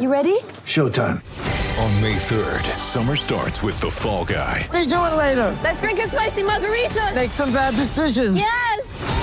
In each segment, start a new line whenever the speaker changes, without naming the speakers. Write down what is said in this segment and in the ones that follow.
You ready?
Showtime.
On May 3rd, summer starts with the Fall Guy.
Let's do it later.
Let's drink a spicy margarita.
Make some bad decisions.
Yes.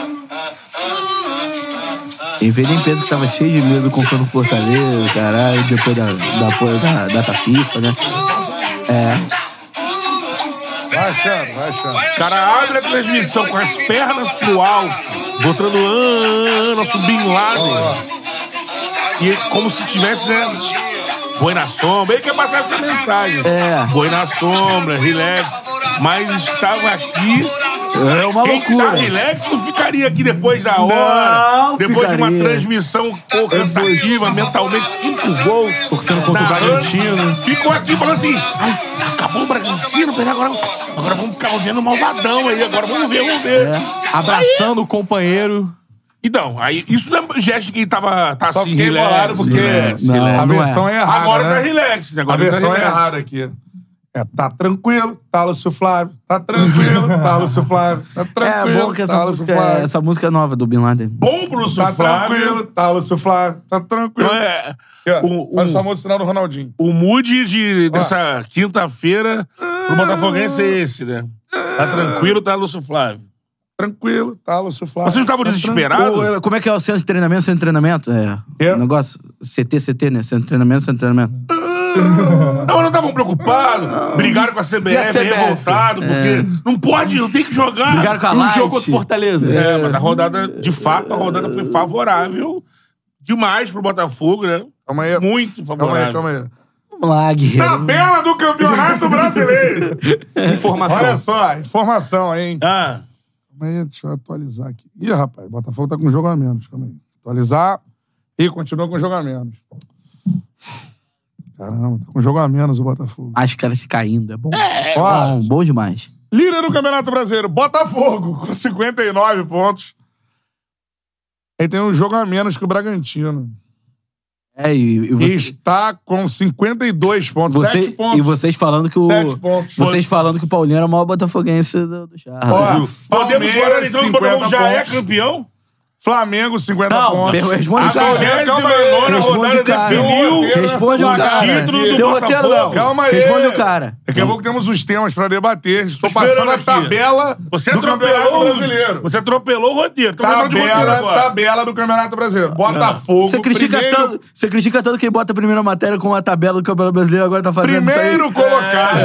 Em vez de empresa que tava cheio de medo comprando Fortaleza, caralho, depois da, da, porra da data FIFA, né? É.
Vai achando, vai achando.
O cara abre a transmissão com as pernas pro alto, botando ah, nosso Bin Laden. E como se tivesse, né? Boi na sombra. Ele quer passar essa mensagem.
É.
Boi na sombra, relax. Mas estava aqui.
É uma
Quem tá
loucura.
relax não ficaria aqui depois da hora.
Não
depois de uma
ficaria.
transmissão pouco cansativa, mentalmente cinco gols.
Torcendo contra o
narrando.
Bragantino.
Ficou aqui falando assim: "Ai, acabou o Bragantino, peraí, agora, agora vamos ficar vendo o malvadão aí. Agora vamos ver, vamos ver.
É. Abraçando o companheiro.
Então, aí, isso não é gesto de quem tava tá
Só
assim,
fiquei
relax,
bolado porque-
relax,
Não,
relax.
A
não é.
versão é, errada.
Agora
né?
tá relax, né?
A
agora tá
versão é
relax.
errada aqui. É, tá tranquilo, tá Lúcio Flávio. Tá tranquilo, tá Lúcio Flávio. Tá tranquilo,
é bom que
tá
essa,
Lúcio
música,
Flávio.
é, essa música nova do Bin Laden.
Bom pro Lúcio
Tá
Flávio.
tranquilo, tá Lúcio Flávio. Tá tranquilo.
Não é?
Aqui, ó,
O-
Faz
o-
o famoso sinal do Ronaldinho.
O mood de, dessa quinta-feira pro Botafoguense é esse, né? Tá tranquilo, tá Lúcio Flávio.
Tranquilo, tá Lúcio Flávio.
Vocês não estavam
Tá
desesperados?
Ô, Como é que é o centro de treinamento, centro de treinamento? É.
É.
Negócio CT, CT, né? Centro de treinamento, centro de treinamento.
Não, mas não estavam preocupados. Brigaram com a CBF,
E a
aí
CBF?
revoltado, porque não pode, eu tenho que jogar.
É. Brigaram com a
E o
Light.
jogo contra o
Fortaleza.
É, mas a rodada, de fato, a rodada foi favorável demais pro Botafogo, né?
Calma aí.
Muito
Calma aí,
favorável.
calma aí.
Vamos lá, guerreiro.
Tabela do Campeonato Brasileiro.
Informação.
Olha só, informação, hein?
Ah,
Calma aí, deixa eu atualizar aqui. Ih, rapaz, Botafogo tá com um jogo a menos. Calma aí. Atualizar e continua com um jogo a menos. Caramba, tá com um jogo a menos o Botafogo.
As caras caindo, é bom. É,
Ó,
bom, bom demais.
líder do Campeonato Brasileiro, Botafogo, com 59 pontos. Aí tem um jogo a menos que o Bragantino.
É, e, e
E
você-
está com 52 pontos.
você-
7 pontos.
e vocês falando que o.
Sete pontos.
Vocês falando que o Paulinho era o maior botafoguense do, do Charla.
Ó,
podemos falar então que o Botafogo
50
já é
pontos.
campeão?
Flamengo, 50
Não,
pontos. é
per- responde
A
o cara.
Flamengo-
59
Responde
rodada
o cara.
definiu
Responde
o
o
cara. um
título do
Teu roteiro não.
Botafogo.
Calma aí.
um Responde o cara.
Daqui a pouco temos os temas pra debater. Estou
esperando
passando a
aqui.
tabela
Você
do Campeonato
atropelou,
Brasileiro. Tá
você atropelou o roteiro. Tô começando de roteiro
Tabela,
agora.
tabela do Campeonato Brasileiro. Botafogo,
Você critica,
primeiro,
tanto, você critica tanto que ele bota a primeira matéria com a tabela do Campeonato Brasileiro, agora tá fazendo isso
primeiro
aí. É,
colocado.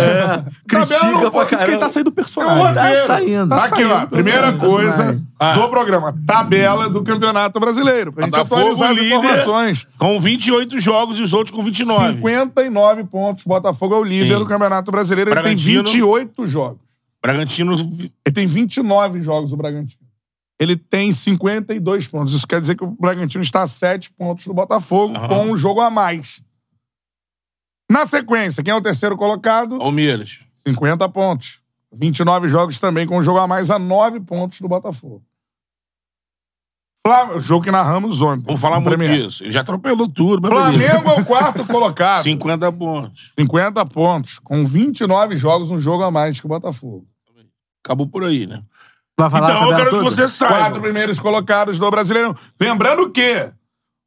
Tabela
Critica
não
pra
pode
caramba.
criticar,
saindo do
É o
personagem. Tá
roteiro.
saindo.
Tá aqui, ó.
saindo do
Primeira
personagem.
coisa do programa. Tabela do Campeonato Brasileiro. Pra gente
Botafogo
atualizar as
líder.
informações.
Com 28 jogos e os outros com 29.
59 pontos. Botafogo é o líder
Sim.
do Campeonato Brasileiro. Ele tem
Bragantino.
28 jogos.
Bragantino
Ele tem 29 jogos, o Bragantino. Ele tem 52 pontos. Isso quer dizer que o Bragantino está a 7 pontos do Botafogo,
Aham.
com um jogo a mais. Na sequência, quem é o terceiro colocado?
Oh. Palmeiras.
50 pontos. 29 jogos também, com um jogo a mais a 9 pontos do Botafogo. Flamengo, jogo que narramos ontem.
Vamos falar
no
muito
Premier.
disso. Ele já atropelou tudo. mas beleza.
Flamengo é o quarto colocado.
50 pontos.
50 pontos, com 29 jogos, um jogo a mais que o Botafogo.
Acabou por aí, né?
Vai falar a
então eu
tabela
quero que
toda?
você
Tá Quatro
saiba.
primeiros colocados do Brasileirão. Lembrando que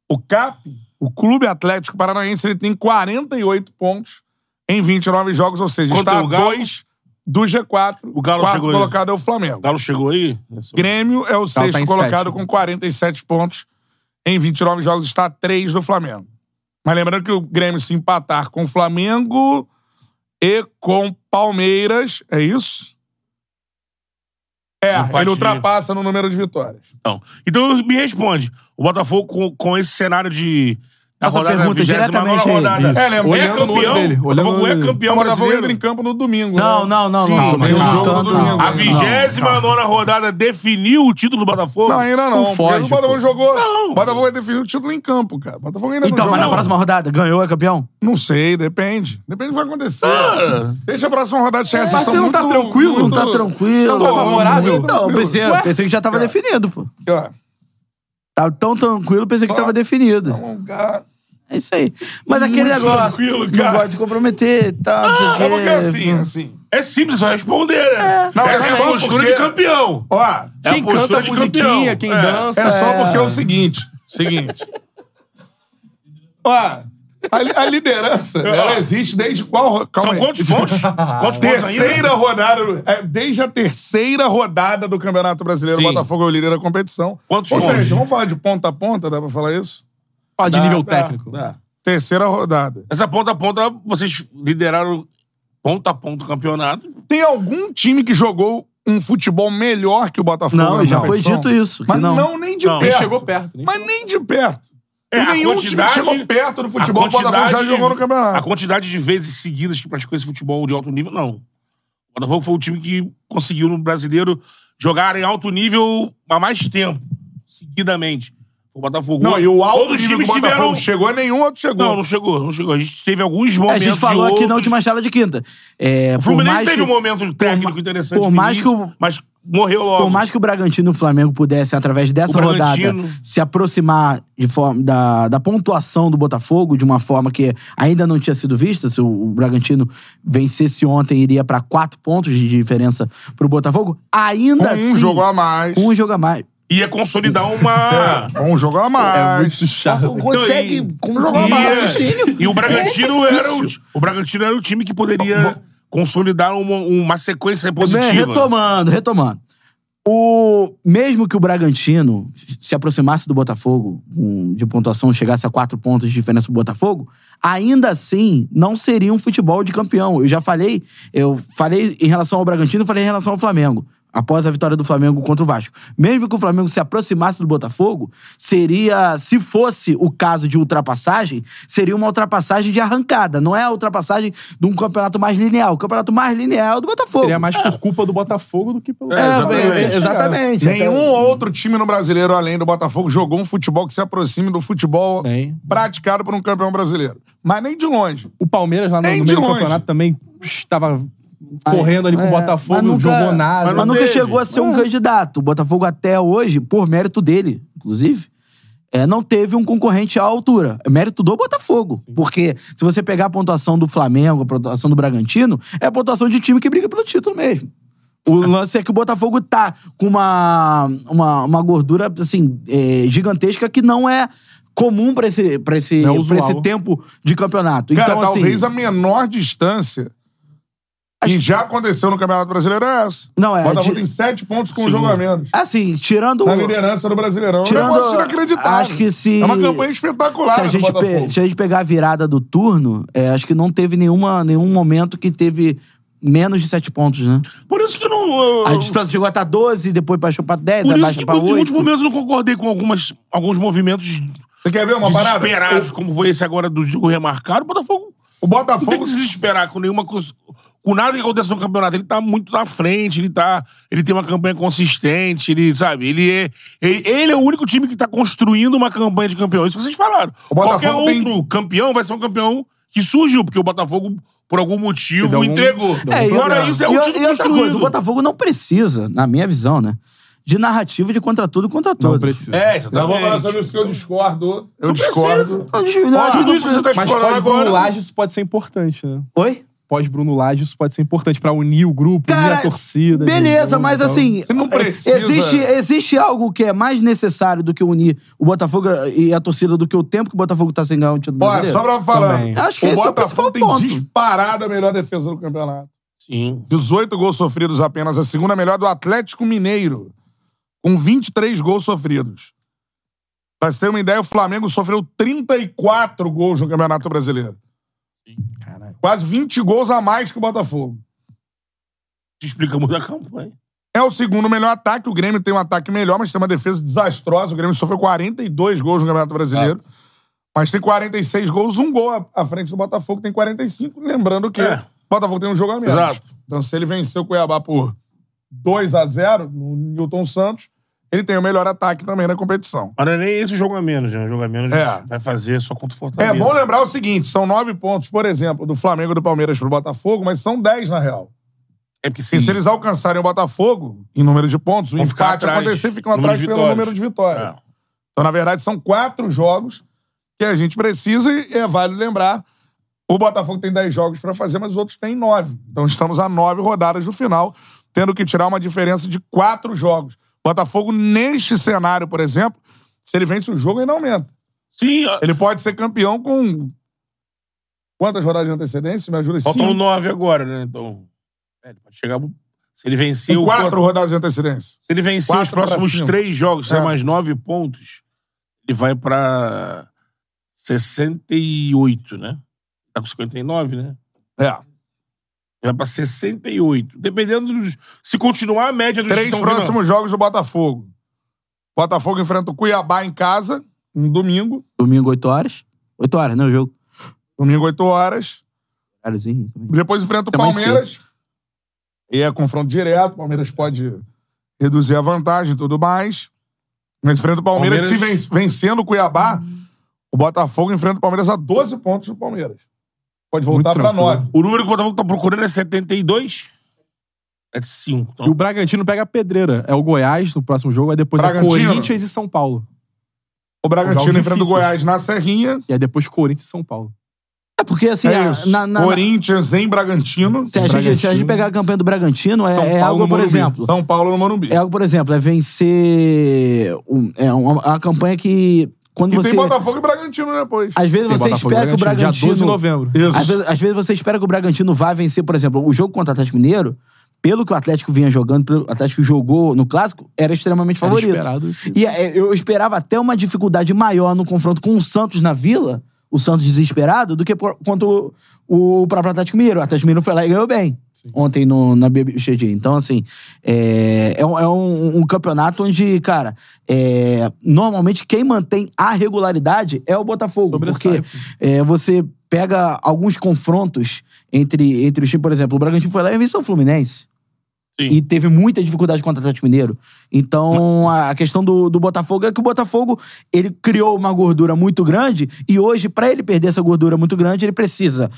o CAP, o Clube Atlético Paranaense, ele tem 48 pontos em 29 jogos, ou seja,
Contra
está a
o Galo?
dois do G4.
O Galo
quarto
chegou aí.
colocado é o Flamengo.
O Galo chegou aí?
Grêmio é o
tá
sexto
em
colocado
sétimo.
com 47 pontos em 29 jogos, está a 3 do Flamengo. Mas lembrando que o Grêmio se empatar com o Flamengo e com Palmeiras, é isso? É,
Desempatia.
ele ultrapassa no número de vitórias.
Então, então me responde. O Botafogo com, com esse cenário de. da
Essa
rodada
pergunta
29ª
diretamente a ele.
rodada.
Isso.
É, lembra?
Olhando
é
no olho
campeão.
dele,
O
olhando no
Botafogo
olho
é
dele.
O
campeão
Botafogo
brasileiro.
entra em campo no domingo.
Não,
né?
não, não,
Sim,
não.
tem um
Não,
jogo
não,
no
não,
domingo.
não.
A 29 rodada definiu o título do Botafogo.
Não, ainda não.
Não
porque
foge,
o Botafogo
pô.
jogou.
Não.
O Botafogo vai definir o título em campo, cara. O Botafogo ainda
Então,
não
mas na
jogou.
próxima rodada, ganhou, é campeão?
Não sei, depende. Depende do que vai acontecer.
Ah.
Deixa a próxima rodada chegar. Vocês
Mas
estão
você não tá
muito-
tranquilo? Não
muito-
tá tranquilo.
Não tá favorável?
Então, eu pensei,
Ué?
pensei que já tava definido, pô.
Aqui, ó.
Tava tão tranquilo, pensei que
Só-
tava definido.
um Alongar.
É isso aí. Mas aquele negócio,
tranquilo,
não
cara.
gosta de comprometer e tal, não sei o quê.
É porque assim, assim.
É simples, só responder, né?
Não,
é,
é
a
só
postura
porque-
de campeão.
Ó,
É
Quem
a postura
canta a
de
musiquinha,
campeão.
quem
É.
dança.
é só porque é o seguinte.
Seguinte.
Ó, a, a liderança, ela existe desde qual... ro- Calma
São
aí.
quantos pontos? Quantos pontos ainda?
Terceira rodada. do- é, desde a terceira rodada do Campeonato Brasileiro, o
Sim.
Botafogo é o líder da competição.
Quantos
Ou
pontos?
seja, vamos falar de ponta a ponta, dá pra falar isso?
Fala de
Dá,
nível
dá,
técnico.
dá. Terceira rodada.
É. Essa ponta a ponta, vocês lideraram ponta a ponta o campeonato.
Tem algum time que jogou um futebol melhor que o Botafogo?
Não,
na
já foi
competição?
dito isso, que
Mas
não.
nem de
Não.
perto.
Nem
chegou perto, nem
mas nem de perto.
É,
e
a
nenhum time que
quantidade-
chegou perto do
A
futebol, o Botafogo já
quantidade de-
jogou no
A
campeonato.
quantidade de vezes seguidas que praticou esse futebol de alto nível, não. O Botafogo foi o time que conseguiu no brasileiro jogar em alto nível há mais tempo, seguidamente. O Botafogo.
Não, e o alto
Todos os
nível do
times
Botafogo
tiveram.
chegou, nenhum outro chegou.
Não, não chegou, não chegou. A gente teve alguns
É, a
momentos.
gente falou
de
aqui na
outros-
última charla de quinta. É,
O
por
Fluminense
mais
teve
que-
um momento técnico
ma-
interessante.
por
no
mais
início,
que o-
Mas morreu logo.
Por mais que o Bragantino e o Flamengo pudessem, através dessa
O
rodada,
Bragantino.
se aproximar de forma, da, da pontuação do Botafogo de uma forma que ainda não tinha sido vista, se o, o Bragantino vencesse ontem, iria pra quatro pontos de diferença pro Botafogo, ainda
Com
assim...
um jogo a mais.
Um jogo a mais.
Ia consolidar uma.
É, Então, com um jogo a mais.
É muito chato.
Consegue
e- é.
com-
jogar
com
mais.
raciocínio.
E o Bragantino
É
era o,
difícil.
o Bragantino era o time que poderia consolidar uma, uma sequência
Bem,
Né,
positiva.
Né, retomando, retomando. O, mesmo que o Bragantino se aproximasse do Botafogo um, de pontuação, chegasse a quatro pontos de diferença pro Botafogo, ainda assim não seria um futebol de campeão. Eu já falei, eu falei em relação ao Bragantino, falei em relação ao Flamengo. Após a vitória do Flamengo contra o Vasco. Mesmo que o Flamengo se aproximasse do Botafogo, seria, se fosse o caso de ultrapassagem, seria uma ultrapassagem de arrancada. Não é a ultrapassagem de um campeonato mais linear. O campeonato mais linear é o do Botafogo.
Seria mais por culpa do Botafogo do que pelo.
É,
exatamente.
é, exatamente. Então,
Nenhum
Até-
outro time no brasileiro, além do Botafogo, jogou um futebol que se aproxime do futebol
Bem.
praticado por um campeão brasileiro. Mas nem de longe.
O Palmeiras lá no,
Nem
no
de
meio do
longe.
campeonato também estava correndo ali com o
É,
Botafogo,
mas
não
nunca-
jogou nada.
Mas,
não
nunca
teve.
chegou a ser um candidato. O Botafogo até hoje, por mérito dele, inclusive, é, não teve um concorrente à altura. É mérito do Botafogo. Porque se você pegar a pontuação do Flamengo, a pontuação do Bragantino, é a pontuação de time que briga pelo título mesmo. O lance é que o Botafogo tá com uma, uma, uma gordura, assim, é, gigantesca que não é comum pra esse, pra esse,
Não é
pra esse
usual.
tempo de campeonato.
Cara,
então, assim,
talvez a menor distância que já aconteceu no Campeonato Brasileiro é essa.
Não, é,
O Botafogo
de-
tem sete pontos com um jogo a menos.
assim, tirando...
Na liderança do Brasileirão. É um
Tirando-
negócio inacreditável.
acho que se-
É uma campanha espetacular
se a,
do
gente pe-
Botafogo.
se a gente pegar a virada do turno, é, acho que não teve nenhuma, nenhum momento que teve menos de 7 pontos, né?
Por isso que eu não.
A
eu-
distância chegou a estar 12, depois baixou pra 10,
por
aí
isso
baixa
que
pra
por- em último
8.
momento eu não concordei com algumas, alguns movimentos
Você quer ver É uma parada?
desesperados,
O-
como foi esse agora do Diego Remarcado. O Botafogo
O
Ah,
não tem
Botafogo
que se desesperar com nenhuma cons- com nada que acontece no campeonato. Ele tá muito na frente, ele tá. Ele tem uma campanha consistente, ele, sabe, ele é. Ele, ele é o único time que tá construindo uma campanha de campeão. Isso que vocês falaram.
O Botafogo
Qualquer
tem-
outro campeão vai ser um campeão que surgiu, porque o Botafogo, por algum motivo,
Teve algum-
entregou.
É, e
Fora
outra-
isso, é
e,
o
o-
time
e outra
construído.
coisa, o Botafogo não precisa, na minha visão, né? De narrativa de contra tudo e contra
Não
tudo.
precisa.
É,
Não vou falar
exatamente.
sobre isso que eu discordo. Eu
Não
discordo.
precisa.
Eu acho que
Tudo
não
isso que
precisa.
você tá
Mas
explorando
pós-Bruno
agora.
Lage isso pode ser importante, né?
Oi?
Pós-Bruno Lage isso pode ser importante pra unir o grupo, unir a torcida.
Beleza,
entendeu?
mas
Então,
assim.
Você não
é,
precisa.
Existe, existe algo que é mais necessário do que unir o Botafogo e a torcida do que o tempo que o Botafogo tá sem ganhar o título
Ó,
brasileiro?
só pra falar.
Também.
Acho que
o
esse é o principal
Botafogo tem
ponto.
disparado a melhor defesa do campeonato.
Sim.
18 gols sofridos apenas, a segunda melhor do Atlético Mineiro, com 23 gols sofridos. Pra você ter uma ideia, o Flamengo sofreu 34 gols no Campeonato Brasileiro. Quase 20 gols a mais que o Botafogo.
Te explica muito a campanha.
É o segundo melhor ataque. O Grêmio tem um ataque melhor, mas tem uma defesa desastrosa. O Grêmio sofreu 42 gols no Campeonato Brasileiro.
É.
Mas tem 46 gols, um gol à- à frente do Botafogo, tem 45. Lembrando que
É.
o Botafogo tem um jogo a menos.
Exato.
Então, se ele venceu o Cuiabá por 2 a 0 no Newton Santos, ele tem o melhor ataque também na competição.
Mas não é nem esse jogo a menos, né? O jogo a menos
É.
vai fazer só contra o
É
Fortaleza.
bom lembrar o seguinte: são nove pontos, por exemplo, do Flamengo e do Palmeiras pro Botafogo, mas são 10 na real.
É porque sim.
E se eles alcançarem o Botafogo em número de pontos, o
Vão ficar
empate
atrás.
acontecer, ficam
Número
atrás
de
pelo
vitórias.
número de vitórias.
É.
Então, na verdade, são quatro jogos que a gente precisa e é válido lembrar. O Botafogo tem 10 jogos pra fazer, mas os outros têm nove. Então estamos a nove rodadas do final, tendo que tirar uma diferença de quatro jogos. Botafogo, neste cenário, por exemplo, se ele vence o jogo, ele não aumenta.
Sim, ó,
Ele pode ser campeão com. Quantas rodadas de antecedência? Me ajuda
faltam
cinco.
nove agora, né? Então. É, ele pode chegar. Se ele vencer
Com
o.
quatro rodadas de antecedência.
Se ele vencer os
Quatro pra
próximos
cima.
três jogos, se
É.
é. mais nove pontos, ele vai pra 68, né? Tá com 59, né?
É.
Vai pra 68. Dependendo dos. Se continuar a média dos
Três
que estão
próximos jogos do Botafogo. Botafogo enfrenta o Cuiabá em casa, no domingo.
Domingo, 8 horas. 8 horas, né? O jogo.
Domingo, 8 horas.
Caralhozinho. também.
Depois enfrenta o
Até mais
Palmeiras. E é confronto direto. O Palmeiras pode reduzir a vantagem e tudo mais. Mas enfrenta o Palmeiras,
Palmeiras-
se ven- vencendo o Cuiabá, o Botafogo enfrenta o Palmeiras a 12 pontos do Palmeiras. Pode voltar
Muito
pra
tranquilo.
9.
O número que o Botafogo tá procurando é 72? É 5.
E o Bragantino pega a pedreira. É o Goiás no próximo jogo, aí depois é
Bragantino.
Corinthians e São Paulo.
O Bragantino
Jogos
enfrenta o
difíceis.
Goiás na Serrinha.
E aí depois Corinthians e São Paulo.
É porque, assim,
É
a-
isso.
na- na- na-
Corinthians em Bragantino.
se, a gente, se a gente
Bragantino.
pegar a campanha do Bragantino, é,
São
é
Paulo
algo,
no
por
Morumbi.
exemplo.
São Paulo no Morumbi.
É algo, por exemplo, é vencer. um- é uma, uma campanha que. Quando
E
você.
tem Botafogo e Bragantino né, depois.
Às vezes
Tem
você
Botafogo e
espera que o Bragantino.
Dia 12 de novembro.
Isso.
Às vezes, às vezes você espera que o Bragantino vá vencer, por exemplo, o jogo contra o Atlético Mineiro, pelo que o Atlético vinha jogando, pelo o Atlético jogou no clássico, era extremamente
Era
favorito.
esperado.
Uhum.
E é, eu esperava até uma dificuldade maior no confronto com o Santos na Vila, o Santos desesperado, do que por- contra o, o próprio Atlético Mineiro. O Atlético Mineiro foi lá e ganhou bem ontem no, na BBXG. Então, assim, é, é um, é um- um campeonato onde, cara, é, normalmente quem mantém a regularidade é o Botafogo.
Sobressai,
Porque é, você pega alguns confrontos entre, entre os times, por exemplo, o Bragantino foi lá e venceu o Fluminense. E teve muita dificuldade contra o Atlético Mineiro. Então, a a questão do, do Botafogo é que o Botafogo, ele criou uma gordura muito grande e hoje, pra ele perder essa gordura muito grande, ele precisa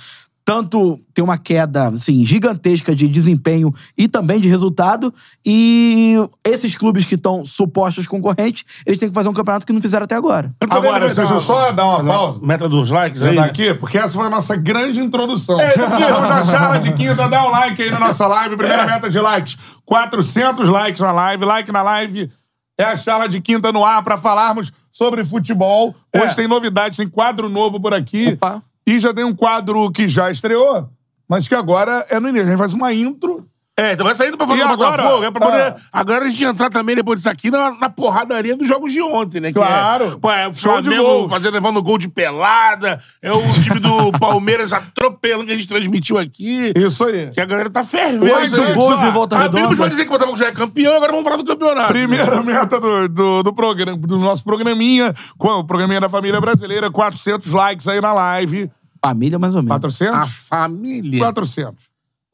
tanto ter uma queda, assim, gigantesca de desempenho e também de resultado e esses clubes que estão supostos concorrentes, eles têm que fazer um campeonato que não fizeram até agora.
Agora, deixa eu só dar uma pausa.
Tá Meta dos likes aí.
Você tá
né?
aqui? Porque essa foi a nossa grande introdução. Estamos na charla de quinta, dá um like aí na nossa live. Primeira meta de likes: 400 likes na live. Like na live é a charla de quinta no ar para falarmos sobre futebol. Hoje tem novidades, tem quadro novo por aqui.
Opa.
E já tem um quadro que já estreou, mas que agora é no início. A gente faz uma intro.
É, então vai saindo pra
E
falar do
agora?
Botafogo. É pra
Ah.
poder, Agora a gente entrar também depois disso aqui na, na porradaria dos jogos de ontem, né? Que
Claro.
É, pô, é o
Show de
Flamengo
gols.
fazendo, levando gol de pelada. É o time do Palmeiras atropelando que a gente transmitiu aqui.
Isso aí.
Que a galera tá fervendo.
Oito
né?
gols em
volta
Abrimos
redonda.
pra dizer que o Botafogo já é campeão, agora vamos falar do campeonato.
Primeira meta do, do, do programa, do nosso programinha, com o programinha da família brasileira, 400 likes aí na live.
Família, mais ou menos.
400?
A família.
400.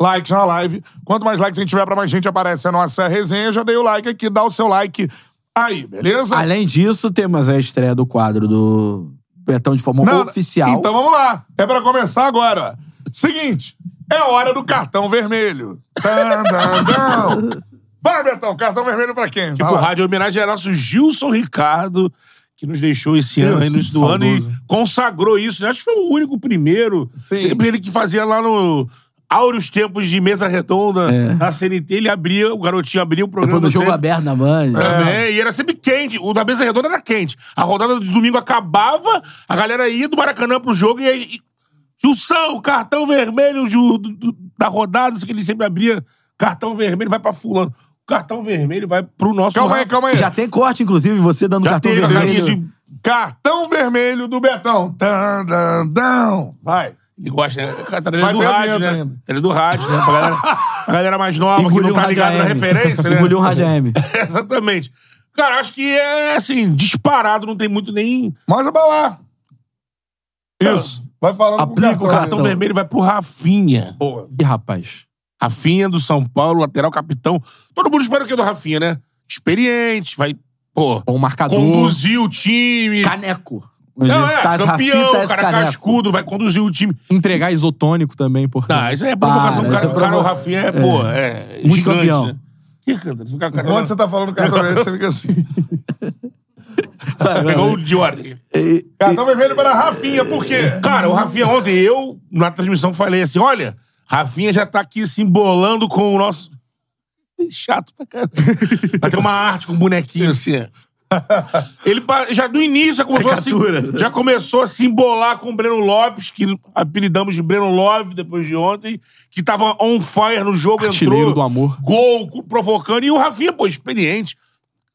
Likes na live. Quanto mais likes a gente tiver pra mais gente, aparece a nossa resenha. Já dei o like aqui, dá o seu like aí, beleza?
Além disso, temos a estreia do quadro do Betão de forma
Não,
oficial.
Então vamos lá. É pra começar agora. ó. Seguinte, é hora do cartão vermelho. Tan, tan, tan. Vai, Betão, cartão vermelho pra quem?
Que
Vai
por
Tá lá.
rádio homenagem ao nosso Gilson Ricardo, que nos deixou esse
Isso,
ano, aí, no início do ano, e
saudoso.
consagrou isso. né? Acho que foi o único primeiro.
Sim.
Sempre ele que fazia lá no. Áureos tempos de mesa redonda
É.
na CNT, ele abria, o garotinho abria o programa.
Depois do jogo
sempre.
aberto na mãe.
né?
Também, e era sempre quente. O da mesa redonda era quente. A rodada de domingo acabava, a galera ia do Maracanã pro jogo e aí. e- Jussão, o cartão vermelho do- do- do- da rodada, isso que ele sempre abria. Cartão vermelho vai pra fulano. O cartão vermelho vai pro nosso.
Calma aí,
Rafa.
calma aí.
Já tem corte, inclusive, você dando
Já
cartão
teve a
vermelho.
camisa de
Cartão vermelho do Betão. Tan, tan, tan. Vai.
Ele gosta, né? Cara, tá dele
Mas
do
tem a
rádio,
vinheta
né?
ainda.
Tá dele do rádio, né? Pra galera, pra galera mais nova
um
que não tá ligada na referência, né?
Engoliu um rádio AM.
Exatamente. Cara, acho que é assim, disparado, não tem muito nem.
Mostra pra lá. Isso. Vai falando
Aplica
com
O cartão
Então.
vermelho vai pro Rafinha.
Boa.
Ih, rapaz.
Rafinha do São Paulo, lateral capitão. Todo mundo espera o que do Rafinha, né? Experiente, vai, pô,
Bom marcador.
conduzir o time.
Caneco.
Não, é,
Está-
campeão,
Rafita, tá, esse
cara
caneco.
cascudo, vai conduzir o time.
Entregar isotônico também, porque...
Não, isso aí é provocação.
Né? Para,
o cara,
isso é
o cara, o
provo-
Rafinha é, pô, é
Muito
gigante,
campeão.
né? Que, cara, fica, cara,
Quando você tá falando cartão vermelho, você fica assim.
Pegou o Jordan.
Cartão vermelho para Rafinha, por quê?
Cara, o Rafinha ontem, eu, na transmissão, falei assim: olha, Rafinha já tá aqui se embolando com o nosso. Chato pra caramba. Vai ter uma arte com um bonequinho assim. Ele pa- já do início já começou, a se,
Caricatura.
já começou a se embolar com o Breno Lopes, que apelidamos de Breno Love depois de ontem, que tava on fire no jogo,
Artilheiro
entrou.
do amor.
Gol, cu- provocando. E o Rafinha, pô, experiente.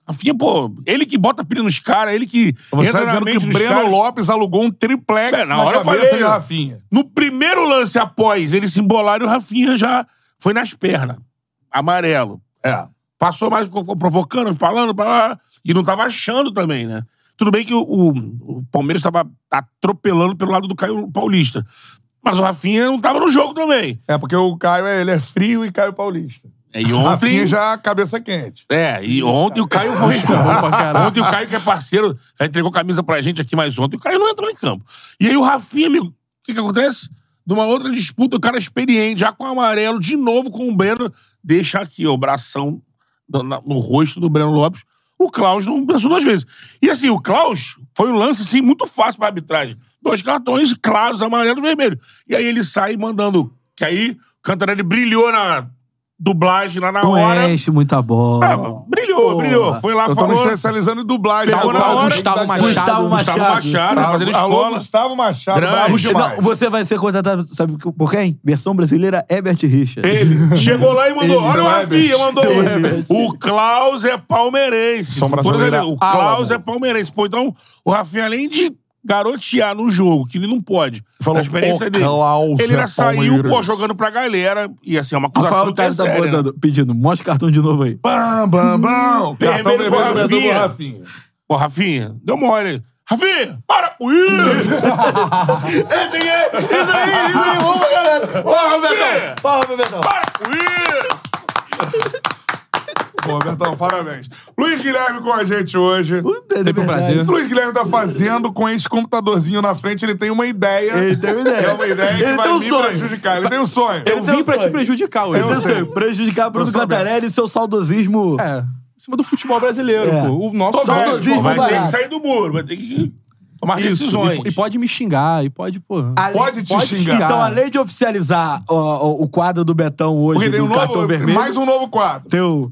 Rafinha, pô, ele que bota pilha nos caras, ele que.
Você
entra
tá
na
dizendo que
mente dos
Breno
caras.
Lopes alugou um triplex
É,
na,
na hora eu
cabeça
falei,
de
ó.
Rafinha.
No primeiro lance após ele se embolar, o Rafinha já foi nas pernas. Amarelo.
É.
Passou mais, ficou ficou provocando, falando, blá, blá, blá, e não tava achando também, né? Tudo bem que o, o- o Palmeiras estava atropelando pelo lado do Caio Paulista. Mas o Rafinha não tava no jogo também.
É, porque o Caio, é- ele é frio e Caio Paulista.
É, E
Rafinha
ontem.
já cabeça quente.
É, e ontem o Caio foi. ontem o Caio, que é parceiro, já entregou camisa pra gente aqui, mas ontem o Caio não entrou em campo. E aí o Rafinha, amigo, o que, que acontece? De uma outra disputa, o cara é experiente, já com o amarelo, de novo com o Breno, deixa aqui ó, o bração no, na- no rosto do Breno Lopes. O Klaus não pensou duas vezes. E assim, o Klaus foi um lance assim, muito fácil pra arbitragem. Dois cartões claros, amarelo e vermelho. E aí ele sai mandando. Que aí o Cantarelli brilhou na dublagem lá na é hora.
Não enche muita
Ah,
bola.
brilhou, brilhou. Foi lá,
Eu tô me
falou.
especializando em dublagem.
Pegou na
Agora,
hora.
Gustavo Machado.
Gustavo
Gustavo Machado,
Alô,
fazendo
Alô,
escola.
Gustavo Machado.
Grande.
bravo
Você-
demais.
não, você vai ser contratado, sabe por quem? Versão brasileira, Herbert Richard.
Ele chegou lá e mandou.
Ele,
Olha o Rafinha,
Herbert.
mandou.
Herbert.
O Klaus é palmeirense.
São
Todas as
brasileira
vezes, O
ala,
Klaus
mano.
é palmeirense. Pô, então, o Rafinha, além de garotear no jogo, que ele não pode,
Falou,
a experiência
"O
dele.
Klaus
ele já
é
saiu, pô,
palmeirense."
jogando pra galera. E assim, é uma acusação
Rafael
que é
Tavares tá
séria, né?
mandando- pedindo, mostra o cartão de novo aí.
Bam, bam, bam.
Vermelho
Cartão
pro
vermelho é do
Rafinha.
Rafinha.
Pô, Rafinha, deu mole. Rafinha, para com isso!
Isso aí, isso aí. Vamos, galera. Porra,
Rafinha,
Betão. Porra, Betão.
para com isso!
Pô, Betão, parabéns. Luiz Guilherme com a gente hoje.
é
Teve o prazer.
Luiz Guilherme tá fazendo com esse computadorzinho na frente, ele tem uma ideia.
Ele tem uma ideia.
É uma ideia que
Ele
vai
tem um
me
sonho.
prejudicar. Ele tem um sonho.
Eu vim pra te prejudicar hoje.
Eu
Eu
sei,
sei.
prejudicar Bruno
soube.
Cantarelli e seu saudosismo.
É. Em cima do futebol brasileiro,
É.
pô. O nosso...
Todo
Saudosismo.
dia.
Vai ter que
barato.
sair do muro, vai ter que tomar decisões.
E, e pode me xingar, e pode, pô...
Ale-
Pode te xingar.
Então, além de oficializar ó, ó, o quadro do Betão hoje,
Porque tem
do
um
cartão
novo,
vermelho,
mais um novo quadro.
tem o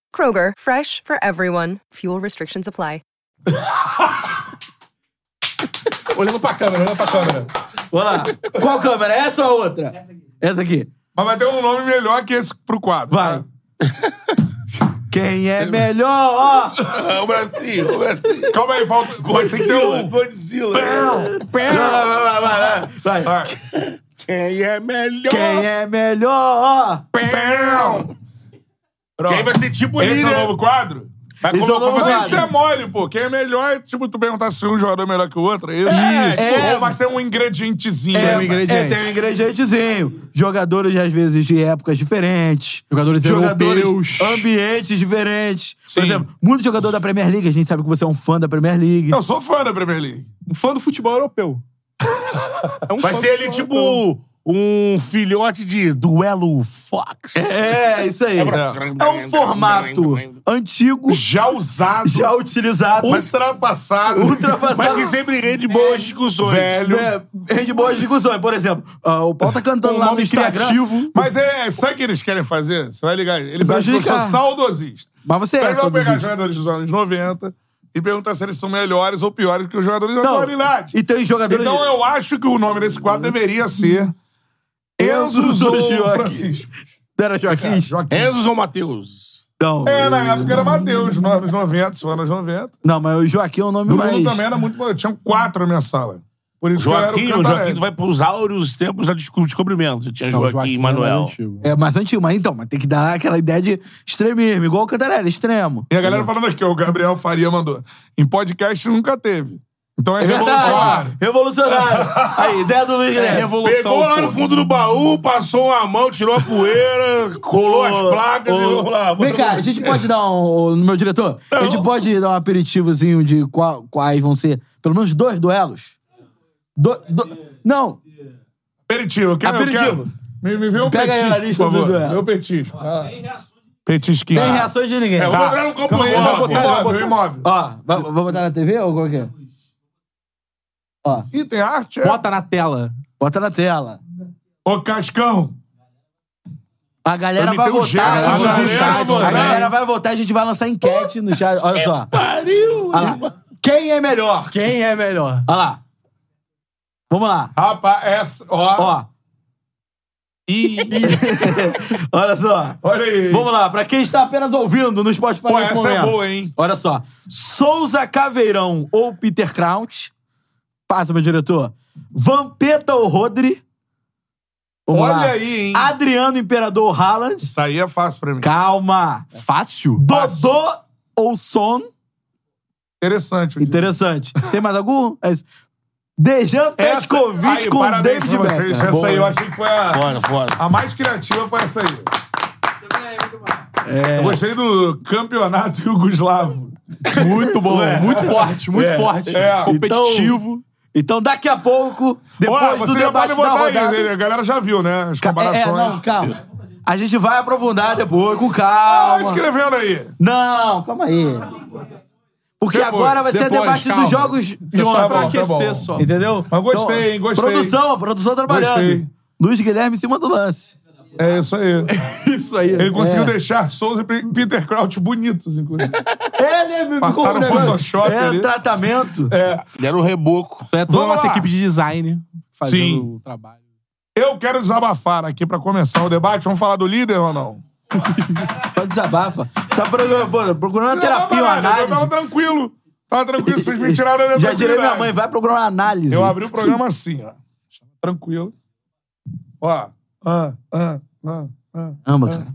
Kroger, fresh for everyone. Fuel restrictions apply.
Olhando pra câmera, olhando pra câmera.
Vamos lá. Qual câmera? Essa ou outra? Essa aqui.
Mas vai ter um nome melhor que esse pro quadro. tá?
Vai. Quem é melhor?
É o Brasil, o Brasil.
Calma aí, falta. Vai ter que ter
Godzilla,
um.
Godzilla.
Vai.
Vai.
Quem é melhor?
Quem é melhor?
Pão.
E aí vai ser tipo
Esse
ele,
é o
né?
novo quadro? Vai
Esse é o
colocar-
novo
mas
quadro.
Isso é mole, pô. Quem é melhor é, tipo, tu perguntar se um jogador é melhor que o outro. É isso. isso.
É.
Ou, mas tem um ingredientezinho.
É,
né?
é, tem um ingredientezinho. Jogadores, às vezes, de épocas diferentes.
Jogadores europeus.
ambientes diferentes.
Sim.
Por exemplo, muito jogador da Premier League. A gente sabe que você é um fã da Premier League.
Eu sou fã da Premier League.
Um fã do futebol europeu. É um
Vai
fã
ser
do
ele
futebol
tipo
europeu.
o- um filhote de duelo Fox.
É, isso aí. É um formato antigo.
Já usado.
Já utilizado.
Ultrapassado.
Ultrapassado.
Mas que sempre rende boas discussões.
Velho.
É, rende boas discussões. Por exemplo, ah, o Paulo tá cantando
Um
lá no
nome
Instagram.
criativo. Mas é, sabe o que eles querem fazer? Você vai ligar. Eles
Vai
acham que eu sou
ligar.
saudosista.
Mas você
Então
é
eles vão pegar
saudosista.
jogadores dos anos 90 e perguntar se eles são melhores ou piores que os jogadores da
Não,
atualidade.
E tem jogadores...
Então eu acho que o nome desse quadro deveria ser Enzo ou
Joaquim.
Francisco.
Era Joaquim?
Joaquim.
Enzo ou Matheus?
Não.
É, na época era Matheus, nos anos 90, se for anos 90.
Não, mas o Joaquim é um nome
Bruno
mais...
também era muito bom. Eu tinha quatro na minha sala. Por isso que
Joaquim,
eu era
o
o
Joaquim
Cantarelli.
vai pros áureos tempos da desco- descobrimento. Você Tinha
Não,
Joaquim,
Joaquim
e
era
Manuel.
antigo.
É mais antigo, mas então, mas tem que dar aquela ideia de extremismo, igual o Cantarelli, extremo.
E a galera falando aqui, ó, o Gabriel Faria mandou. Em podcast nunca teve. Então é,
Verdade.
revolucionário.
Revolucionário. Aí, ideia do Luiz Guilherme.
É, Pegou lá no fundo do baú, passou a mão, tirou a poeira, colou as placas e vamos lá.
Vem cá, a gente pode dar um. ô, Meu diretor, a gente pode dar um aperitivozinho de qua- quais vão ser pelo menos dois duelos? Do- do- não,
Aperitivo. Eu quero,
Aperitivo.
Eu quero. Me, me vê um
Pega aí a
petisco,
lista
por
do
favor.
duelo.
Meu petisco. Ah. Petisquinho.
tem reações de ninguém.
Vamos entrar no campo
Eu vou botar
bola,
imóvel, imóvel.
Ó, va- vou botar na TV ou qual que é? Ó,
Ih, tem arte? É.
Bota na tela.
bota na tela.
Ô, Cascão.
A galera
Eu
vai
me dei um
votar.
gelo,
inclusive,
galera,
no chat.
mano.
a
né?
galera vai votar, a gente vai lançar enquete no chat. Olha só.
Pariu!
Olha
Ah,
lá. Quem é melhor?
Quem é melhor?
Olha lá. Vamos lá.
Rapaz, essa. Ó.
Ó. Olha só.
Olha aí.
Vamos lá, pra quem está apenas ouvindo no Spotify
Pô,
nesse
essa é
momento.
boa, hein?
Olha só. Souza Caveirão ou Peter Kraut. Passa, meu diretor. Vampeta ou Rodri. Vamos
Olha
lá.
aí, hein?
Adriano Imperador ou Haaland.
Isso aí é fácil pra mim.
Calma.
Fácil?
Dodô ou Son.
Interessante. o dia.
Interessante. Tem mais algum? É isso. Dejan Petkovic
É aí,
com
parabéns
David
pra vocês.
Beckham.
Essa aí eu achei que foi a,
Fora, fora.
a mais criativa, foi essa aí.
É.
Eu gostei do campeonato Yugoslavo.
Muito bom,
É.
muito forte, muito forte.
É.
Competitivo.
Então, daqui a pouco, depois do debate da rodada...
isso, a galera já viu, né? As
Ca- É, é,
comparações.
não, calma. A gente vai aprofundar depois, com
Ah,
calma.
escrevendo aí.
Não, calma aí. Porque
Depois,
agora vai ser
depois,
debate
calma.
dos jogos de
Você só
ontem.
vai aquecer
bom.
só.
Entendeu? Então,
Mas gostei, hein, gostei.
Produção, a produção trabalhando.
Gostei.
Luiz Guilherme em cima do lance.
É isso aí.
Isso aí.
Ele conseguiu
é.
deixar Souza e Pe- Peter Crouch bonitos, inclusive.
É, né, meu
Passaram
ficou um negócio-
Photoshop
É,
ali. É,
tratamento.
Deram o reboco.
É toda a
Vamos
nossa
lá.
equipe de design fazendo
Sim.
o trabalho.
Eu quero desabafar aqui pra começar o debate. Vamos falar do líder ou não?
Só desabafa. Tá pro- pô, procurando uma terapia,
Não,
uma
não, não, Eu
análise.
tava tranquilo. Tava tranquilo, vocês me tiraram da
Já direi minha
tranquilidade.
mãe, vai procurar uma análise.
Eu abri o programa assim, ó. Tranquilo. Ó. Ah, ah, ah, ah.
Amba, cara.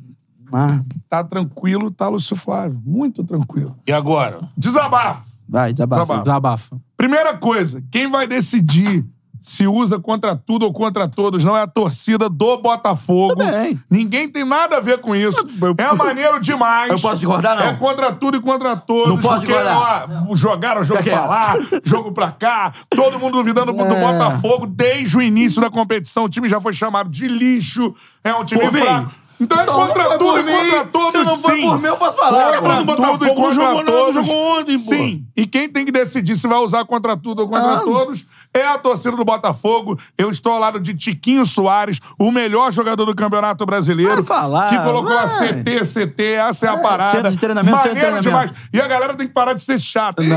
Ah,
Tá tranquilo, tá Lúcio Flávio. Muito tranquilo.
E agora?
Desabafo.
vai, desabafa.
Desabafa.
Desabafa.
Primeira coisa, quem vai decidir se usa contra tudo ou contra todos não é a torcida do Botafogo.
Tudo bem.
Ninguém tem nada a ver com isso. É maneiro demais.
Eu posso discordar, não.
É contra tudo e contra todos.
Não posso
porque,
discordar.
ó, jogaram jogo
Fica
pra
quieto. É.
lá, jogo pra cá. Todo mundo duvidando do Botafogo desde o início da competição. O time já foi chamado de lixo. É um time
Por mim.
fraco. Então é
Então, não
contra
foi
tudo
por
e
mim.
contra todos,
Se não foi
sim.
por mim, eu posso falar,
Contra
cara.
tudo
Botafogo
e
não
contra
jogou nada,
todos.
jogou ontem, pô.
Sim. E quem tem que decidir se vai usar contra tudo ou
Ah.
contra todos é a torcida do Botafogo. Eu estou ao lado de Tiquinho Soares, o melhor jogador do Campeonato Brasileiro.
Vai falar,
que colocou a
vai.
CT, CT, essa é a parada.
centro de treinamento, centro de
Maneiro demais.
treinamento.
E a galera tem que parar de ser chata. Ih,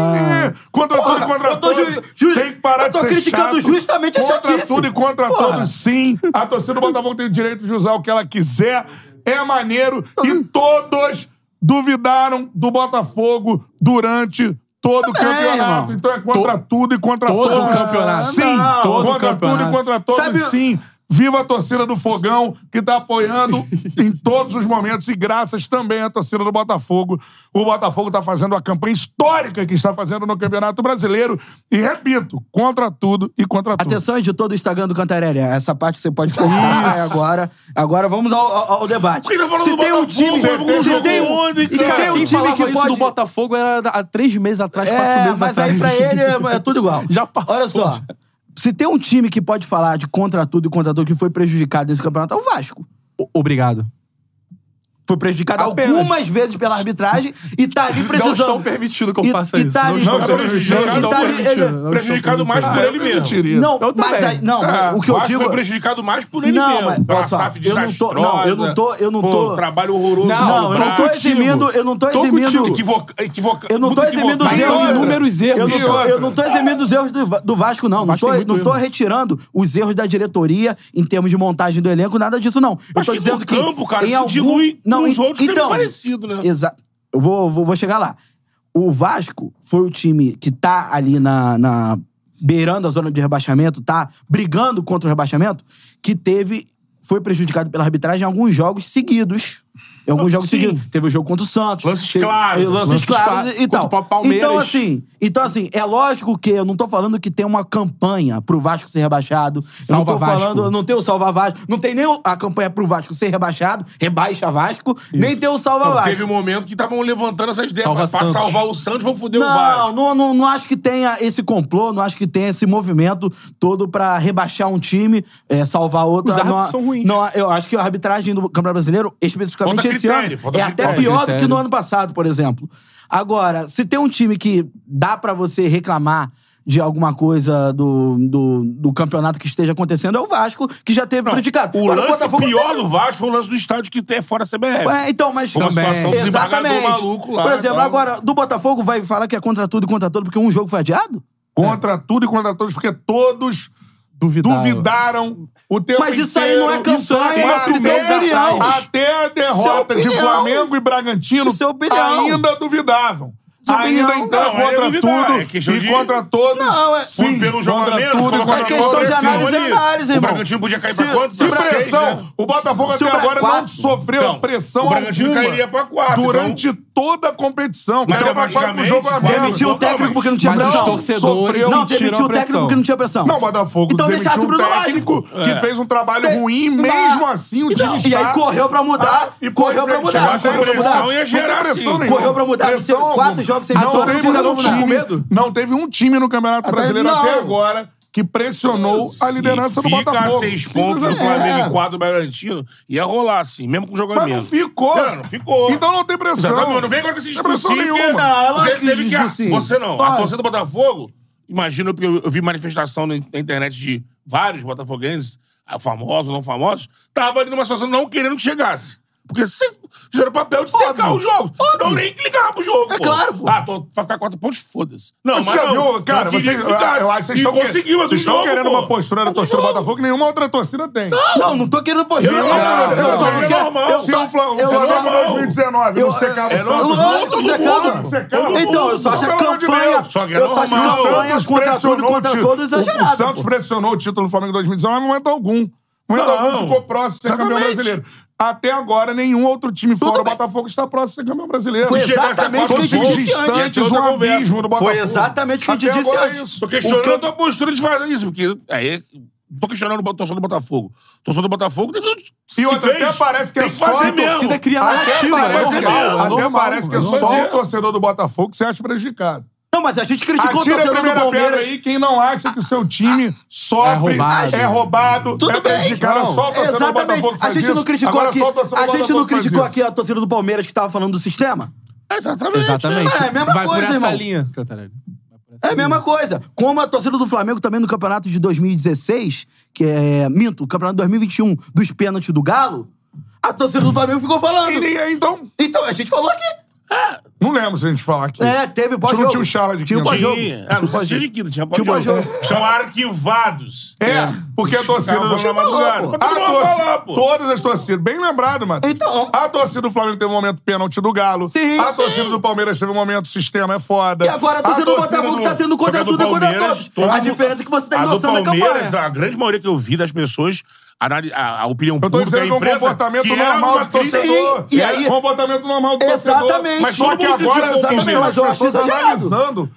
Contra tudo e contra
eu tô
todos.
ju- ju-
tem que parar
eu tô
de ser
criticando
chato.
justamente a
Contra
chatice.
tudo e contra
Porra.
todos, sim. A torcida do Botafogo tem o direito de usar o que ela quiser. É maneiro. E todos duvidaram do Botafogo durante todo o
Também,
campeonato.
irmão.
Então é contra tudo e contra
todo
todos.
campeonato.
Sim.
Não. Todo
contra tudo
campeonato.
e contra todos,
Sabe-
sim. Viva a torcida do Fogão, que tá apoiando em todos os momentos, e graças também à torcida do Botafogo. O Botafogo tá fazendo a campanha histórica que está fazendo no Campeonato Brasileiro. E repito, contra tudo e contra tudo.
Atenção, editor do Instagram do Cantarelli. Essa parte você pode cortar agora. Agora vamos ao, ao- ao debate.
que tá falando
se
do
tem um
Botafogo?
time,
Botafogo
se tem
jogou
um,
ontem,
se
cara.
tem um
Quem
time
falava
que
isso
pode...
do Botafogo era há três meses atrás, quatro
É,
meses
mas
atrás.
aí pra ele é, é tudo igual.
Já passou,
Olha só.
já.
Se tem um time que pode falar de contra tudo e contra tudo que foi prejudicado nesse campeonato, é o Vasco.
O- Obrigado.
Foi prejudicado
Apenas.
algumas vezes pela arbitragem e tá ali precisando.
estão permitindo que eu
E-
faça
e
isso.
tá
Não
ali-
estão
Não, prejudicado,
e
não
tá ali-
permitindo.
ele-
Não
Prejudicado
estão
mais por
permitindo.
ele mesmo.
Mentiria.
Não,
Ah, Eu
mas
também.
aí, não,
É,
o que eu
Vasco
digo.
foi prejudicado mais por ele
Não,
mesmo.
mas,
Pela
olha só,
SAF
eu não tô- não, eu não tô- eu não
Pô,
tô-
trabalho horroroso.
Não, eu não tô
brabo.
eximindo- eu não tô eximindo-
Equivoca, equivoca,
Eu não tô
muito
exibindo os
equivocado.
erros.
um Mas
outra.
olha,
Inúmeros erros.
Eu não tô,
E
eu não tô exibindo os erros do, do Vasco, não. Não
Vasco
tô,
tem muito
não tô
erro.
retirando os erros da diretoria em termos de montagem do elenco, nada disso, não. Eu
Mas
tô
que
dizendo
no
que.
campo, cara,
em
isso
algum...
dilui
não,
nos
en-
outros que é
então,
parecido, né?
Exato. Eu vou, vou, vou chegar lá. O Vasco foi o time que tá ali na, na- beirando a zona de rebaixamento, tá brigando contra o rebaixamento, que teve. Foi prejudicado pela arbitragem em alguns jogos seguidos. Em alguns
Ah,
jogos
sim.
seguidos. Teve o jogo contra o Santos.
Lances
teve-
claros.
eh, Lances,
Lances
claros
claros
e
contra o
tal.
próprio Palmeiras.
Então, assim, então, assim, é lógico que eu não tô falando que tem uma campanha pro Vasco ser rebaixado.
Salva
eu não tô
Vasco.
falando, não tem o Salva Vasco. Não tem nem o- a campanha pro Vasco ser rebaixado, rebaixa Vasco, nem tem o Salva
Não,
Vasco.
teve um momento que estavam levantando essas ideias.
Salva
mas Pra
Santos.
salvar o Santos, vão foder o
Não,
Vasco.
não, não, não acho que tenha esse complô, não acho que tenha esse movimento todo pra rebaixar um time, é, salvar outro.
Os árbitros
Não,
são ruins.
Não, eu acho que a arbitragem do Campeonato Brasileiro, especificamente
Falta
esse
critério,
ano,
falta
é
critério.
até pior do
Critério.
que no ano passado, por exemplo. Agora, se tem um time que dá pra você reclamar de alguma coisa do, do, do campeonato que esteja acontecendo, é o Vasco, que já teve prejudicado.
O
Agora,
lance
Botafogo
pior
tem-
do Vasco foi o lance do estádio que é fora a CBF.
é, então, mas.
Foi uma
Também.
situação desembargador maluco lá.
Por exemplo,
então.
tal.
agora, do Botafogo vai falar que é contra tudo e contra tudo, porque um jogo foi adiado?
É.
Contra tudo e contra todos, porque todos
Duvidaram.
duvidaram o tempo
Mas isso aí
inteiro.
não é campanha,
Isso é quatro
isso é
meses
opinião.
atrás. Até a derrota
Isso é
de
opinião.
Flamengo e Bragantino
Isso é opinião.
ainda duvidavam.
Isso é
ainda
opinião.
então
Não, aí é
contra
duvidar, é
tudo
questão
e
de-
contra todos.
Não, é-
Sim,
Por- pelo jogo
contra
a menos,
tudo e
colocar
contra
É questão
todos.
de
Sim.
análise, é análise,
O
irmão.
Bragantino podia cair
Se-
pra quanto?
se
De
Pra seis,
pressão.
né?
O Botafogo
Se
até
o Bra-
agora não
quatro.
sofreu
Então,
pressão
o Bragantino
alguma
cairia pra quatro, então.
durante toda a competição.
Mas
Então, agora com o jogo a
automaticamente,
menos.
Demitiu o técnico porque não tinha
Mas os
pressão.
torcedores
Não,
sentiram
demitiu
a
o técnico
pressão.
porque não tinha pressão.
Não, o Botafogo
Então
demitiu
deixasse o
um
Bruno
técnico
Lage.
É.
que fez um trabalho
Tem-
ruim,
Dá-
mesmo assim o time
E aí
está-
correu pra mudar.
Ah, e
correu
foi
pra
em frente,
mudar.
abaixo
Correu pra
da pressão
mudar.
ia gerar
Não tem
sim.
pressão nenhuma.
Correu pra mudar.
Pressão
Você- quatro
alguma.
jogos sem
não
vitória,
teve
você ainda
um
não mudou.
time,
Com medo?
Não teve um time no Campeonato Brasileiro
não.
até agora que pressionou a
Se
liderança do Botafogo.
Fica a seis pontos o
Simples assim.
Flamengo e quatro do Bragantino, ia rolar assim, mesmo com o jogo a
Mas não
menos.
ficou.
Não, não ficou.
Então não tem pressão.
Exatamente, não vem agora com esse
Não tem pressão
discurso
nenhuma.
você
lógico que
teve que...
discursinho.
Você não, a
Claro.
torcida do Botafogo, imagina, porque eu eu vi manifestação na in- na internet de vários botafoguenses, ah, famosos, não famosos, tava ali numa situação não querendo que chegasse. Porque se fizeram o papel de secar os jogos. Senão nem ligava pro jogo.
É claro, pô.
Ah, tô, vai ficar quatro pontos, foda-se. Não,
Mas
mas
Você já
não.
viu, cara,
não
você,
queria
eu,
que ficasse.
eu acho que vocês
E
estão, que-
conseguindo, mas o
vocês estão
jogo,
querendo
pô.
uma postura da
Mas o
torcida do
jogo.
Botafogo que nenhuma outra torcida tem.
Não, não tô querendo pôr gelo.
Eu
Eu
não, não,
só
não,
não
é
quero.
normal.
Eu
Se
só.
o Fla- o
eu só-
Flamengo
não.
2019 não
eu-
secava
é
o Santos.
lógico que
Todo
secava.
mundo
secava.
Então, eu só acho a
Pelo amor de
campanha.
Deus.
Só que é
Eu só acho
normal.
a
o
campanha
Santos
contra tudo,
pressionou
contra
ti-
todos
o- O
exagerada.
Santos pressionou o título do Flamengo em 2019 em momento é algum. Em momento
Não.
algum ficou próximo de ser campeão
Exatamente.
brasileiro. Até agora, nenhum outro time fora o
bem.
Botafogo está próximo de ser campeão brasileiro.
Foi
Se chegasse a
exatamente
quatro
o que eu
pontos
disse antes.
distantes,
Essa é
um
outra conversa.
abismo do Botafogo.
Foi exatamente o que a gente
Até
disse
agora é
antes.
isso.
Tô questionando a postura de fazer isso, porque aí tô questionando o torcedor do Botafogo. O torcedor do Botafogo tem tudo.
E outra, até parece que é só a
torcida cria
Até
narrativa, é
parece, que,
normal, é
até
normal,
parece que é
é
só
normal.
o torcedor do Botafogo que se acha prejudicado.
Não, mas a gente criticou o
Atira a
torcedor do
primeira pedra
Palmeiras.
aí quem não acha que o seu time sofre, é
É
roubado,
roubado.
é,
Tudo bem.
prejudicado. é
Não,
só o torcedor do Botafogo que
A
faz
gente
isso.
não criticou
Agora
aqui.
só o
A
torcedor
gente
do
não
Botafogo que faz
criticou
isso.
aqui a torcida do Palmeiras que tava falando do sistema?
Exatamente.
Exatamente.
É a mesma
Vai
coisa,
por essa
irmão.
linha, Cantarelli.
É a mesma coisa. Como a torcida do Flamengo também no campeonato de 2016, que é. Minto, o campeonato de 2021 dos pênaltis do Galo, a torcida do Flamengo ficou
E
falando.
ninguém, então,
Então, a gente falou aqui.
não lembro se a gente falar aqui.
É, teve
Acho que
pós-jogo.
não tinha o Charla de
Tinha o
500.
pós-jogo. um
Tinha. Ah, não sei se tinha de quinta, tinha pós-jogo.
pós-jogo.
São arquivados.
É, porque a torcida
Ficava
do
na madrugada.
A
Mas todo mundo
torcida-
fala, pô.
todas as torcidas, bem lembrado, mano.
Então.
a torcida do Flamengo teve um momento pênalti do Galo.
Sim,
a
sim.
torcida do Palmeiras teve um momento sistema é foda.
E agora a torcida do Botafogo tá tendo contra
Só que a do
tudo e contra
Palmeiras,
todos.
todo
A
mundo-
diferença é que você tem
a do
noção da
Palmeiras,
campanha.
A grande maioria que eu vi das pessoas, anali- a, a opinião
Eu tô
pública,
dizendo
a
que é um
imprensa,
comportamento
que era
normal
uma
de torcedor.
Sim, e aí-
É um comportamento normal do torcedor.
Exatamente.
Mas só
Todo
que
mundo
agora
diz exatamente,
as
mas eu acho
pessoas
exagerado.
analisando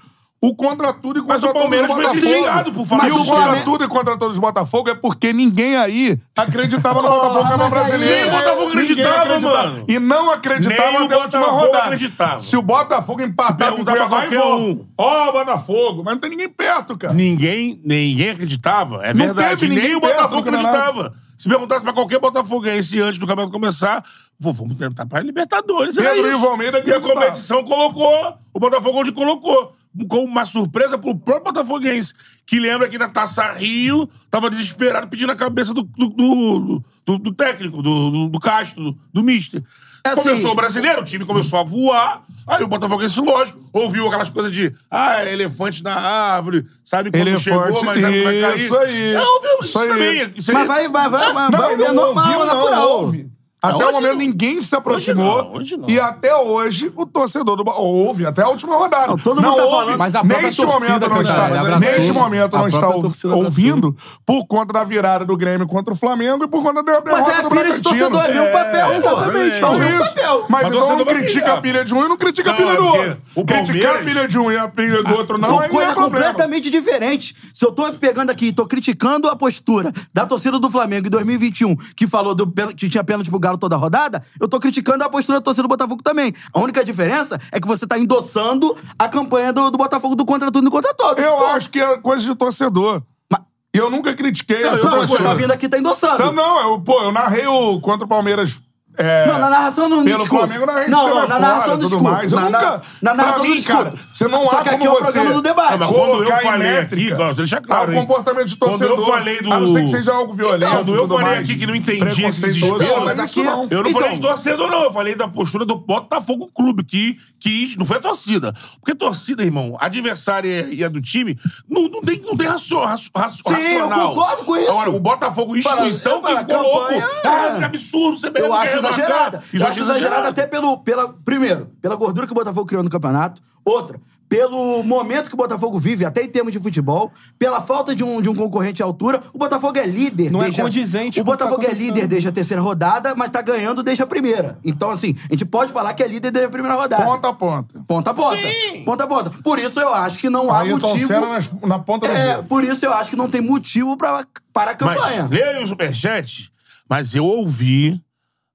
O contra tudo e contra
Mas o
todos
Palmeiras
do
foi
Botafogo.
criticado por falar
Mas
isso.
o contra tudo e contra todos do Botafogo é porque ninguém aí acreditava no Botafogo campeão
mas aí-
brasileiro.
Nem o Botafogo
Ninguém
acreditava, mano.
E não acreditava
Nem o
até a última
Botafogo
rodada.
acreditava.
Se o Botafogo empatar com o
perguntar pra
Cuiabá,
qualquer
volta.
um.
Ó, Botafogo. Mas não tem ninguém perto, cara.
Ninguém, ninguém acreditava. É
Não
verdade.
teve ninguém
Nem o
perto
Botafogo
do campeonato.
acreditava. Se perguntasse pra qualquer botafoguense antes do campeonato começar, "Vô, vamos tentar pra Libertadores. era
Pedro
isso.
Ivo
E
Almeida
a
acreditava.
competição colocou, o Botafogo onde colocou. Com uma surpresa pro próprio botafoguense, que lembra que na Taça Rio tava desesperado pedindo a cabeça do, do, do- do- do técnico, do, do, do Castro, do, do Mister.
assim,
começou o brasileiro, o time começou a voar, aí o Botafoguense, lógico, ouviu aquelas coisas de ah, elefante na árvore, sabe quando
Elefante,
chegou, mas sabe quando vai cair.
isso aí,
É, ouviu isso,
isso aí.
também. Isso aí.
Mas vai, vai, vai, vai, vai é normal,
ouviu, não,
natural.
ouve. Até
hoje
o momento
não.
ninguém se aproximou.
Hoje não, hoje não.
E até hoje o torcedor do Ba- ouve até a última rodada.
Não, todo mundo tá
ouve.
falando.
Mas a própria
neste
torcida,
momento não
cara,
está,
abraçou.
neste momento
A
não está
própria
ou-
torcida abraçou.
ouvindo por conta da virada do Grêmio contra o Flamengo e por conta da derrota
Mas é
do
a pilha de
Bragantino.
torcedor, é
É,
um papel, pô.
exatamente.
Então
É um
isso.
papel.
Mas,
Mas
então não
torcedor vai
critica
criar.
a pilha de um e não critica a
Não,
pilha do
é porque
outro.
o
Criticar a
Palmeiras-
pilha de um e a pilha do outro não
São
aí não é
coisas
problema.
completamente diferentes. Se eu tô pegando aqui e tô criticando a postura da torcida do Flamengo em 2021, que falou do pênalti- que tinha pênalti pro Galo toda a rodada, eu tô criticando a postura da torcida do Botafogo também. A única diferença é que você tá endossando a campanha do, do Botafogo do contra tudo e contra todos.
Eu
Pô,
acho que é coisa de torcedor.
Mas-
E eu nunca critiquei essa
Não, mas você
torcida.
tá vindo aqui e tá endossando.
Não, não, eu, pô, eu narrei o contra o Palmeiras. é,
Não, na narração não me
Pelo
desculpa.
Flamengo na
Não, não,
não,
na narração não
tudo
desculpa.
mais. Eu
Na- na-
nunca,
na
pra
narração não
mim, cara,
desculpa.
Você não
Só
há
que aqui
como
é o
você
programa do debate.
Não, mas quando eu
colocar em
falei aqui,
métrica
Klaus, deixa claro,
ao
hein?
comportamento de
Quando eu
torcedor.
falei do-
A não ser que seja algo violento.
Quando eu
tudo
falei
mais,
aqui que não entendi esse
preconceituoso,
desespero,
mas aqui é não.
eu não
Então-
falei de torcedor, não. Eu falei da postura do Botafogo Clube, que quis, não foi a torcida. Porque torcida, irmão, adversária e a do time, não, não tem, não tem racio, racio, racio-
Sim, eu
racional.
concordo com isso.
Agora, o Botafogo, instituição,
Para-
que
para-
ficou louco.
campanha,
Ah, que absurdo, você
Eu acho exagerada.
Isso
Eu acho exagerada até pelo, pela. Primeiro, pela gordura que o Botafogo criou no campeonato. Outra, pelo momento que o Botafogo vive, até em termos de futebol, pela falta de um, de um concorrente à altura. O Botafogo é líder.
Não é
desde a-
condizente
O
com o que tá
Botafogo é
acontecendo.
líder desde a terceira rodada, mas tá ganhando desde a primeira. Então, assim, a gente pode falar que é líder desde a primeira rodada.
Ponta a ponta.
Ponta a ponta. Ponta a ponta. Por isso eu acho que não há
Ayrton
motivo.
Senna nas- na ponta do
É,
dedo.
por isso eu acho que não tem motivo pra, para a campanha.
Mas, leia aí o superchat, mas eu ouvi,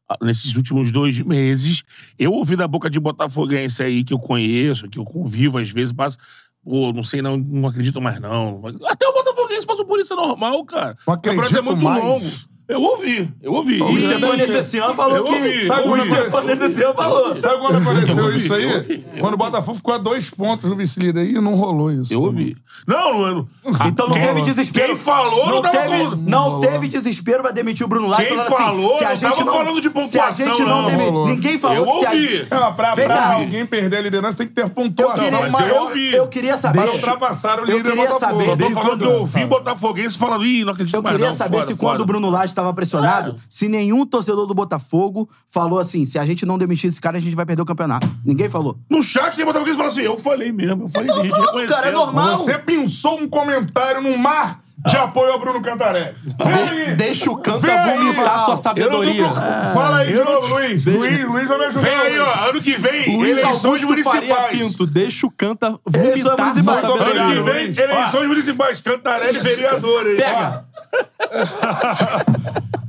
ah, nesses últimos dois meses, eu ouvi da boca de botafoguense aí que eu conheço, que eu convivo às vezes, passo... Pô, não sei, não, não acredito mais, não. Até o Botafoguense passou por isso, é normal, cara.
Não
O campeonato é
acredito
muito
mais.
longo. Eu ouvi, eu ouvi.
O
E-
Stepanes esse ano falou
Eu
que.
ouvi, é
sabe
eu
o
ouvi.
Stepanes esse ano falou?
Sabe quando aconteceu isso
Eu
aí?
ouvi, eu
Quando o Botafogo ficou a dois pontos do vice-líder aí, não rolou isso.
Eu ouvi. Não, eu não.
Então não
quem,
teve desespero.
Quem falou não, tava
teve,
com-
não teve desespero pra demitir o Bruno Lage.
Quem
falando assim,
falou
se a
não
gente
tava
não,
falando de
Se a
pontuação,
gente não,
não.
demi-
Rolou.
Ninguém falou
Eu
que se
ouvi.
a...
É, pra,
Vem
pra
cá.
alguém perder a liderança tem que ter
Eu
pontuação.
queria,
Não, mas eu
maior.
ouvi.
eu queria saber.
Deixa ultrapassar o
eu
líder
queria
Botafogo.
saber
Tá.
Só tô
se
falando
quando-
que eu ouvi botafoguense falando, ih, não acredito
Eu
mais,
queria
não,
saber
fora,
se
fora,
quando o Bruno Lage estava pressionado, se nenhum torcedor do Botafogo falou assim: se a gente não demitir esse cara, a gente vai perder o campeonato. Ninguém falou.
No chat tem botafoguense falando assim, eu falei mesmo, eu falei,
Então
tem gente
pronto,
reconhecendo.
cara, é normal.
Você pensou um comentário no mar de
Ah.
apoio ao Bruno Cantaré. Vem aí.
Deixa o Canta
Vem aí,
vomitar
Ronaldo.
sua
Eu não tô
sabedoria.
preocupado. Fala aí de novo, Luiz. Luiz. Luiz vai me ajudar.
Vem aí, ó, ano que vem,
Luiz
eleições
Augusto Faria
municipais.
Pinto, deixa o Canta
Eleições
vomitar sua
municipais.
sabedoria.
Ano que
Obrigado,
Tá vem,
Luiz.
eleições municipais, Cantarelli, vereador aí.
Pega.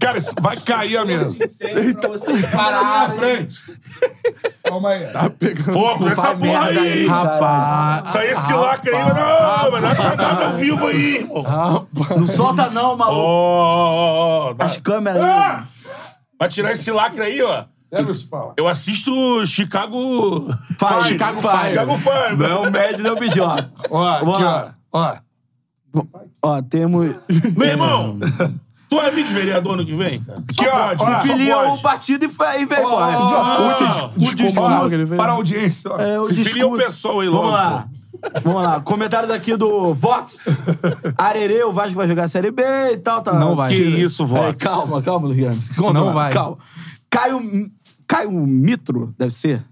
Cara, isso vai cair a mesa.
Parar.
Calma aí.
Foco nessa
Vai
porra
merda
aí.
Rapaz.
Isso aí, esse lacre aí, vai
Ah,
dar vai dar cagada ao vivo aí. Ó,
Não solta, não, maluco.
ó, ó, ó,
As
dá-
câmeras.
Vai tirar esse lacre aí, ó.
Leva isso pra lá.
Eu assisto Chicago...
Fire.
Chicago
Chicago Fire.
Não mede, não pediu. um Ó,
Ó, aqui, ó. Ó.
ó temos.
Meu irmão, tu é vice-vereador ano que vem, cara?
Aqui, ó. ó.
Se
Filia
pode. Ah,
o um partido e, fa- e vem embora.
Ó, O dis- o
Desculpa, ele
discurso
veio.
para a audiência. ó.
É, o
Se filia o
discurso.
pessoal aí
Vamos
logo. pô.
lá. Vamos lá. Comentários aqui do Vox. Arerê, o Vasco vai jogar a Série B e tal, tal.
Não vai.
Que isso, Vox.
É, calma, calma, Luiz Guilherme. Se controla,
Não vai.
Calma. Caio, Caio Mitro, deve ser.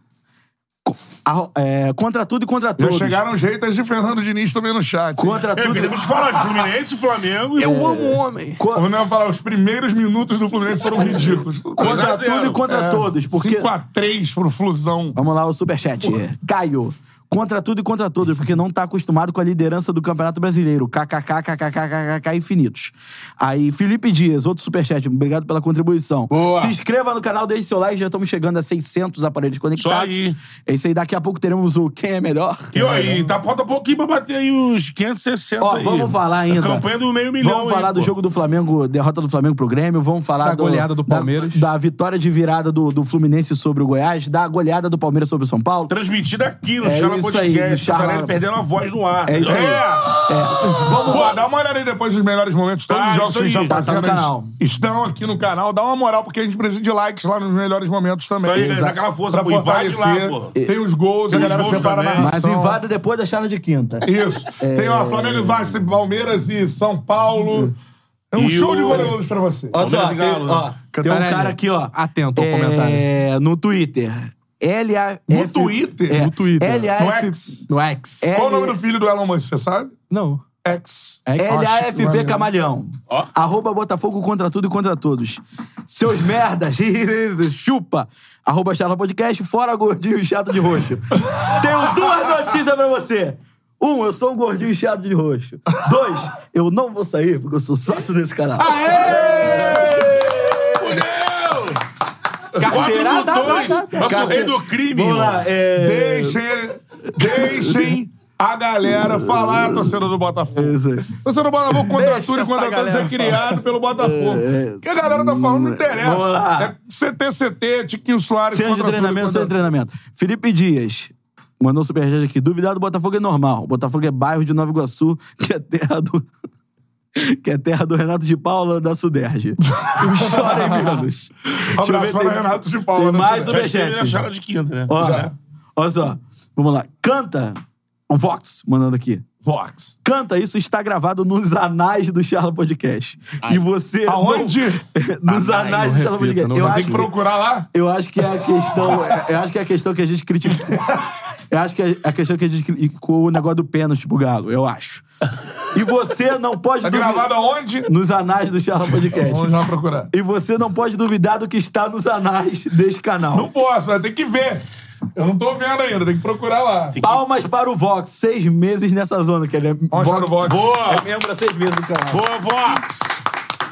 Co- arro- é, contra tudo e contra
Já
todos.
chegaram jeitas de Fernando Diniz também no chat.
Contra
É, porque
tudo.
temos que falar de Fluminense, Flamengo e...
Eu amo o homem.
co-
Vamos mesmo falar, os primeiros minutos do Fluminense foram ridículos. É.
contra
a zero.
tudo e contra todos. Porque...
5x3 pro Flusão.
Vamos lá, o superchat. Caio. contra tudo e contra todos, porque não tá acostumado com a liderança do Campeonato Brasileiro. KKK, KKK, KKK infinitos. Aí, Felipe Dias, outro superchat, obrigado pela contribuição.
Boa.
Se inscreva no canal, deixe seu like, já estamos chegando a 600 aparelhos conectados.
Só aí.
É isso aí, daqui a pouco teremos o Quem é Melhor.
E aí, tá, falta pouquinho pra bater aí os 560
Ó,
aí.
vamos falar ainda.
A campanha do meio milhão
Vamos
aí,
falar do
pô.
jogo do Flamengo, derrota do Flamengo pro Grêmio, vamos falar
Da goleada do
da-
Palmeiras.
Da, vitória de virada do, do Fluminense sobre o Goiás, da goleada do Palmeiras sobre o São Paulo.
Transmitida aqui no
É
Charla
isso aí, no
Podcast.
Charla-
O Tarelli perdendo a voz no ar.
É isso aí.
Pô, dá uma olhada aí depois dos melhores momentos. Todos
Tá,
os jogos que
isso
a gente
aí.
tá
Tá, tá no
fazendo eles
canal.
estão aqui no canal. Dá uma moral, porque a gente precisa de likes lá nos melhores momentos também.
Isso aí, Exato. dá aquela força,
pra
pô, invade lá,
fortalecer.
pô.
Tem os gols,
Tem
a
os
galera
gols
separa
também.
na
Mas É. invada depois da charla de quinta.
Isso. Tem ó, Flamengo e Vasco, tem Palmeiras e São Paulo. É um
E
show de
o-
goleiros pra você.
Olha só,
Palmeiras
tem,
e Galo,
ó,
né?
tem um
Cantarelli,
cara aqui, ó.
atento ao
é,
comentário.
No Twitter. L A
No Twitter?
É,
No
Twitter.
L
No
A F
X.
No X.
É.
Qual o nome do filho do Elon Musk, você sabe?
Não.
X.
LAFP Camalhão.
Ó.
Arroba Botafogo contra tudo e contra todos. Seus merdas, chupa. Arroba Charla Podcast, fora gordinho e chato de roxo. Tenho duas notícias pra você. Um, eu sou um gordinho e chato de roxo. Dois, eu não vou sair porque eu sou sócio desse
Ah,
canal.
É.
é?
Carteirada,
Quatro mil dois.
dá, dá, dá.
Nosso
Carteira-
rei do crime,
Vamos
irmão.
lá, é...
Deixem, deixem a galera falar, torcedor do Botafogo.
Isso aí.
Torcedor do Botafogo contra
Deixa
tudo e contra
essa
todos
galera
é criado pelo Botafogo. O que a galera tá falando não
Vamos lá.
interessa. É CTCT, Tiquinho Soares
Centro de
contra tudo e
treinamento,
contra
centro de treinamento. Felipe Dias. Mandou um superchat aqui. Duvidar do Botafogo é normal. O Botafogo é bairro de Nova Iguaçu, que é terra do. Que é terra do Renato de Paula da Suderge. Chorem menos.
Um
Deixa eu
abraço
ver,
para
tem-
Renato de Paula.
Tem
né,
mais
Suderge?
Ele é
superchat.
Charla de quinta, né?
Ó, Olha só. Vamos lá. Canta. O Vox mandando aqui.
Vox.
Canta, isso está gravado nos anais do Charla Podcast. E você.
Aonde?
Nos anais do Charla Podcast.
não
Eu
Tem
acho
que
que-
procurar lá?
eu acho que é a questão. Eu acho que é a questão que a gente critica. Eu acho que é a questão que a gente criticou o negócio do pênalti pro Galo, eu acho. E você não pode
Tá
duvidar-
gravado aonde?
nos anais do Charla
Vamos
Podcast.
lá procurar.
E você não pode duvidar do que está nos anais deste canal.
Não posso, mas tem que ver. Eu não tô vendo ainda, tem que procurar lá.
Palmas para o Vox, seis meses nessa zona, que ele é
Vamos lá no Vox.
Boa!
é membro há seis meses do canal.
Boa, Vox!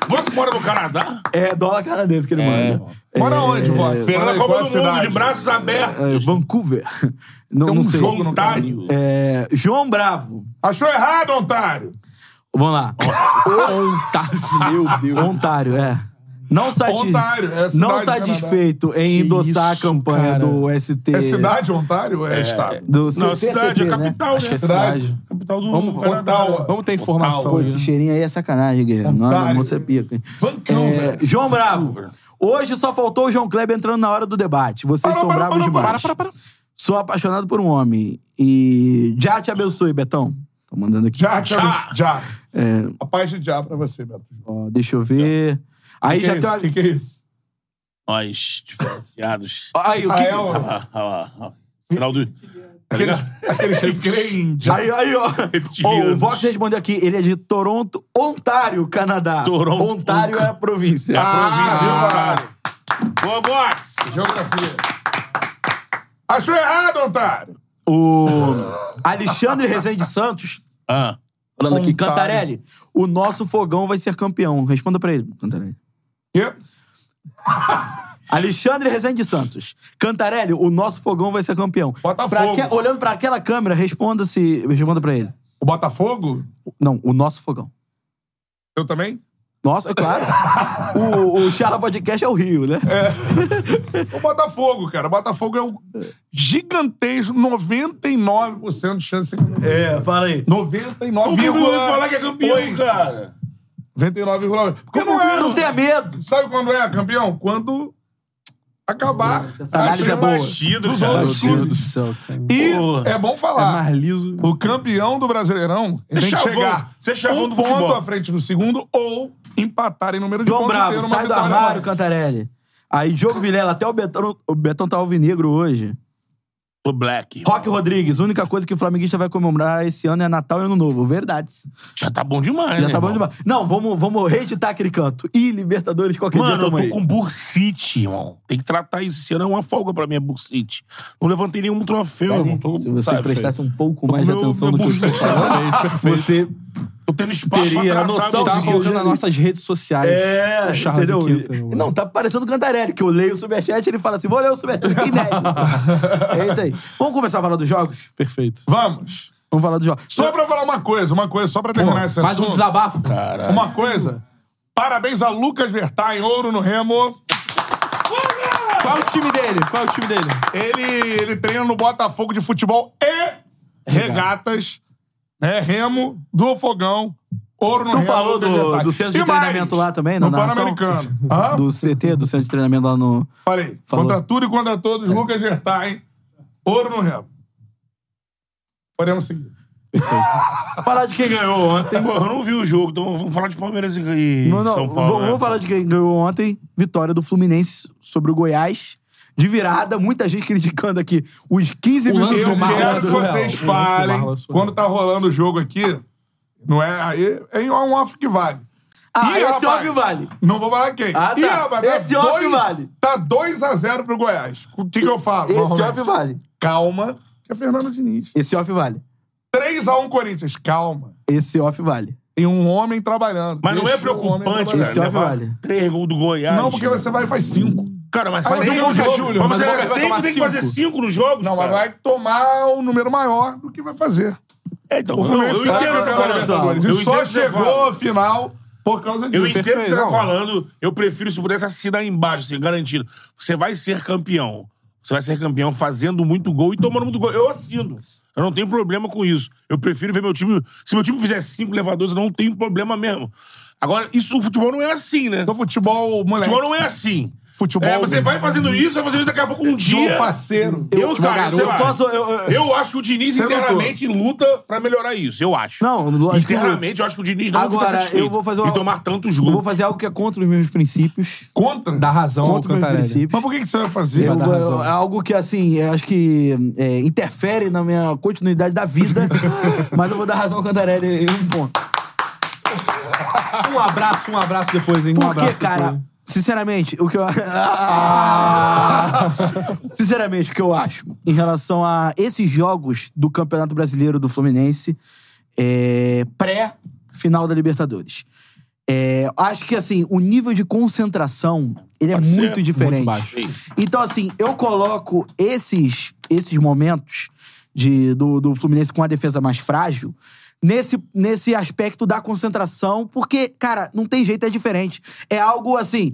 Vox mora no Canadá?
É dólar canadense que ele manda.
Mora onde, Vox? Mora
Esperando
em
a Copa
qual
do Mundo,
cidade?
de braços abertos.
É, Vancouver. Não,
Tem um
não sei.
jogo no
Ontário.
É, João Bravo.
Achou errado, Ontário.
Vamos lá. Ontário. Meu Deus. Ontário, é. Não, sati...
Ontário, é a cidade
não
do Canadá.
satisfeito em
Que
endossar
isso,
a campanha
cara.
do ST.
É cidade, Ontário? ou É, estado.
Do
Não, cidade, é
né?
capital,
Acho que
né?
é cidade.
Capital do
Vamos-
Canadá.
Ottawa.
Vamos ter informação
Pô,
aí.
esse
né?
cheirinho aí é sacanagem, Guerreiro. Não,
Ontário.
não, você é pica. hein?
Vancouver.
É, João Bravo. Hoje só faltou o João Kleber entrando na hora do debate. Vocês
Para,
são
para,
bravos
para, para,
demais.
para,
Sou apaixonado por um homem. E já te abençoe, Betão. Tô mandando aqui.
Já, já. já. A paz de já pra você, Beto.
Ó, deixa eu ver. Aí
que
já
é
tem
isso?
uma...
que, que é isso?
Nós, diferenciados.
Aí, o
Ah,
que...
é o-
Olha Tá lá, olha lá, olha lá. Sinal do... Tá
Aqueles,
ligado?
aqueles que creem em já.
Aí, aí, ó.
Reptilianos.
Ó, o Vox respondeu aqui, ele é de Toronto, Ontário, Canadá.
Toronto.
Ontário é a província.
Ah, viu, Ontário?
Boa, Vox!
Geografia. Achou errado, Ontário.
O Alexandre Rezende Santos,
Ah,
falando aqui,
Ontário.
Cantarelli, o nosso fogão vai ser campeão. Responda pra ele, Cantarelli.
Quê?
Alexandre Rezende Santos. Cantarelli, o nosso fogão vai ser campeão. Pra
Botafogo.
que- olhando pra aquela câmera, responda se. Responda pra ele.
O Botafogo?
Não, o nosso fogão.
Eu também?
Nossa, é claro. o, o Charla Podcast é o Rio, né?
O Botafogo, cara. O Botafogo é um gigantesco 99% de chance de ser campeão.
É, fala aí.
99,8.
falar que é campeão, cara.
99,8. Porque não é.
Não tenha medo.
Sabe quando é campeão? Quando acabar.
Essa análise é boa.
Batido,
Dos
cara.
outros
Meu Deus do
clubes.
céu, cara.
E
Porra.
é bom
É
falar.
mais liso.
O campeão do Brasileirão tem que
chavão.
chegar
Você é chavão
um
do
ponto
futebol.
à frente do segundo ou empatar em número de
João
pontos e
Bravo,
ter uma
sai do
vitória.
armário, Cantarelli. Aí, Diogo Vilela, até o Betão, o Betão tá alvinegro hoje.
O Black.
Rock Rodrigues, única coisa que o Flamenguista vai comemorar esse ano é Natal e Ano Novo. Verdades.
Já tá bom demais,
Já
né,
tá bom
irmão?
demais. Não, vamos, vamos reeditar aquele canto. Ih, Libertadores, qualquer dia
Mano, eu
tamo
tô
aí.
com Bursite, irmão. Tem que tratar isso. Esse ano é uma folga pra mim, é Bursite. Não levantei nenhum troféu, irmão. Tô-
Se você
sabe,
prestasse
feio.
um pouco
Tô
mais
com
de
meu-
atenção
meu é
no que você
bursite.
fala, você
Eu tenho espaço
teria a
pra tratar
noção
o
Tá
de que
Bursite.
faltando nas nossas redes sociais.
É,
o charme
entendeu?
de quinta, mano.
não, tá parecendo o Cantarelli, que eu leio o superchat e ele fala assim, vou ler o superchat, que ideia. Eita aí. Vamos começar a falar dos jogos?
Perfeito.
Vamos.
Vamos falar dos jogos.
Só pra falar uma coisa, uma coisa, só pra terminar esse
Mais um
assunto.
desabafo.
Uma coisa. Parabéns a Lucas Vertar em ouro no Remo.
Qual é o time dele? Qual é o time dele?
Ele, ele treina no Botafogo de futebol e regatas, né? Remo do Fogão, ouro no
Tu
Remo.
falou
Lucas
do,
Vertar.
do centro de
E mais,
treinamento lá também?
No
na narração?
Pan-Americano. Hã?
Do CT, do centro de treinamento lá no...
Falei.
Falou. É.
Contra tudo e contra todos, Lucas Vertain. Ouro no Remo. Podemos seguir.
Falar de quem ganhou ontem.
Pô, eu não vi o jogo, então vamos falar de Palmeiras e e
Não, não,
São Paulo.
vamos,
né?
vamos falar de quem ganhou ontem. Vitória do Fluminense sobre o Goiás. De virada, muita gente criticando aqui os 15
O lance
minutos
Eu
do
de
Marlon
quero
virada.
que
surreal.
vocês
O lance do
falem
Marlon é surreal.
quando tá rolando o jogo aqui. Não é aí, é em on-off que vale.
Ah,
Ih,
esse
rapaz,
óbvio vale.
Não vou falar quem.
Ah, tá.
Ih, rapaz, tá
Esse óbvio
dois-
vale.
Tá 2x0 pro Goiás. O que, que eu
Ah,
falo?
Esse
normalmente?
off vale.
Calma, que é Fernando Diniz.
Esse off vale.
3x1 Corinthians, calma.
Esse off vale.
Tem um homem trabalhando.
Mas não é
Deixa o homem
preocupante, né?
trabalhar.
Esse óbvio
cara, levar
vale.
três gols do Goiás. né?
Não, porque você vai e faz 5.
Cara, mas,
Mas
sempre
um gol de
jogo-
Júlio,
Mas
mas o
você
Goiás vai
sempre
tomar
tem que fazer cinco nos jogos,
Não, mas
cara.
vai tomar um número maior do que vai fazer.
É, então,
O
não, eu
Fluminense
entendo o que
sabe
você
jogar
tá
olha só,
falando.
Libertadores.
Eu
E
entendo o
só
que você fala.
chegou à final por causa disso.
Eu entendo o que você tá
Não,
falando. Eu prefiro, se pudesse assinar embaixo, assim, garantido. Você vai ser campeão. Você vai ser campeão fazendo muito gol e tomando muito gol. Eu assino. Eu não tenho problema com isso. Eu prefiro ver meu time. Se meu time fizer cinco levadores, eu não tenho problema mesmo. Agora, isso, o futebol não é assim, né?
No Então, futebol,
O
moleque.
futebol não é assim.
Futebol-
É, você vai fazendo isso, vai fazendo isso daqui a pouco um
João
dia.
faceiro. um
Eu, cara,
garoto,
sei lá,
eu tô zo- eu- eu-
eu acho que o Diniz
Você lutou.
internamente luta pra melhorar isso, eu acho.
Não, lógico que-
Internamente, eu acho que o Diniz não
Agora,
fica satisfeito
eu vou fazer uma-
e tomar tantos
Eu
gols.
vou fazer algo que é contra os meus princípios.
Contra?
Dá razão
contra
ao
os meus
Cantarelli.
Mas
princípios.
por que, que você vai fazer?
Eu-
dar
eu-
razão.
é algo que, assim, eu acho que é, interfere na minha continuidade da vida. mas eu vou dar razão ao Cantarelli em um ponto.
Um abraço, um abraço depois, hein? um
Por
abraço
quê, cara?
depois.
Sinceramente, o que eu. Ah. Sinceramente, o que eu acho em relação a esses jogos do Campeonato Brasileiro do Fluminense, é, pré-final da Libertadores. É, acho que, assim, o nível de concentração ele é
Pode ser
muito
muito
diferente.
baixo.
Então, assim, eu coloco esses, esses momentos de, do, do Fluminense com a defesa mais frágil nesse, nesse aspecto da concentração, porque, cara, não tem jeito, é diferente. É algo assim.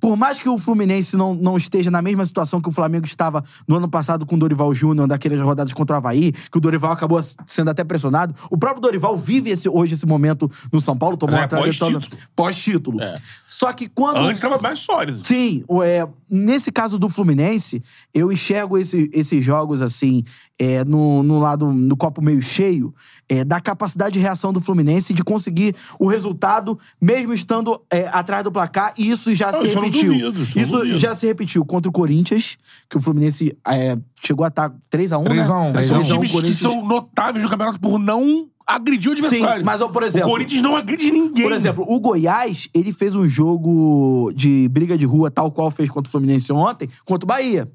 Por mais que o Fluminense não, não esteja na mesma situação que o Flamengo estava no ano passado com o Dorival Júnior, daquelas rodadas contra o Havaí, que o Dorival acabou sendo até pressionado. O próprio Dorival vive esse, hoje esse momento no São Paulo, tomou
Mas é
uma trajetória-
pós-título.
Pós-título.
É.
Só que quando.
Antes tava mais sólido.
Sim, o- é, nesse caso do Fluminense, eu enxergo esse- esses jogos assim, é, no, no lado, no copo meio cheio, é, da capacidade de reação do Fluminense de conseguir o resultado, mesmo estando é, aás do placar, e isso já
Não,
se
isso eu não
repetiu.
duvido, isso eu não duvido.
já se repetiu contra o Corinthians, que o Fluminense é, chegou a estar 3x1.
3x1.
né?
São
Então,
times que
Corinthians-
são notáveis no campeonato por não agredir o adversário.
mas, ó, por exemplo-
O Corinthians não agride ninguém.
Por exemplo, o Goiás, ele fez um jogo de briga de rua, tal qual fez contra o Fluminense ontem, contra o Bahia.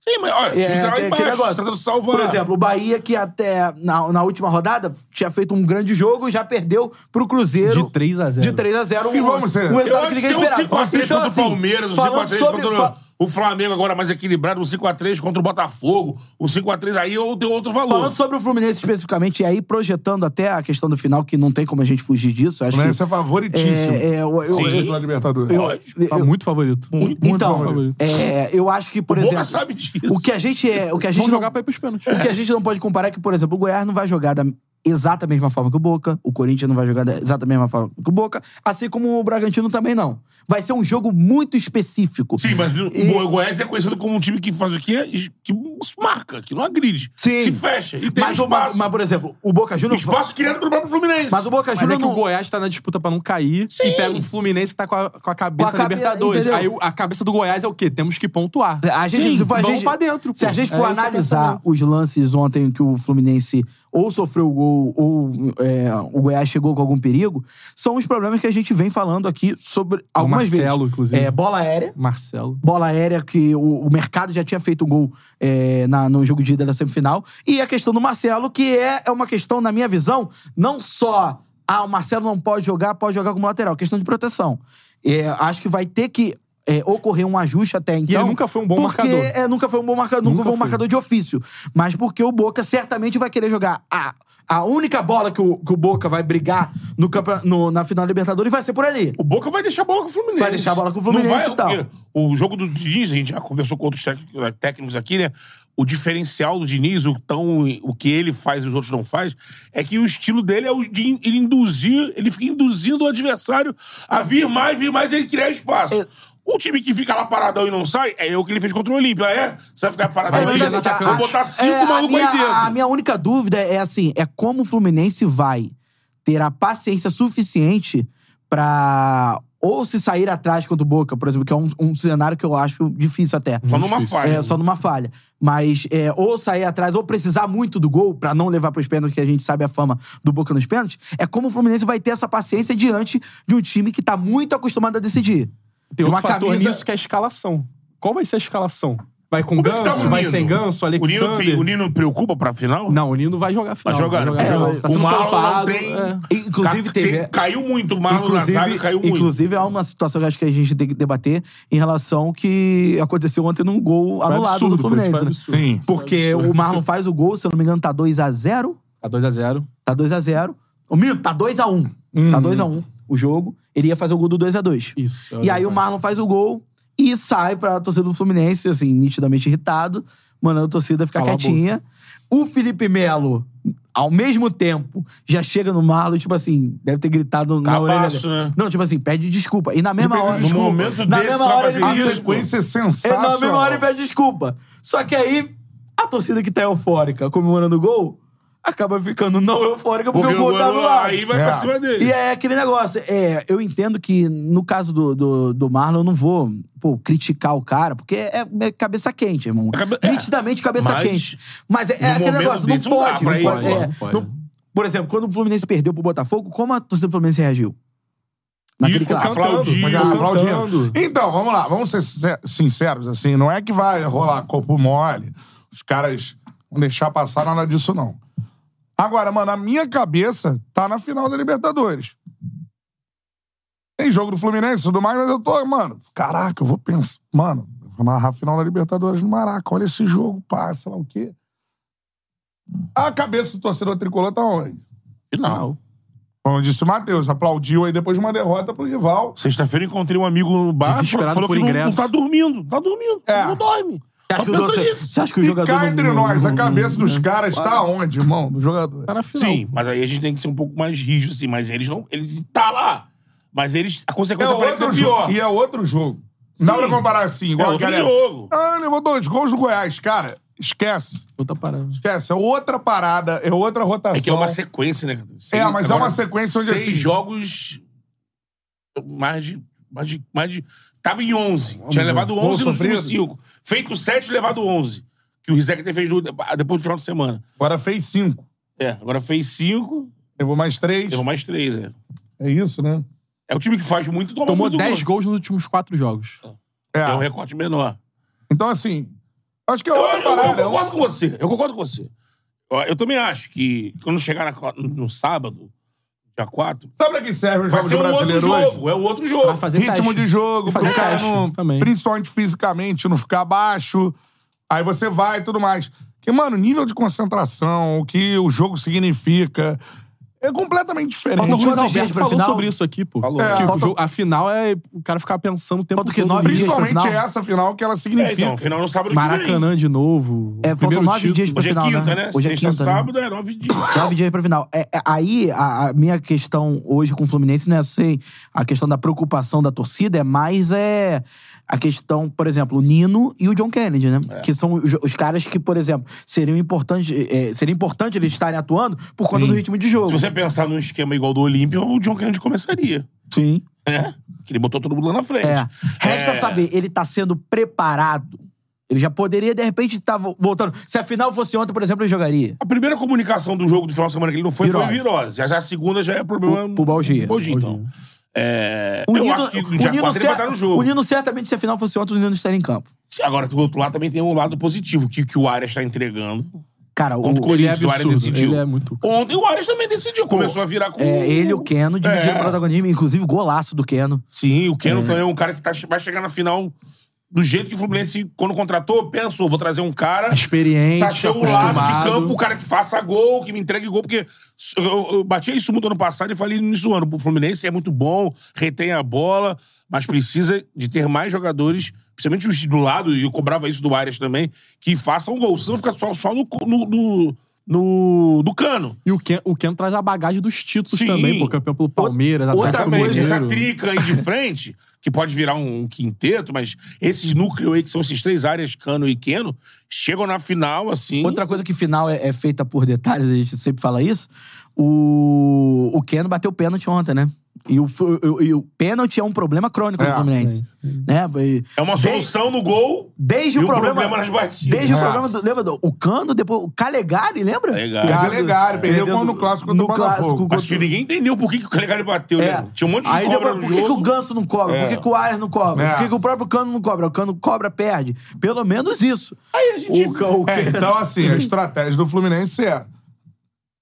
Sim, mas olha, o time
É,
tá lá
tem
embaixo,
aquele negócio.
tá tentando salvar.
Por exemplo, o Bahia, que até na, na última rodada tinha feito um grande jogo e já perdeu pro Cruzeiro.
De 3 a 0.
De 3 a 0 um,
E vamos ser-
um
eu
resultado
Eu
que
acho
ninguém
que um
esperava.
5x3
Então,
contra o
assim,
Palmeiras, um
falando
5x3
sobre-
contra o-
fa-
o Flamengo agora mais equilibrado, um 5x3 contra o Botafogo, um 5x3 aí eu tenho outro valor.
Falando sobre o Fluminense especificamente, e aí projetando até a questão do final, que não tem como a gente fugir disso.
Né,
Acho
Fluminense
que,
é favoritíssimo.
É, é, eu- eu-
Sim.
Título da Libertadores.
eu- eu-
Tá muito favorito.
E-
Muito, muito
então,
favorito.
é, eu acho que, por
O Boca
exemplo,
sabe disso.
o que a gente é, o que a gente
Vamos
não-
jogar pra ir pros pênaltis.
o que a gente não pode comparar é que, por exemplo, o Goiás não vai jogar da- exata mesma forma que o Boca, o Corinthians não vai jogar da exata mesma forma que o Boca, assim como o Bragantino também não. Vai ser um jogo muito específico.
Sim, mas o
E-
Go- Goiás é conhecido como um time que faz o quê? Es- Que marca, que não agride.
Sim.
Se fecha. E tem
mas,
espaço.
mas, mas, por exemplo, o Boca Juniors...
espaço criado pelo próprio Fluminense.
Mas o Boca
Mas é
Juniors
que o
não...
Goiás tá na disputa pra não cair
Sim.
e pega o Fluminense que tá com a, com a cabeça
Com a
da
cabe-
Libertadores.
entendeu?
Aí o- a cabeça do Goiás é o quê? Temos que pontuar.
A gente,
Sim,
se for, a
vamos
gente-
pra dentro.
Se
pô.
a gente
É
for
esse o
analisar
pensamento.
os lances ontem que o Fluminense ou sofreu o gol ou é, o Goiás chegou com algum perigo, são os problemas que a gente vem falando aqui sobre algumas
Marcelo,
vezes.
inclusive.
É, bola aérea.
Marcelo.
Bola aérea que o, o mercado já tinha feito um gol é, na- no jogo de ida da semifinal. E a questão do Marcelo, que é, é uma questão, na minha visão, não só. Ah, o Marcelo não pode jogar, pode jogar como lateral. Questão de proteção. É, acho que vai ter que é, ocorrer um ajuste até então.
nunca foi um bom
porque,
marcador.
É, nunca foi um bom marcador, nunca,
Nunca
foi um
foi.
marcador de ofício. Mas porque o Boca certamente vai querer jogar a, a única bola que o, que o Boca vai brigar no, campe- no- na final da Libertadores vai ser por ali.
O Boca vai deixar a bola com o Fluminense.
Vai deixar a bola com o
Não
Fluminense
vai,
e tal.
porque O jogo do Diniz, a gente já conversou com outros técnico- técnicos aqui, né? O diferencial do Diniz, o, tão, o que ele faz e os outros não faz, é que o estilo dele é o de in- ele induzir, ele fica induzindo o adversário a vir mais, vir mais e ele criar
É.
espaço. O time que fica lá paradão e não sai, é o que ele fez contra o Olímpia, é? Você vai ficar paradão
É,
e
verdade,
vai
acho-
botar cinco
é, a
malucos
minha-
aí dentro.
A minha única dúvida é assim: é como o Fluminense vai ter a paciência suficiente pra ou se sair atrás contra o Boca, por exemplo, que é um, um cenário que eu acho difícil até.
Só numa
Difícil.
falha.
É, só numa falha. Mas é, ou sair atrás, ou precisar muito do gol pra não levar pros pênaltis, que a gente sabe a fama do Boca nos pênaltis, é como o Fluminense vai ter essa paciência diante de um time que tá muito acostumado a decidir.
Tem
uma
outro fator
camisa-
nisso que é a escalação. Qual vai ser a escalação? Vai com
Como é que tá
ganso?
o
vai
Nino?
sem ganso?
O Nino-
Alexander?
O Nino preocupa pra final?
Não, o Nino vai jogar a final.
Vai jogar, né?
a
É,
final.
o-
Tá sendo
o Marlon não
poupado.
tem-
é.
Inclusive,
Ca-
teve.
tem- Caiu muito, o Marlon na zaga caiu muito.
inclusive, há uma situação que eu acho que a gente tem que debater em relação que aconteceu ontem num gol
Foi
anulado
absurdo,
do Fluminense.
foi
né?
absurdo.
Sim.
Porque o Marlon faz o gol, se eu não me engano, tá 2x0.
Tá 2x0.
Tá 2x0. O Mino, tá 2x1. Tá 2x1 o jogo. Ele ia fazer o gol do 2x2.
Uhum. Isso. é
E aí o Marlon faz o gol e sai pra torcida do Fluminense, assim, nitidamente irritado, mandando a torcida ficar
Cala a
quietinha. O Felipe Melo, ao mesmo tempo, já chega no Marlon, tipo assim, deve ter gritado na orelha.
Cabaço,
dele.
né?
Não, tipo assim, pede desculpa. E na mesma hora.
No momento
na
desse,
mesma
tá
hora ele
fazendo
A
pede
isso,
desculpa.
sequência
É,
é
na
sensacional.
mesma hora ele pede desculpa. Só que aí, a torcida que tá eufórica comemorando o gol, acaba ficando não eufórica porque,
Porque
o gol tá no ar.
aí vai
É.
pra cima dele.
E é aquele negócio. É, eu entendo que no caso do, do, do Marlon, eu não vou pô, criticar o cara, porque é, é cabeça quente, irmão.
É cabe- é.
Nitidamente cabeça
Mas,
quente. Mas é, é
no
aquele
momento
negócio, não
desse, não dá
pode.
pra
Não
ir,
pode,
não
é,
pode, pode.
não- por exemplo, quando o Fluminense perdeu pro Botafogo, como a torcida do Fluminense reagiu? Naquele
ficou
clássico.
cantando.
Aplaudindo.
Mas ela aplaudindo.
Cantando.
Então, vamos lá, vamos ser sincer- sinceros, assim, não é que vai rolar corpo mole, os caras vão deixar passar nada disso, não. Agora, mano, a minha cabeça tá na final da Libertadores. Tem jogo do Fluminense e tudo mais, mas eu tô, mano, caraca, eu vou pensar, mano, eu vou narrar a final da Libertadores no Maraca, olha esse jogo, pá, sei lá o quê. A cabeça do torcedor tricolor tá onde?
Não.
Como disse o Matheus, aplaudiu aí depois de uma derrota pro rival.
Sexta-feira eu encontrei um amigo no bar,
Desesperado
falou
por
que não, não
ingresso.
tá dormindo. Tá dormindo.
É.
Não dorme.
Você acha
Só
que o
pensa
torcedor-
nisso.
Você acha que o
E
jogador.
cá
não-
entre
não-
nós, a
não-
cabeção dos
né?
caras tá onde, irmão? Do jogador.
Tá na final.
Sim, mas aí a gente tem que ser um pouco mais rígido, assim. Mas eles não... Eles tá lá. Mas eles... A
É
consequência pra eles
outro
é
jogo.
pior.
E é outro jogo. Não dá
Sim.
pra comparar assim, igual
É
a
outro
galera.
jogo.
Ah, levou dois gols do Goiás. Cara, esquece.
Outra parada.
Esquece. É outra parada, é outra rotação.
É que é uma sequência, né? Seis-
É, mas é
agora,
uma sequência onde
Seis
assim...
jogos... Mais de... Mais de... Mais de tava em 11. Tinha levado
Gol
11 nos últimos
sofrido.
5. Feito 7, levado 11. Que o Rizek até fez no- depois do final de semana.
Agora fez cinco.
É, agora fez 5,
Levou mais três.
levou mais 3, é.
É isso, né?
É o time que faz muito, toma
Tomou
muito
10
gol.
gols nos últimos 4 jogos.
É.
É um recorte menor.
Então, assim... Acho que é
Eu,
outra
eu-
parada.
eu concordo com você. Eu concordo com você. Ó, Eu também acho que quando chegar na co- no sábado, dia 4,
Sabe pra que serve o
vai
jogo
ser
do
um outro
brasileiro hoje?
jogo. É um outro jogo.
Pra fazer
ritmo
teste.
de jogo,
E fazer
pro cara
teste
não,
também.
principalmente fisicamente, não ficar baixo. Aí você vai e tudo mais. Porque, mano, nível de concentração, o que o jogo significa, É completamente diferente.
O Luiz Alberto falou sobre isso aqui, pô.
É.
Que o
Falta-
jogo- a final é o cara ficar pensando o tempo todo.
Principalmente essa final que ela significa.
É, então, final no sábado que
Maracanã de novo.
É, faltam
Primeiro
nove
título.
dias pra
Hoje é
final, né?
quinta, né?
Hoje é
Sexta,
quinta, né?
sábado, é nove dias.
Nove dias pra final. É, é, aí, a, a minha questão hoje com o Fluminense não é assim, a questão da preocupação da torcida, é mais é a questão, por exemplo, o Nino e o John Kennedy, né?
É.
Que são os, os caras que, por exemplo, seriam importantes, é, seria importante eles estarem atuando por conta do ritmo de jogo.
Se você pensar num esquema igual do Olímpia, o John Kennedy começaria.
Sim.
É. Que ele botou todo mundo lá na frente.
É. Resta
É.
saber, ele tá sendo preparado. Ele já poderia, de repente, estar voltando. Se a final fosse ontem, por exemplo, ele jogaria.
A primeira comunicação do jogo do final de semana que ele não foi foi
Virose.
virose. Já, já a segunda já é problema.
Pro- pro Balgia.
Balgia, então. É, eu acho que no dia 4 ele vai estar no jogo.
o Nino certamente, se a final fosse ontem, o Nino estaria em campo.
Agora, do outro lado também tem um lado positivo, que, que o Arias está entregando.
Cara, o,
Contra o
Ele é
Corinthians, o Arias
absurdo.
decidiu.
Ele é muito...
Ontem o Arias também decidiu. Começou a virar com.
é, ele e o Keno dividiram
É.
o protagonismo, inclusive golaço do Keno.
Sim, o Keno também é um cara que tá, vai chegar na final do jeito que o Fluminense, quando contratou, pensou: vou trazer um cara.
Experiente,
Tá seu lado de
acostumado.
campo, o cara que faça gol, que me entregue gol, porque eu, eu bati isso muito ano passado e falei nisso ano. O Fluminense é muito bom, retém a bola, mas precisa de ter mais jogadores, principalmente os do lado, e eu cobrava isso do Arias também, que façam gol. Senão fica só, só no, co- no, no, no- do cano.
E o Ken, o Ken traz a bagagem dos títulos
Sim.
também, pô. Campeão pelo
Tá
Palmeiras,
Outra
é
Atlético
coisa, essa
Mineiro.
trica aí de frente, que pode virar um quinteto, mas esses núcleos aí, que são esses três áreas, Cano e Keno, chegam na final, assim.
Outra coisa que final é, é feita por detalhes, a gente sempre fala isso. O, o Keno bateu pênalti ontem, né? E o, fu- e o- e o pênalti é um problema crônico do
É
Fluminense. né? E-
É uma
Desde-
solução no gol.
Desde
e
o
um
problema,
nas batidas.
Desde o
É.
problema do. Lembra do o Cano, depois o Calegari, lembra?
Calegari.
Perdeu do-
Calegari, perdeu
do-
gol no clássico contra o
no
Botafogo.
clássico
Acho que
contra-
ninguém entendeu por que, que o Calegari bateu,
É.
né? Tinha um monte de
Aí
cobra
depois,
no
por que, que o
jogo.
Ganso não cobra?
É.
Por que, que o Arias não cobra?
É.
Por que, que o próprio Cano não cobra? O Cano cobra, perde. Pelo menos isso.
Aí a gente...
O, Ca- o
É,
Cano-
então, assim, a estratégia do Fluminense é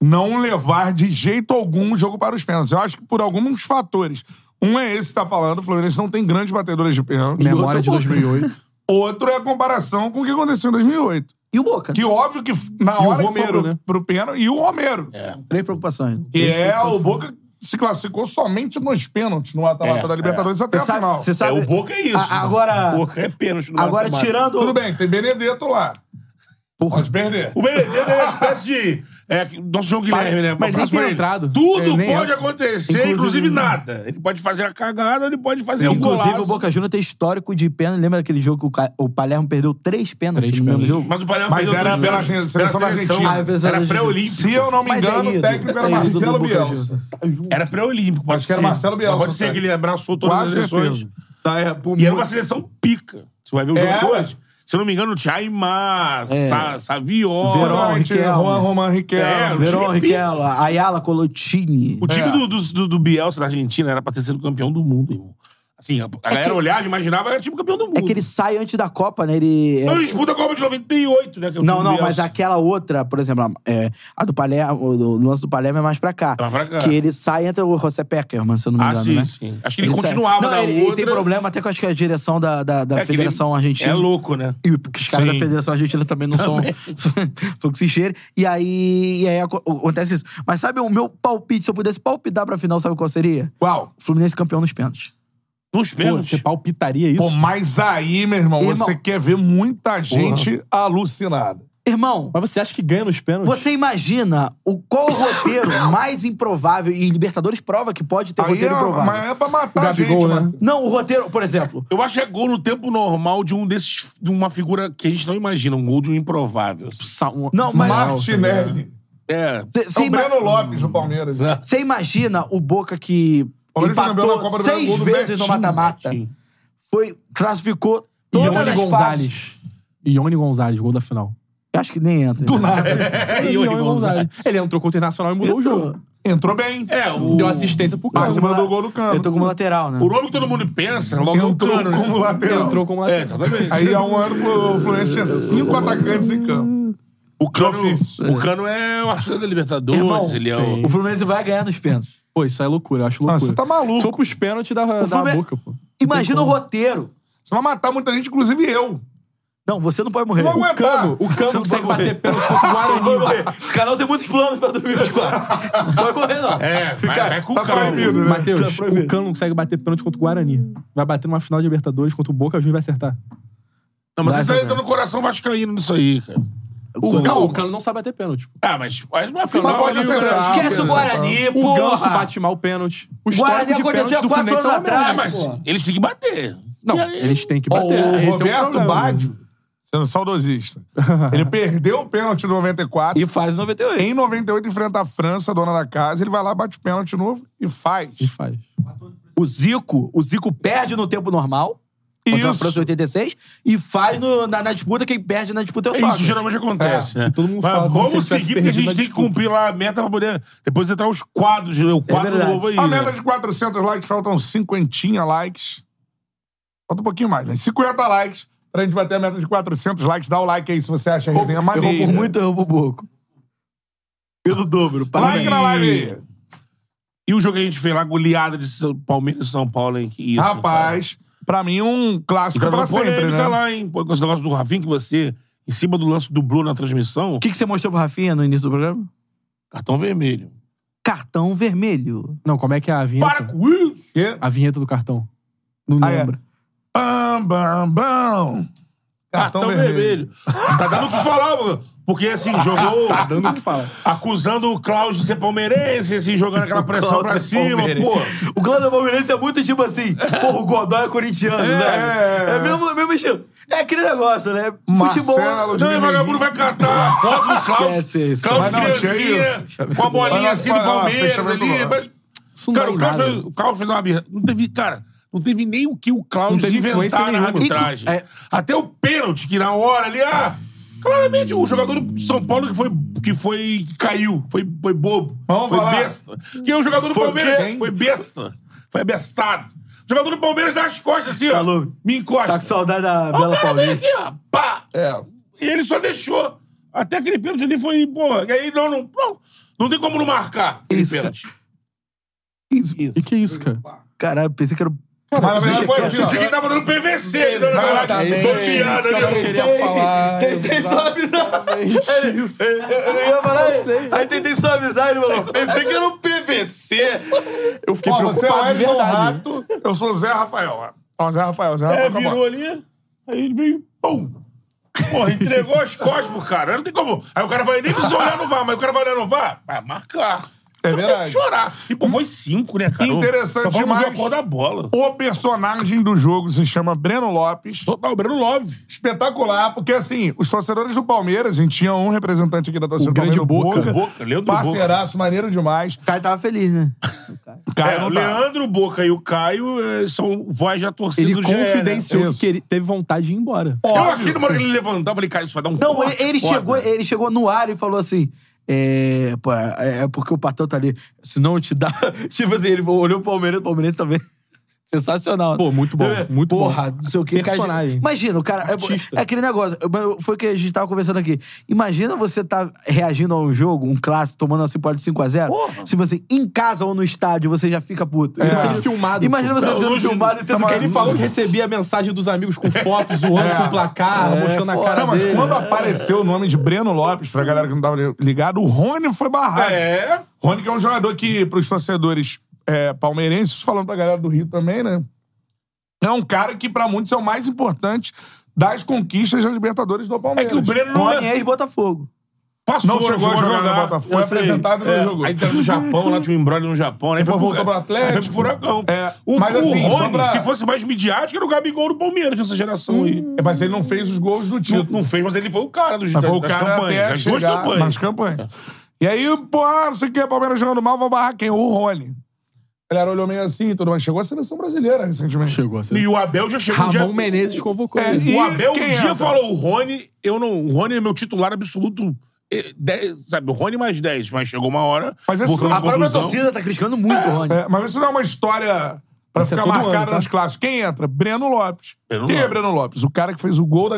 não levar de jeito algum o jogo para os pênaltis. Eu acho que por alguns fatores. Um é esse que tá falando, o Fluminense não tem grandes batedores de pênalti.
Memória de 2008.
Outro é a comparação com o que aconteceu em 2008.
E o Boca?
Que óbvio que f- na
E o
hora que
Romero,
foi pro,
né?
pro pênalti... E o Romero.
É.
Três preocupações.
que é o Boca
né?
se classificou somente nos pênaltis no mata-mata
É,
da Libertadores até
Você
a final.
sabe, você
É,
sabe-
o Boca é isso.
A- agora-
O Boca é pênalti. no
Agora,
mata-mata.
tirando.
Tudo bem, tem Benedetto lá. Pode perder.
O Benedetto é uma espécie de... É, que- nosso João Guilherme, né? Um
Mas nem
abraço
tem
pra ele.
entrado.
Tudo
É, nem
pode
entra.
acontecer, inclusive,
Inclusive-
nada. Ele pode fazer a cagada, ele pode fazer um
Inclusive,
golaço.
o Boca Júnior tem histórico de pênalti. Lembra aquele jogo que o, Ca- o Palermo perdeu três pênaltis
Três
no mesmo
pênaltis.
jogo?
Mas o Palermo
Mas
perdeu
era
três
pela
gols.
seleção da Argentina.
Ah, é verdade,
Era
Argentina.
pré-olímpico.
Se eu não me
Mas é
engano,
ídolo.
o técnico era
É ídolo do
Marcelo
Boca
Bielsa.
Era pré-olímpico, pode
Acho que era
ser.
Marcelo
Mas
Bielsa,
Pode ser
cara.
que ele abraçou todas
Quase
as seleções.
certeza. Tá, é, por
E era uma
muito-
seleção pica. Você vai ver o
É.
jogo hoje. Se eu não me engano, Jaimar, Sa Saviola.
É. Verón,
Provavelmente
Riquelme.
Juan Román Riquelme.
É, o
Verón,
time é pica.
Riquelme, Ayala, Colotini.
O time
É.
do, do, do, do Bielsa da Argentina era pra ter sido campeão do mundo, irmão. Assim, a, a galera olhava, imaginava, era time campeão do mundo.
É que ele sai antes da Copa, né? Ele.
Então
é-
ele disputa a Copa de 98, né? Que é o
Não,
time
não,
do
mas
Bielsa.
aquela outra, por exemplo, a- é, a do Palermo, o lance do Palermo é mais pra cá.
É mais pra cá.
Que ele sai entre o José Peckerman, se eu não me
Ah,
engano,
sim,
né?
sim. Acho que ele,
sai-
continuava
não,
na
ele,
outra.
ele tem problema até com acho que a direção da, da, da
É que ele
Federação Argentina.
É louco, né?
E os caras da
Sim.
Federação Argentina também não são fluxicheiro. E aí, e aí aco- acontece isso. Mas sabe, o meu palpite, se eu pudesse palpitar pra final, sabe qual seria?
É.
Uau.
Fluminense campeão nos pênaltis.
Nos
Pô,
pênaltis.
você palpitaria isso?
Pô, mas aí, meu irmão,
Irmão.
você quer ver muita gente alucinada.
Irmão,
Mas você acha que ganha nos pênaltis?
você imagina o, qual o roteiro mais improvável, e Libertadores prova que pode ter
Aí é,
roteiro improvável.
mas é pra matar
O
a gente,
Gabigol, né?
mano.
Não, o roteiro, por exemplo.
Eu acho que é gol no tempo normal de um desses. de uma figura que a gente não imagina, um gol de um improvável.
Sa- um-
Não, mas-
Martinelli.
É.
É o Breno Lopes do Palmeiras.
Você imagina o Boca que
Palmeiras campeão
empatou
da Copa do
seis
Brasil, gol do
vezes no
Betinho,
mata-mata. Foi, classificou todas
Ione
as fases.
Gonzalez. Ione Gonzalez, gol da final.
Acho que nem entra. né?
Do nada.
Ione Ele é entrou contra o Internacional e mudou o jogo.
Entrou bem.
É, o.
Deu assistência pro
Ah,
cara.
Mas mandou o gol do Cano.
Eu tô como lateral, né?
O nome que todo mundo pensa, logo
Entrou
é o cano, né?
como lateral.
Entrou como
É,
lateral.
exatamente.
Aí há um ano o Fluminense tinha cinco atacantes em campo.
o, cano,
ofício.
o Cano é o artilheiro da Libertadores,
Irmão,
ele é
sim.
o...
O Fluminense vai ganhar nos pênaltis.
Pô, isso é loucura, eu acho
Ah,
loucura.
você tá maluco.
Se for pros pênaltis da, da
Fluminense-
boca, pô.
Imagina o roteiro.
Você vai matar muita gente, inclusive eu.
Não, você não pode morrer.
Não
o
aguentar.
cano, o
Você
cano
não
consegue
pode
bater pênalti contra o Guarani. Esse canal tem muitos planos pra 2024. Não pode morrer, não.
É, vai- vai com
tá
calma.
proibido, né?
Tá
Matheus,
proibido.
o Cano não é consegue bater pênalti contra o Guarani. Vai bater numa final de Libertadores contra o Boca, o juiz vai acertar.
Não, mas você tá
Vai,
entrando no coração vascaíno nisso aí, cara.
O,
Não.
não, o Cano não sabe bater pênalti. pô.
Ah, mas faz uma final. é
pode
ali,
acertar.
cara.
Ah,
Esquece
o Guarani,
O
porra.
Ganso bate mal o pênalti. O
Guarani
histórico de pênalti
aconteceu
do
quatro
Fluminense é
anos
uma merda.
Ah, mas eles têm que bater.
Não,
E aí-
eles têm que
Ó,
bater.
o
Esse é
Roberto
problema.
Baggio, sendo saudosista, ele perdeu o pênalti em 94.
E faz 98.
Em 98, enfrenta a França, dona da casa. Ele vai lá, bate o pênalti de novo e faz.
E faz.
O Zico, o Zico perde no tempo normal. Contra a
Isso.
França em 86. E faz no- na, na disputa. Quem perde na disputa é o
Isso
Sócrates.
geralmente acontece, né?
todo mundo
Mas
fala como se ele
vamos
tivesse
seguir, porque a
perdido
gente
na
tem que
disputa.
cumprir lá a meta pra poder depois entrar os quadros, né? o quadro
verdade.
novo aí.
A
né?
meta de 400 likes, faltam cinquentinha likes. Falta um pouquinho mais, né? 50 likes pra gente bater a meta de 400 likes. Dá o like aí se você acha a resenha maneira.
Errou por muito, errou por pouco. Pelo dobro.
Like
parabéns.
na live aí.
E o jogo que a gente fez lá, goleada de São- Palmeiras e São Paulo, hein? Que isso,
Rapaz, pra mim um clássico
cara. Tá
pra
sempre,
sempre, né?
lá, hein? Pô, com esse negócio do Rafinha que você, em cima do lance, dublou na transmissão,
O que, que você mostrou pro Rafinha no início do programa?
cartão vermelho.
Cartão vermelho.
Não, como é que é a vinheta?
Para com isso!
Quê?
A vinheta do cartão. Não
Ah, é.
lembro.
Bam, bam, bam.
Cartão, vermelho. Tá dando o que falar, mano. Porque assim, jogou. tá dando o que falar. Acusando o Cláudio de ser palmeirense, assim, jogando aquela pressão
é
pra cima, pô.
O Cláudio Palmeirense é muito tipo assim, porra, o Godoy é corintiano, é,
é,
né?
é.
É, mesmo, mesmo estilo. É aquele negócio, né? Futebol.
Marcelo de
Não, e o vagabundo vai catar a foto do
Esquece
Cláudio.
isso.
Cláudio
Mas não, tinha
criancinha,
isso.
com a bolinha
Vai,
assim do
vai, vai,
Palmeiras
fecha bem
ali.
pro lado.
mas- Cara, o Cláudio, o Cláudio fez uma birra. Não teve, cara, não teve nem o que o Cláudio
Não teve influência
inventar na
nenhuma.
arbitragem.
Inclu- é.
Até o pênalti, que na hora ali, ah, claramente o jogador do São Paulo que foi, que foi, que caiu, foi, foi bobo,
Vamos
foi
falar.
besta. Que é o jogador do
Foi o
Palmeiras,
quê, hein?
foi besta, foi abestado. O jogador do Palmeiras dá as costas assim, ó,
louco.
me
Tá com
encosta.
saudade da
Ó, o
Bela
cara veio
Paulista.
aqui, ó, pá,
É.
e ele só deixou. Até aquele pênalti ali foi, pô. E aí não, não, não, não tem como não marcar aquele
Isso,
pênalti.
O que, que é isso, cara?
Caralho, pensei que era.
Mas
Deixa
foi
quieto.
assim,
Esse aqui
ó.
tava dando PVC.
Exatamente.
Dofiado
Isso que eu
ali.
queria falar.
Tentei só avisar. Eu, eu ia falar isso. Aí tentei só avisar, ele falou, pensei que era um PVC. Eu fiquei
Ó, você é o
preocupado, de
Edson
verdade.
Rato, eu sou o Zé Rafael. ó. Ó, Zé Rafael, Zé Rafael.
É,
acabou.
virou ali. Aí ele veio, pum. Porra, entregou as costas pro cara. Não tem como. Aí o cara vai nem precisa olhar no VAR, mas o cara vai olhar no VAR. Vai marcar.
É
Não tem que
verdade.
chorar. E pô, foi cinco, né, cara?
Interessante
Só vamos ver a
demais.
cor da bola.
O personagem do jogo se chama Breno Lopes.
Total, Breno Love.
Espetacular, porque assim, os torcedores do Palmeiras, a gente tinha um representante aqui da torcida
O
do
grande
Palmeiras,
Boca.
Boca, Leandro Boca.
parceiraço, maneiro demais.
O cara tava feliz, né?
é, o
não tá.
Leandro Boca e o Caio eh, são voz da torcida
Ele
do GE, né?
confidenciou
Isso.
que ele teve vontade de ir embora.
Eu
Óbvio.
achei na hora que ele levantou, eu falei, cara, isso vai dar um
Não, ele,
corte
ele
foda.
chegou, ele chegou no ar e falou assim. É, pô, é é porque o Patão tá ali. Senão eu te dá. Tipo assim, ele olhou o Palmeiras, o Palmeiras também. Sensacional. né?
Pô, muito bom, muito bom.
Porra, não sei o que.
Personagem.
imagina, o cara. É,
Artista.
é aquele negócio. mas Foi o que a gente tava conversando aqui. Imagina você tá reagindo a um jogo, um clássico, tomando uma simpória de 5x0. Se você, tipo assim, em casa ou no estádio, você já fica puto.
Você
É.
sendo filmado.
Imagina você
Não,
sendo
hoje-
filmado e
Tá
tendo que
Ele falou que recebia a mensagem dos amigos com fotos, zoando com o placar,
É
mostrando a
foda.
cara
Não, mas
dele.
quando apareceu o nome de Breno Lopes, pra galera que não tava ligado, o Rony foi barrado.
É.
Rony que é um jogador que, pros torcedores é, palmeirenses, falando pra galera do Rio também, né? É um cara que, pra muitos, é o mais importante das conquistas da Libertadores do
É
Palmeiras.
que o Breno não
Rony
é-
é ex-Botafogo.
passou,
não chegou a jogar no Botafogo,
Eu
foi
sei.
apresentado e não
É,
jogou.
Aí tá no Japão, lá tinha um embrólio no Japão, né?
Depois voltou pro Atlético.
Aí Foi pro Furacão.
É,
O,
mas
o
assim, só
Rony,
pra-
se fosse mais midiático, era o Gabigol do Palmeiras dessa geração aí.
É, mas ele não fez os gols do
Não,
título.
não fez, mas ele foi o cara dos,
Mas foi o
das
cara
campanhas.
até
Das duas
chegar
campanhas.
Nas campanhas. E aí, pô, ah, não sei o que, Palmeiras jogando mal, vão barrar quem? O Rony. A galera olhou meio assim e tudo, mas chegou a seleção brasileira recentemente.
Chegou a ser.
E o Abel já chegou...
Ramon
já...
Menezes convocou
É,
ele.
e-
O Abel um
quem
dia
entra?
falou: o Rony, eu não. O Rony é meu titular absoluto. eh, dez- sabe, o Rony mais 10, mas chegou uma hora.
Mas assim, vê se
voltando de
não-
A própria
conclusão.
torcida tá criticando muito o Rony.
É, mas isso não é uma história pra
Isso é
ficar
todo
marcada
ano, tá?
nos clássicos. Quem entra? Breno Lopes.
Breno
Quem é
Lopes.
Breno Lopes? O cara que fez o gol da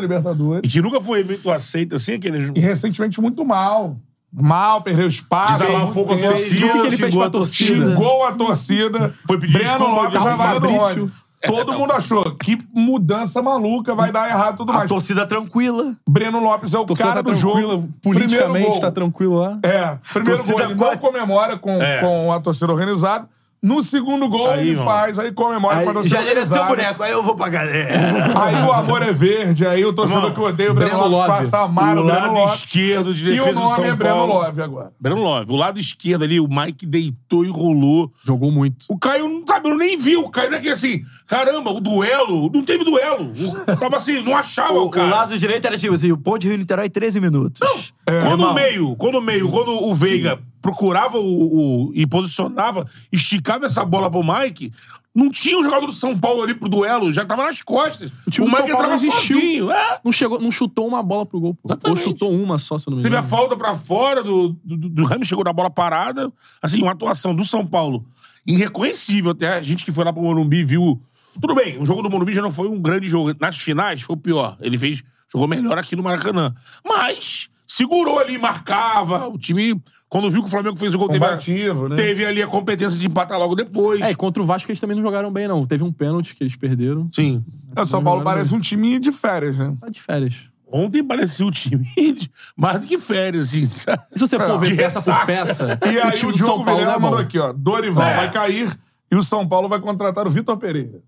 E
Libertadores
que nunca foi muito aceito assim, aquele.
e recentemente muito mal. Mal, perdeu espaço.
Desabafou com a
muito tempo.
torcida.
O que que ele fez
xingou
pra
a torcida.
torcida?
Xingou a torcida.
Foi pedir
Breno
desculpa
Lopes
ao
vai valer do
Fabrício.
Rony. Todo mundo achou que mudança maluca vai dar errado tudo mais.
torcida tranquila.
Breno Lopes é o
Torcida
cara
tá
do jogo.
tranquila, politicamente
Primeiro gol.
tá tranquilo lá.
É, primeiro
Torcida
gol ele não comemora com,
É.
com a torcida organizada. No segundo gol
Aí,
ele
irmão.
faz, aí comemora
Aí
com a torcida
já era seu
né?
organizada.
boneco, aí eu vou pra galera.
Aí o amor é verde, aí o torcedor
Irmão,
que odeia o Breno,
Breno
Lopes
Love.
passa a amar o,
o
Breno
lado
Lopes.
esquerdo de
e
defesa
o nome
do São
é Breno
Paulo.
Love agora.
Breno Love. O lado esquerdo ali, o Mike deitou e rolou.
Jogou muito.
O Caio, não sabe, eu nem viu. O Caio não é que assim, caramba, o duelo, não teve duelo. O- Tava assim, não achava o,
O,
cara.
o lado direito era tipo assim, o Ponte Rio-Niterói, 13 minutos. Não,
Quando o meio, quando o meio, quando o
Sim.
Veiga procurava o, o- e posicionava, esticava essa bola pro Mike, não tinha um jogador do São Paulo ali pro duelo, já tava nas costas.
O time do
Mike
São Paulo não
entrava
existiu.
sozinho. É.
Não, chegou, não chutou uma bola pro gol, pô. Ou chutou uma só, se eu não me
Teve a
engano.
falta pra fora do, do, do- do Ramos, chegou na bola parada. Assim, uma atuação do São Paulo irreconhecível. Até a gente que foi lá pro Morumbi viu. Tudo bem, o jogo do Morumbi já não foi um grande jogo. Nas finais foi o pior. Ele fez, jogou melhor aqui no Maracanã. Mas segurou ali, marcava. O time, quando viu que o Flamengo fez o gol, teve, a-
Combativo, né?
teve ali a competência de empatar logo depois.
É, e contra o Vasco eles também não jogaram bem, não. Teve um pênalti que eles perderam.
Sim.
É, o São Paulo parece um time de férias, né?
Tá de férias.
Ontem parecia o time de- mais do que férias, assim. sabe?
Se você for ver
De
peça por
ressaca.
peça,
E
o
aí
time
o
do São
Diogo
Paulo não
Vilela
é
mandou
bom.
aqui, ó. Dorival
É.
vai cair e o São Paulo vai contratar o Vitor Pereira.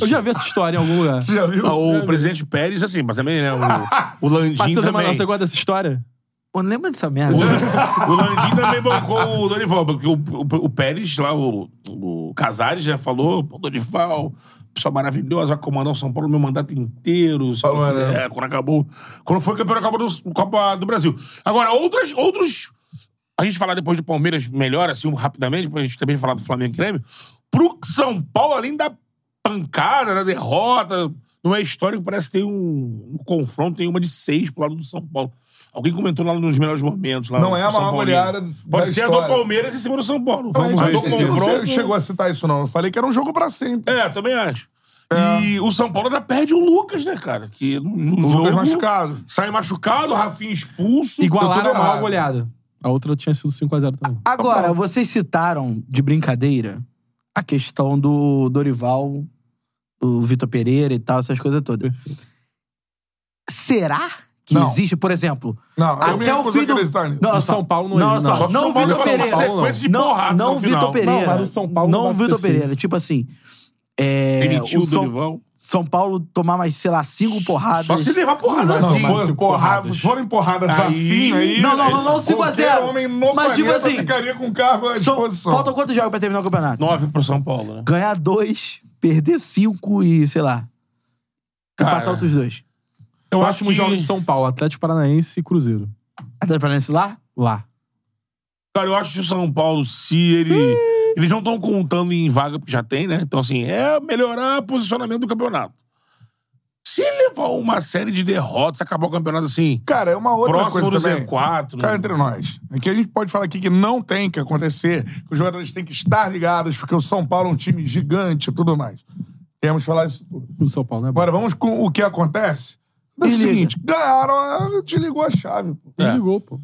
Eu já vi essa história em algum lugar.
Você já viu?
Ah, O presidente Pérez, assim, mas também, né? O, o Landim
Matheus
também.
Emanuel, você gosta dessa história?
Pô, não lembra dessa merda.
O Landim também bancou o Dorival, porque o, o, o Pérez lá, o, o Casares já falou, pô, Dorival, pessoa maravilhosa, vai comandar o São Paulo meu mandato inteiro. sabe?
Falou, né?
É, quando acabou. Quando foi campeão da Copa do, Copa do Brasil. Agora, outras, outros. A gente falar depois do Palmeiras melhor, assim, rapidamente, pra gente também falar do Flamengo e Grêmio. Pro São Paulo, além da pancada, da derrota, não é histórico, parece que tem um, um confronto, tem uma de seis pro lado do São Paulo. Alguém comentou lá nos melhores momentos. Lá,
Não é a
do São
maior
Paulino.
goleada
Pode
da
ser a do
história.
Palmeiras em cima do São Paulo.
Vamos
a
ver.
do
se Você
confronto.
chegou a citar isso, não. Eu falei que era um jogo pra sempre.
É, também acho. E o São Paulo ainda perde o Lucas, né, cara? Que no, no
É. O
jogo
Lucas Um machucado.
sai machucado, o Rafinha expulso.
Igualaram
tudo
a maior
errado.
goleada. A outra tinha sido 5x0 também.
Agora, vocês citaram de brincadeira a questão do Dorival, do Vitor Pereira e tal, essas coisas todas. Será que
Não.
existe, por exemplo,
Não, eu me
até o
recuso a
fim do...
acreditar nisso.
olha
O
só.
São Paulo não
não, olha
existe,
só.
não. Só
Não,
que o São Paulo
Vitor
vai passar uma
Pereira.
sequência de
Não,
porrada no
não
final.
Vitor Pereira.
Não, mas o São Paulo
Não
vai
Vitor
acontecer
Pereira.
isso.
Tipo assim... É,
Demitiu
o
o
São,
Dorival.
São Paulo tomar mais, sei lá, cinco porradas.
Só se levar porrada
Não,
assim.
se
Mas-
foram porradas, se forem porradas
Aí-
assim, aí.
Não, não, não, não, 5 a 0.
qualquer homem no
Mas, tipo
planeta
assim,
ficaria com o cargo à
São-
disposição.
Faltam quantos jogos pra terminar o campeonato?
Nove pro São Paulo, né?
Ganhar dois, perder cinco e, sei lá, empatar
Cara,
outros dois.
Eu acho
Próximo
que...
jogo de São Paulo, Atlético Paranaense e Cruzeiro.
Atlético Paranaense lá?
Lá.
Cara, eu acho que o São Paulo, se ele. Eles não estão contando em vaga, porque já tem, né? Então, assim, é melhorar o posicionamento do campeonato. Se ele levar uma série de derrotas, acabar o campeonato assim.
Cara, é uma outra
Próximo do
coisa também.
Z4,
Cara,
né?
entre nós. É que a gente pode falar aqui que não tem que acontecer, que os jogadores têm que estar ligados, porque o São Paulo é um time gigante e tudo mais. Temos que falar isso tudo.
O São Paulo, né?
Agora, vamos com o que acontece. É o
Desliga.
seguinte, ganharam, a- desligou a chave, pô.
Ele
É.
ligou, pô.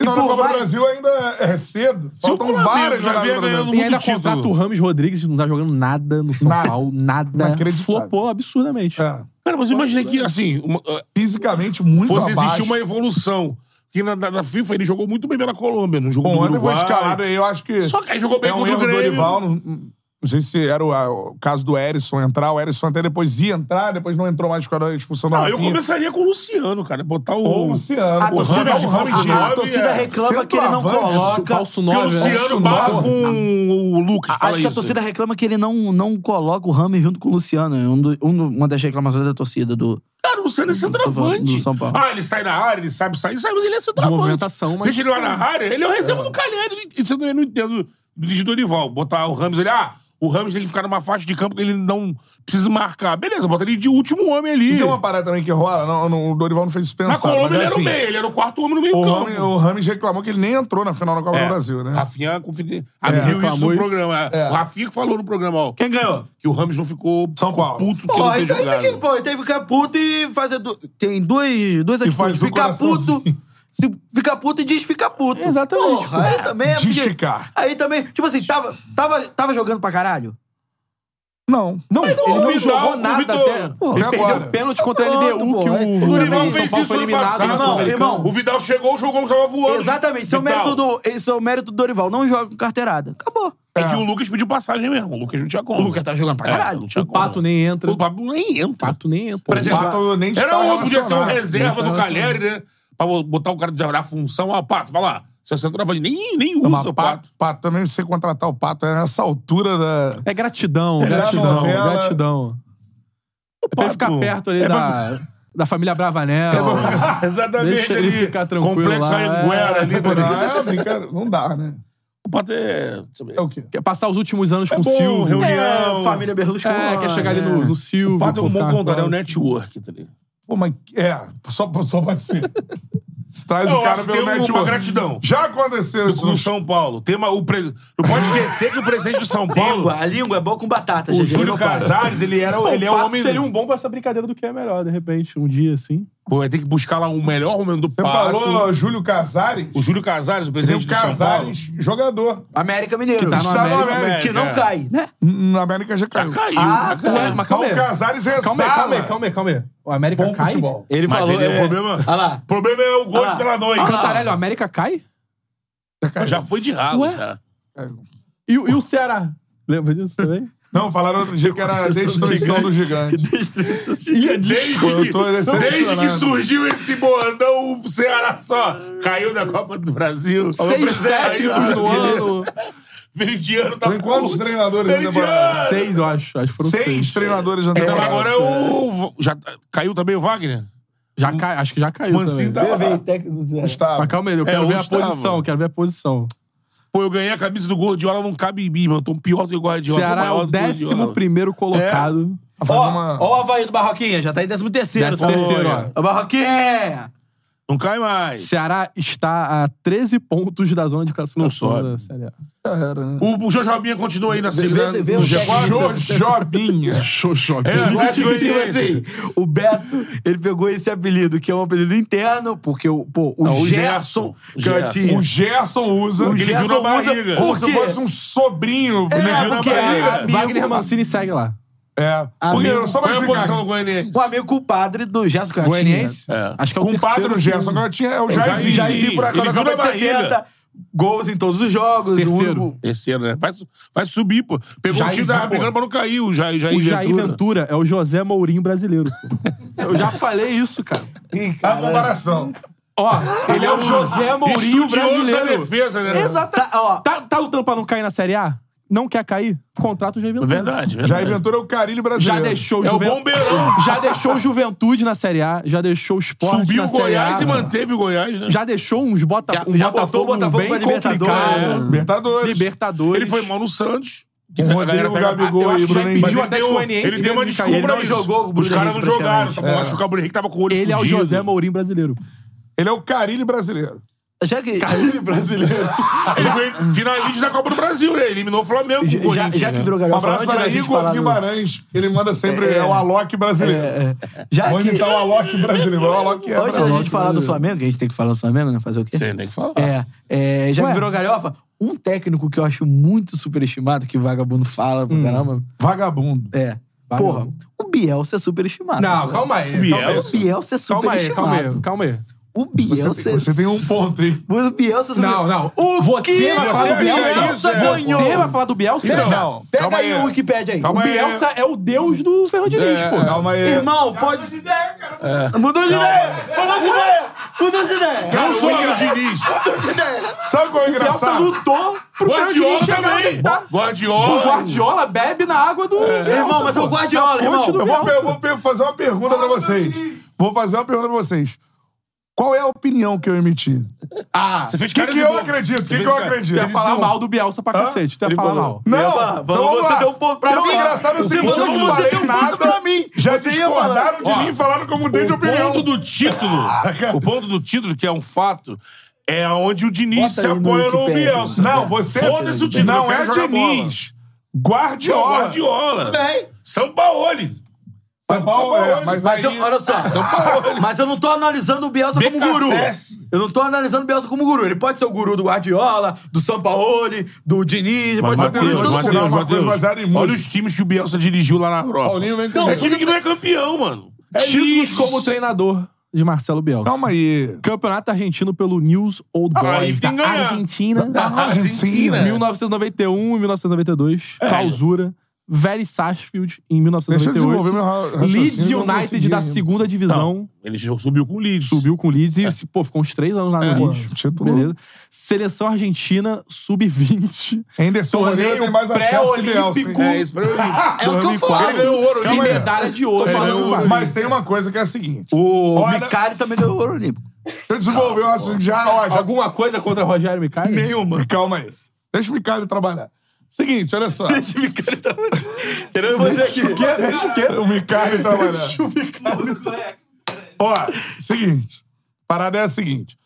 Final
por
da Copa do
mais-
Brasil ainda é cedo.
o
Faltam
Flamengo
várias
já
jogadas
vier
do Brasil.
ganhando
E ainda
título.
contrata o Ramos Rodrigues, não tá jogando nada no São
Nada.
Paulo, nada.
Inacreditável.
Flopou absurdamente.
É,
Cara, mas eu imaginei que, assim, uma,
fisicamente muito
fosse
abaixo.
existir uma evolução. Que na, na- na FIFA ele jogou muito bem pela Colômbia, no jogo
Bom,
do
ontem foi
Uruguai.
escalado aí, eu acho que...
Só que aí jogou bem
é um
contra o
erro do
Grêmio.
Dorival, não, não sei se era o, a- o caso do Erisson entrar, o Erisson até depois ia entrar, depois não entrou mais por causa da expulsão da
Não, Ah, eu
Rafinha.
começaria com o Luciano, cara. Botar o.
Ou o Luciano.
A
o
torcida,
Ramos de
Ramos
falso
de
nove,
a torcida
é.
reclama que ele não
Centroavante,
coloca.
Falso
Porque o
9, né?
Luciano
Nossa,
barra
não.
com o Lucas.
Acho
Fala
que a
isso.
torcida reclama que ele não, não coloca o Rami junto com o Luciano. É um do- um do- uma das reclamações da torcida do.
Cara, o Luciano é centroavante.
do São Paulo.
Ah, ele sai na área, ele sabe sair, sabe, mas ele é centroavante.
movimentação, mas-
Deixa ele lá na área, ele é o reserva do Calheri. ele- Isso eu também não entendo de Dorival. Botar o Ramos ali, ah, o Ramos tem que ficar numa faixa de campo que ele não precisa marcar. Beleza, bota ele de último homem ali.
E tem uma parada também que rola, não, não, o Dorival não fez isso pensar.
na Colômbia
mas
ele
é
era o
assim,
meio, ele era o quarto homem no meio
o
campo.
Rami- O Rames reclamou que ele nem entrou na final da Copa
É,
do Brasil, né?
Rafinha confide- abriu isso
reclamou
no
isso.
programa.
É.
O Rafinha que falou no programa, ó.
Quem ganhou?
Que o Ramos não ficou
São Paulo.
puto então que não tem jogado.
pô, então ele tem que ficar puto e fazer. du- Tem dois, duas
faz um coraçãozinho.
Se ficar puto e diz ficar puto.
Exatamente,
Porra, aí também é
Diz
porque-
ficar.
Aí também, tipo assim, tava, tava, tava jogando pra caralho?
Não.
Não,
Mas
ele
o
não
Vidal,
jogou
o
nada
Vitor-
até.
Pô,
ele
até
perdeu
agora.
o pênalti contra a LDU que o,
O Dorival
também, São Paulo
fez isso
foi
ano
eliminado
passado.
na
Não,
Sul-Americana.
O Vidal chegou, o jogo tava voando.
Exatamente, isso é, o
Vital.
mérito do, isso é o mérito do Dorival. Não joga com carteirada. Acabou.
É que o Lucas pediu passagem mesmo. O Lucas não tinha como. O Lucas
tá jogando pra caralho.
o Pato
nem entra.
O Pato nem entra. O
Pato nem entra.
Por exemplo,
Pato nem está
era um, podia ser um
relacionado.
Nem
reserva
está
do
relacionado.
Caleri, né? Pra botar o cara de olhar a função. Ah, Pato, vai lá. Você centroavante. Nem, nem usa
Não, mas
o Pato.
pato, pato, também você contratar o pato é nessa altura da.
É gratidão,
É
gratidão,
novela.
gratidão. É pra ele ficar
Pato.
perto ali
É
da, da família Bravanel.
Exatamente.
Deixa ele ficar tranquilo
Complexo
lá,
Anguera
é.
ali. tá ligado?
Ah, é, brincadeira. Não dá, né?
O Pato é...
É o quê?
Quer passar os últimos anos com o
bom,
Silvio.
reunião.
Família Berlusconi.
É, quer chegar ali no, no Silvio.
O Pato é um
pô,
bom
ficar
contador, é um
próximo.
network, tá ligado?
Pô, mas é, só, só pode ser. Você traz
Eu
o cara
acho que
pelo
tem uma
network.
gratidão.
Já aconteceu isso
No
no
São Paulo. Tem uma- o pre- Não pode esquecer que o presidente do São Paulo,
Língua, a língua é boa com batata,
o
gente.
Júlio Casares, ele era
Pô,
ele é
o
o
Pato
homem.
seria um bom pra essa brincadeira do que é melhor, de repente, um dia assim.
Pô, vai ter que buscar lá o melhor momento do
Você
Pato.
falou Júlio Casares.
O Júlio Casares, o
Tem o
presidente do São Paulo.
Casares, jogador.
América Mineiro.
Que tá no
Está
América,
Que não
é.
cai, né?
Na América já caiu.
Caiu.
Ah,
tá caindo.
ué,
mas calma
o
aí.
Casares é
Calma aí,
sala.
calma aí, calma aí, calma aí. O América
Bom
cai?
futebol.
Ele
Mas
falou.
ele é,
é,
o problema.
Olha lá.
O problema é o gosto
lá.
pela noite.
Ah,
Cantarelli, o América cai?
Já foi de ralo,
Ué?
já.
E, o- e o Ceará? Lembra disso também?
Não, falaram outro dia que era a destruição do gigante.
Desde,
Pô, eu tô
que, desde que
decepcionado.
surgiu esse bordão, o Ceará só caiu da Copa do Brasil.
Seis
né?
técnicos no ano.
Veridiano tá
Tem quantos
puto.
treinadores na
Veridiano.
temporada?
Seis, eu acho. Acho que foram seis.
Seis treinadores na
Então
temporada.
agora é o. Já caiu também o Wagner?
Já cai, acho que já caiu
Mancini
também.
tá lá.
Gustavo.
Tá. Mas calma aí, eu quero
É,
ver a
hoje tava.
posição, quero ver a posição.
Pô, eu ganhei a camisa do Gordiola, não cabe em mim, mano. Eu tô pior do que o Guardiola.
Ceará é
tô maior
o
do que Guardiola.
décimo primeiro colocado.
Faz uma-
Ó o Havaí do Barroquinha, já tá em décimo terceiro.
Décimo
tá?
terceiro, ó.
Ô, Barroquinha!
Não cai mais.
Ceará está a 13 pontos da zona de classificação
sobe.
da Série A.
né?
O, o Jojobinha continua aí na segunda.
vê- vê
no
o
G4.
Jojobinha.
É, Atlético Goianiense.
O Beto, ele pegou esse apelido, que é um apelido interno, porque o, pô, o,
Não, o
Gerson,
Gerson.
que eu
Gerson.
tinha.
O Gerson usa.
O
ele
Gerson
viu na
usa
barriga.
por
Como se
quê?
fosse um sobrinho.
É,
né, viu na
porque
barriga.
amigo-
Wagner Mancini segue lá.
É. Porque,
Amigo-
só
Qual
pra
é a
explicar.
posição do Goianiense?
O um amigo compadre do Gerson né? que eu tinha.
Goianiense?
É.
Acho que é o
Compadre
terceiro,
do Gerson
segundo.
Gatinha é o
Jairzinho,
Jairzinho.
Jairzinho furacão
Ele
da
viu
Copa de
na barriga.
70, gols em todos os jogos.
Terceiro.
o único-
Terceiro, né? Vai, su- vai subir, pô. Pegou o time
Jairzinho,
da
pô.
brigando pra não cair. O Jair, Jair
O Jair
Ventura.
Ventura é o José Mourinho brasileiro. pô. Eu já falei isso, cara.
A comparação.
né?
Ó, ele é o José Mourinho
Estudioso da
brasileiro.
defesa, né?
Exatamente.
Tá, ó.
Tá, tá lutando pra não cair na Série A? Não quer cair? Contrata o Jair Ventura.
Verdade, verdade.
Jair Ventura é o carilho
Já
brasileiro.
deixou o
É o
Juven-
bombeirão.
Já deixou o Juventude na Série A, já deixou o Sport
Subiu
na
o
Série
Goiás
A.
e manteve o Goiás, né?
Já deixou uns bota...
Já-
um
já botou o
Botafogo,
Botafogo
bem
pra Libertadores, É.
complicado.
Libertadores.
Libertadores.
Ele foi mal no Santos.
O
A galera
Rodrigo
pega-
Gabigol
Eu acho
e
que já
Bruno
impediu
Henrique.
até o-
Gabigol e
Ele deu uma
Bruno Henrique.
desculpa
Ele
pra
não
isso.
jogou com o
Os
Bruno
caras não
Henrique,
jogaram. Tá bom,
praticamente.
Acho que o Gabriel Henrique tava com o olho
Ele é o
fudido.
José Mourinho brasileiro.
Ele é o carilho brasileiro.
Já que,
brasileiro. Ele foi finalista da Copa do Brasil, né? Eliminou o Flamengo. com o
já, já
Corinthians,
que
né?
virou
Um
galhofa,
abraço
antes
para
da gente
Igor
falar do-
Guimarães. que Ele manda sempre. É, o Alok brasileiro.
Já
Vou
que...
imitar tá o Alok brasileiro. O Alok é
É. Antes da
brasileiro.
gente falar do Flamengo, que a gente tem que falar do Flamengo, né? Fazer o quê?
Você tem que falar.
É, é, já que virou galhofa, um técnico que eu acho muito superestimado, que o vagabundo fala pra caramba,
Vagabundo.
é.
Vagabundo.
Porra, o Bielsa é superestimado.
Não, calma aí.
Biel.
O Bielsa é
Calma aí,
superestimado.
calma aí, calma aí.
O Bielsa
Você tem- Você tem um ponto, hein?
é... O Bielsa é super...
Não, não. O você
que
vai falar
você
do Bielsa?
acha isso, é?
Você vai falar do Bielsa?
Não,
Não.
não.
Pega
Calma
aí
aí.
o Wikipedia aí.
Calma
O
aí.
Bielsa é o deus do Ferro Diniz,
É,
pô.
Calma aí.
Irmão, pode... É. Mudou de ideia! Mudou de ideia! Mudou de ideia!
Não só o Diniz.
Mudou de ideia!
Sabe qual é o
O Bielsa
engraçado?
lutou pro Ferro Diniz
Guardiola
chegar onde
também.
tá. O
Guardiola.
Guardiola bebe na água do. Bielsa,
Irmão, mas
pô.
é o Guardiola,
Da
irmão.
fonte do
Eu vou,
Bielsa.
eu vou pe- fazer uma pergunta pra vocês. Vou fazer uma pergunta pra vocês. Qual é a opinião que eu emiti?
Ah,
Você fez
O que,
cara
que
de
eu
bobo.
acredito?
Você
O que, que
fez
eu
cara-
acredito?
Tu ia falar mal do Bielsa pra cacete. Tu ia
Ele
falar
falou.
mal.
Não,
ia falar, falou,
então vamos
você
lá.
deu um ponto pra
Eu
mim.
engraçado é o
Você
seguinte,
falou
eu
que
não
você
falei
deu um ponto
nada,
pra mim.
Já
Você ia
discordaram de
falar.
mim e falaram como mudei de
O
opinião.
ponto do título, o ponto do título, que é um fato, é onde o Diniz
Bota aí
se
no
apoia no
Wikipedia.
Bielsa.
Não, você...
Foda-se o título.
Não
eu
é
quero jogar bola.
Diniz. Guardiola.
Guardiola. São Paulo.
São Paulo, é, mas
mas eu-
aí-
olha só.
Ah,
São Paulo.
Mas eu não tô analisando o Bielsa como guru.
BKSS.
Eu não tô analisando o Bielsa como guru. Ele pode ser o guru do Guardiola, do Sampaoli, do Diniz,
Mas,
pode ser o guru de
Matheus,
todo mundo.
Matheus, Matheus,
baseada em
olha
música.
os times que o Bielsa dirigiu lá na Europa.
Paulinho vem
Não,
comigo.
um time que não é campeão, mano.
É
Títulos
como treinador de Marcelo Bielsa.
Calma aí.
Campeonato argentino pelo News Old
Ah,
Boys
aí tem
da
que ganhar.
Argentina.
Da Argentina.
1991 e 1992.
É.
Clausura. Vélez Sarsfield em
Deixa eu desenvolver
1998.
meu ra- raciocínio,
Leeds
não
United
consegui
da
ainda.
segunda divisão.
Ele subiu com o Leeds.
Subiu com o Leeds e, se- pô, ficou uns três anos lá no
É,
Leeds.
pô, título.
Beleza. Seleção Argentina, sub-20.
Henderson Moreira tem mais acesso que Bielsa. hein?
É isso pra mim.
É o que eu falo.
Ele ganhou ouro
Tem
olímpico.
medalha de ouro.
Tô
Ele
falando,
ganhou ouro.
mas tem uma coisa que é a seguinte.
O
Olha-
Micari também ganhou ouro olímpico.
Deixa eu desenvolver o assunto. Já, ó, já
Alguma coisa contra Rogério Micai?
Nenhuma. Calma aí. Deixa o Micalho trabalhar. Seguinte, olha só. Deixa
O Micari tá... Querendo você aqui.
o quê? O Micalho trabalhar. Deixa o Micalho trabalhar. Ó, seguinte. Parada é a seguinte.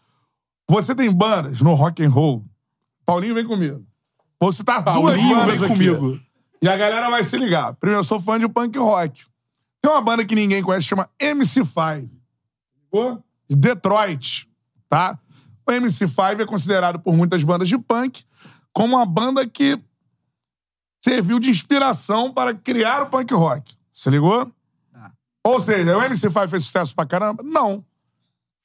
Você tem bandas no rock and roll. Paulinho vem comigo. Vou citar duas
Paulinho
bandas
vem
aqui.
É um comigo.
E a galera vai se ligar. Primeiro, eu sou fã de punk rock. Tem uma banda que ninguém conhece, chama MC5. Ligou? De Detroit, tá? O MC5 é considerado por muitas bandas de punk como uma banda que serviu de inspiração para criar o punk rock. Se ligou?
Tá.
Ou seja, o MC5 fez sucesso pra caramba? Não.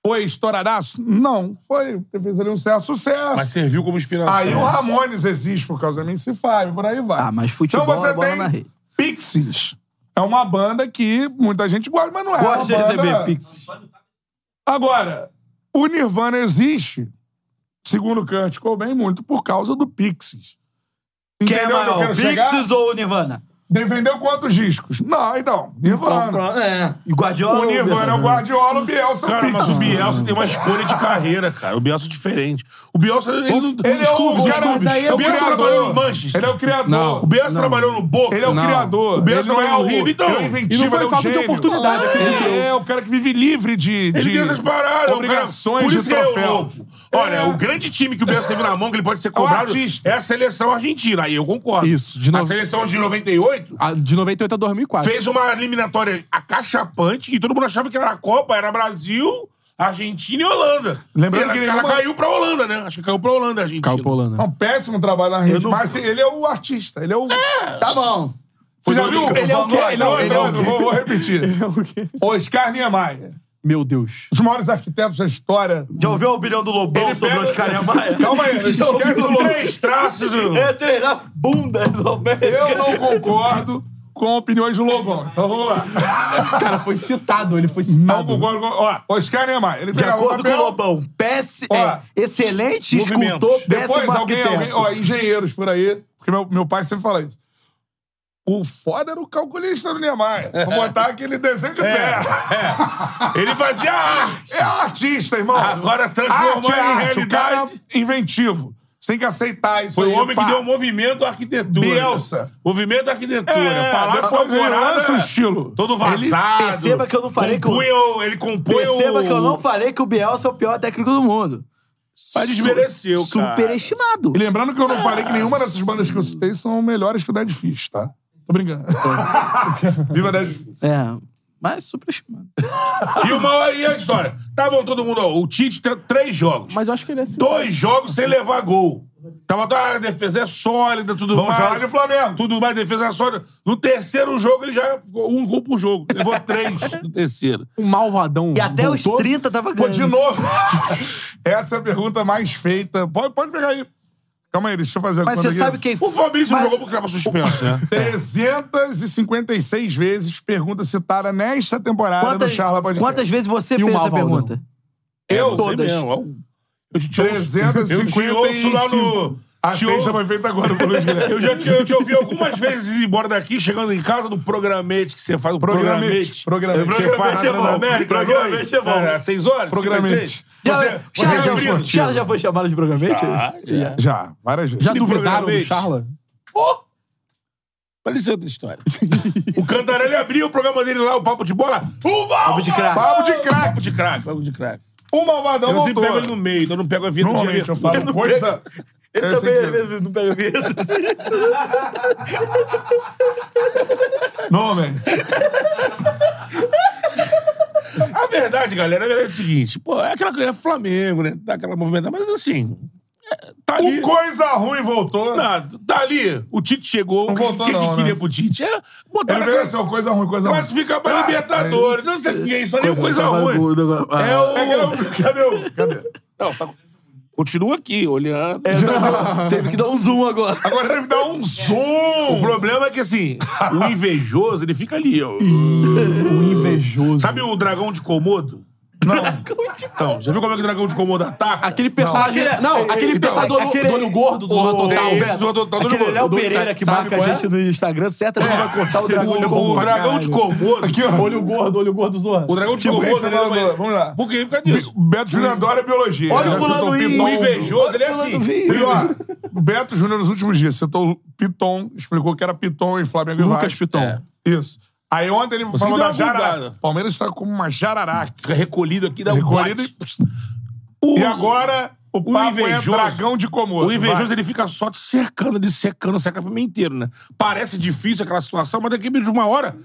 Foi estouradaço? Não. Foi, fez ali um certo sucesso.
Mas serviu como inspiração.
Aí o Ramones existe por causa da MC5, por aí vai.
Ah, mas futebol
então você
é bola
tem
na rede.
Pixies. É uma banda que muita gente gosta, mas não é
Gosta de
uma banda...
receber pix.
Agora, o Nirvana existe, segundo Kurt Cobain, muito por causa do Pixies.
Quem é
Entendeu onde eu
maior,
quero chegar?
Pixies ou Nirvana?
De- Vendeu quantos discos? Não, então, Nirvana.
É. E Guardiola
O
ou
Nirvana é o Guardiola, o Bielsa é o
Cara, mas
Pixies.
o Bielsa tem uma escolha de carreira, cara. O Bielsa é diferente. O Bielsa. Ele, não-
Ele é o,
Scooby,
cara,
Scooby.
daí é
o
o
Bielsa
criador.
trabalhou no Manchester.
Ele é o criador.
O Bielsa trabalhou no Boca.
Ele é o
Não.
criador.
O Bielsa
Ele
não é o River, então.
Ele é o inventivo,
E não foi
ele é o
falta de
gênio.
oportunidade,
Ah,
acredito eu.
Ele é o cara que vive livre de, de
Ele tem essas paradas,
obrigações
é um Por isso que
de
ele é
troféu.
o louco. Olha,
É.
o grande time que o Bielsa teve na mão, que ele pode ser cobrado,
artista.
é a seleção argentina. Aí eu concordo.
Isso, de
A
novo.
seleção de 98
Ah, De 98 a 2004.
fez uma eliminatória acachapante e todo mundo achava que era a Copa, era Brasil, Argentina e Holanda.
Lembrando
Ela-
que
ela
nenhuma-
caiu pra Holanda, né? Acho que caiu pra Holanda, a Argentina.
Caiu pra Holanda.
É um péssimo trabalho na rede,
não-
mas ele é o artista. Ele é o.
Tá bom.
Você já viu?
Ele é o é quê?
Não,
Não, ele é o
não, não, vou, vou repetir. Oscar Niemeyer.
Meu Deus.
Os maiores arquitetos da história.
Já ouviu a opinião do Lobão
Ele
sobre
pega-
os Cariamaia?
Calma aí, esquece o Lobão.
Três traços.
É treinar bunda, resolver.
Eu não concordo com opiniões do Lobão. Então vamos lá.
Cara, foi citado, ele foi
Não
citado.
concordo com. Ó, Oscar Niemeyer. Ele
De
pegava
acordo com o
papel,
Lobão, péssimo,
Ó,
é, excelente escultor,
movimentos.
Depois
péssimo
alguém, alguém,
um arquiteto.
ó, engenheiros por aí, porque meu, meu pai sempre fala isso. O foda era o calculista do Niemeyer. Vou botar aquele desenho
É.
de pé.
Ele fazia arte.
É artista, irmão.
Agora transformou
Arte é
em
arte. O cara é
realidade.
inventivo. Você tem que aceitar isso
Foi
aí,
o homem
pá.
que deu o movimento à arquitetura.
Bielsa.
Movimento à arquitetura.
É,
Palácio
depois ele
Alvorada,
lança o estilo.
Todo vazado.
Ele- perceba que eu não falei que o-
compunha o... Ele compunha
Perceba
o...
que eu não falei que o Bielsa é o pior técnico do mundo.
Mas desmereceu,
Su-
cara.
Superestimado.
E lembrando que eu não falei que nenhuma dessas bandas que eu citei são melhores que o Dead Fish, tá? Tô brincando. Viva Dead Fish.
É, mas superestimado.
E o mal aí é a história. Tá bom, todo mundo. ó, o Tite tem três jogos.
Mas eu acho que ele é citado.
Dois jogos sem levar gol. Tava ah, a defesa é sólida, tudo
Vamos
mais.
falar de Flamengo.
Tudo mais, defesa é sólida. No terceiro jogo ele já ficou um gol por jogo. Levou três no terceiro.
Um malvadão.
E até os
voltou.
30 tava
Pô, de
ganhando.
novo. Essa é a pergunta mais feita. Pode, pode pegar aí. Calma aí, deixa eu fazer a
Mas
conta
você
aqui.
sabe quem
O Fabrício
Mas-
jogou porque tava suspenso, né?
356 vezes pergunta citada nesta temporada
Quantas,
do Charla Podcast.
quantas vezes você
o
fez essa
Malvadão?
pergunta?
Eu?
Todas.
Mesmo, é um- Eu te- te ouço- eu te
355.
ouço lá no.
A
te
sexta
ouço-
foi feita agora pelo Luiz Guilherme.
Eu já te, eu te ouvi algumas vezes ir embora daqui, chegando em casa, do programete que você faz. O programete.
Programete. Programete.
Que você
Programete
faz na
é bom.
Transamérica. à
Programete
noite,
é bom.
às seis horas?
Programete.
56.
Já-
Você, você,
Charla já,
abrindo.
foi, Charla já foi chamado de programete?
É. já.
Já, várias vezes.
Já
E
duvidaram do
programete?
Charla?
Parecia é outra história. o Cantarelli abriu o programa dele lá, o Papo de Bola. Pumba! Papo
de craque.
Papo de craque.
Papo de craque. Papo de craque.
O Um malvadão
Eu sempre
voltou.
pego ele no meio, então eu não pego a vida
Normalmente eu
direto.
falo coisa...
Ele
É
também,
esse
às vezes, não pega medo.
Não, man. A verdade, galera, a verdade é o seguinte. Pô, é aquela coisa, é Flamengo, né? Dá aquela movimentada, mas assim... é, Tá ali, coisa ruim voltou. tá ali. O Tite chegou.
Não
O que,
voltou
que, que
não, né?
queria pro Tite? É botar
Ele
na
veio
cla-
assim, ó, coisa ruim, coisa ruim.
Classificar pra
Ah,
Libertadores.
aí-
Não sei o que é isso. Não é
Coisa
coisa
ruim.
ruim.
Ah,
É o...
é que-
Cadê o... Cadê? Não, tá... Continua aqui, olhando.
É,
Teve que dar um zoom agora.
Agora teve que dar um zoom.
O problema é que, assim, o invejoso, ele fica ali, ó.
O invejoso.
Sabe o dragão de Komodo? Não. Então, já viu como é que o dragão de Komodo ataca?
é
Aquele
personagem-
é,
não,
então,
aquele
então,
personagem do olho- do olho gordo do Zorro Total,
Esse
Beto.
do Total do olho
Aquele
gordo.
Léo
Tá,
Do-
Pereira que
sabe
marca
qual
a
é?
gente
No Instagram, certo? vai cortar o dragão de
assim, O
Komodo.
dragão de Komodo.
Aqui, ó.
Olho gordo, olho gordo, zorra.
O dragão de
Tipo,
Komodo,
esse
ele
dragão-
é-
vamos lá.
Por quê? Por causa disso.
Beto Júnior adora biologia.
Olha o
Ele
fulano
citou
aí.
piton.
O invejoso, ele é
Olha o
assim.
fulano aí.
Sim.
E, ó, o Beto Júnior, nos últimos dias, citou o Piton, explicou que era Piton em Flamengo e
Lucas
Vasco.
Piton.
É. Isso. Aí ontem ele
Você
falou
deu
da
uma
jararaca.
bugada.
Palmeiras está como uma jararaca.
Fica recolhido
é
aqui, dá um
Recolhido
bote.
E agora o papo é dragão de Komodo.
O invejoso,
Vai.
ele fica só te cercando, ele secando, seca pra mim inteiro, né? Parece difícil aquela situação, mas daqui de uma hora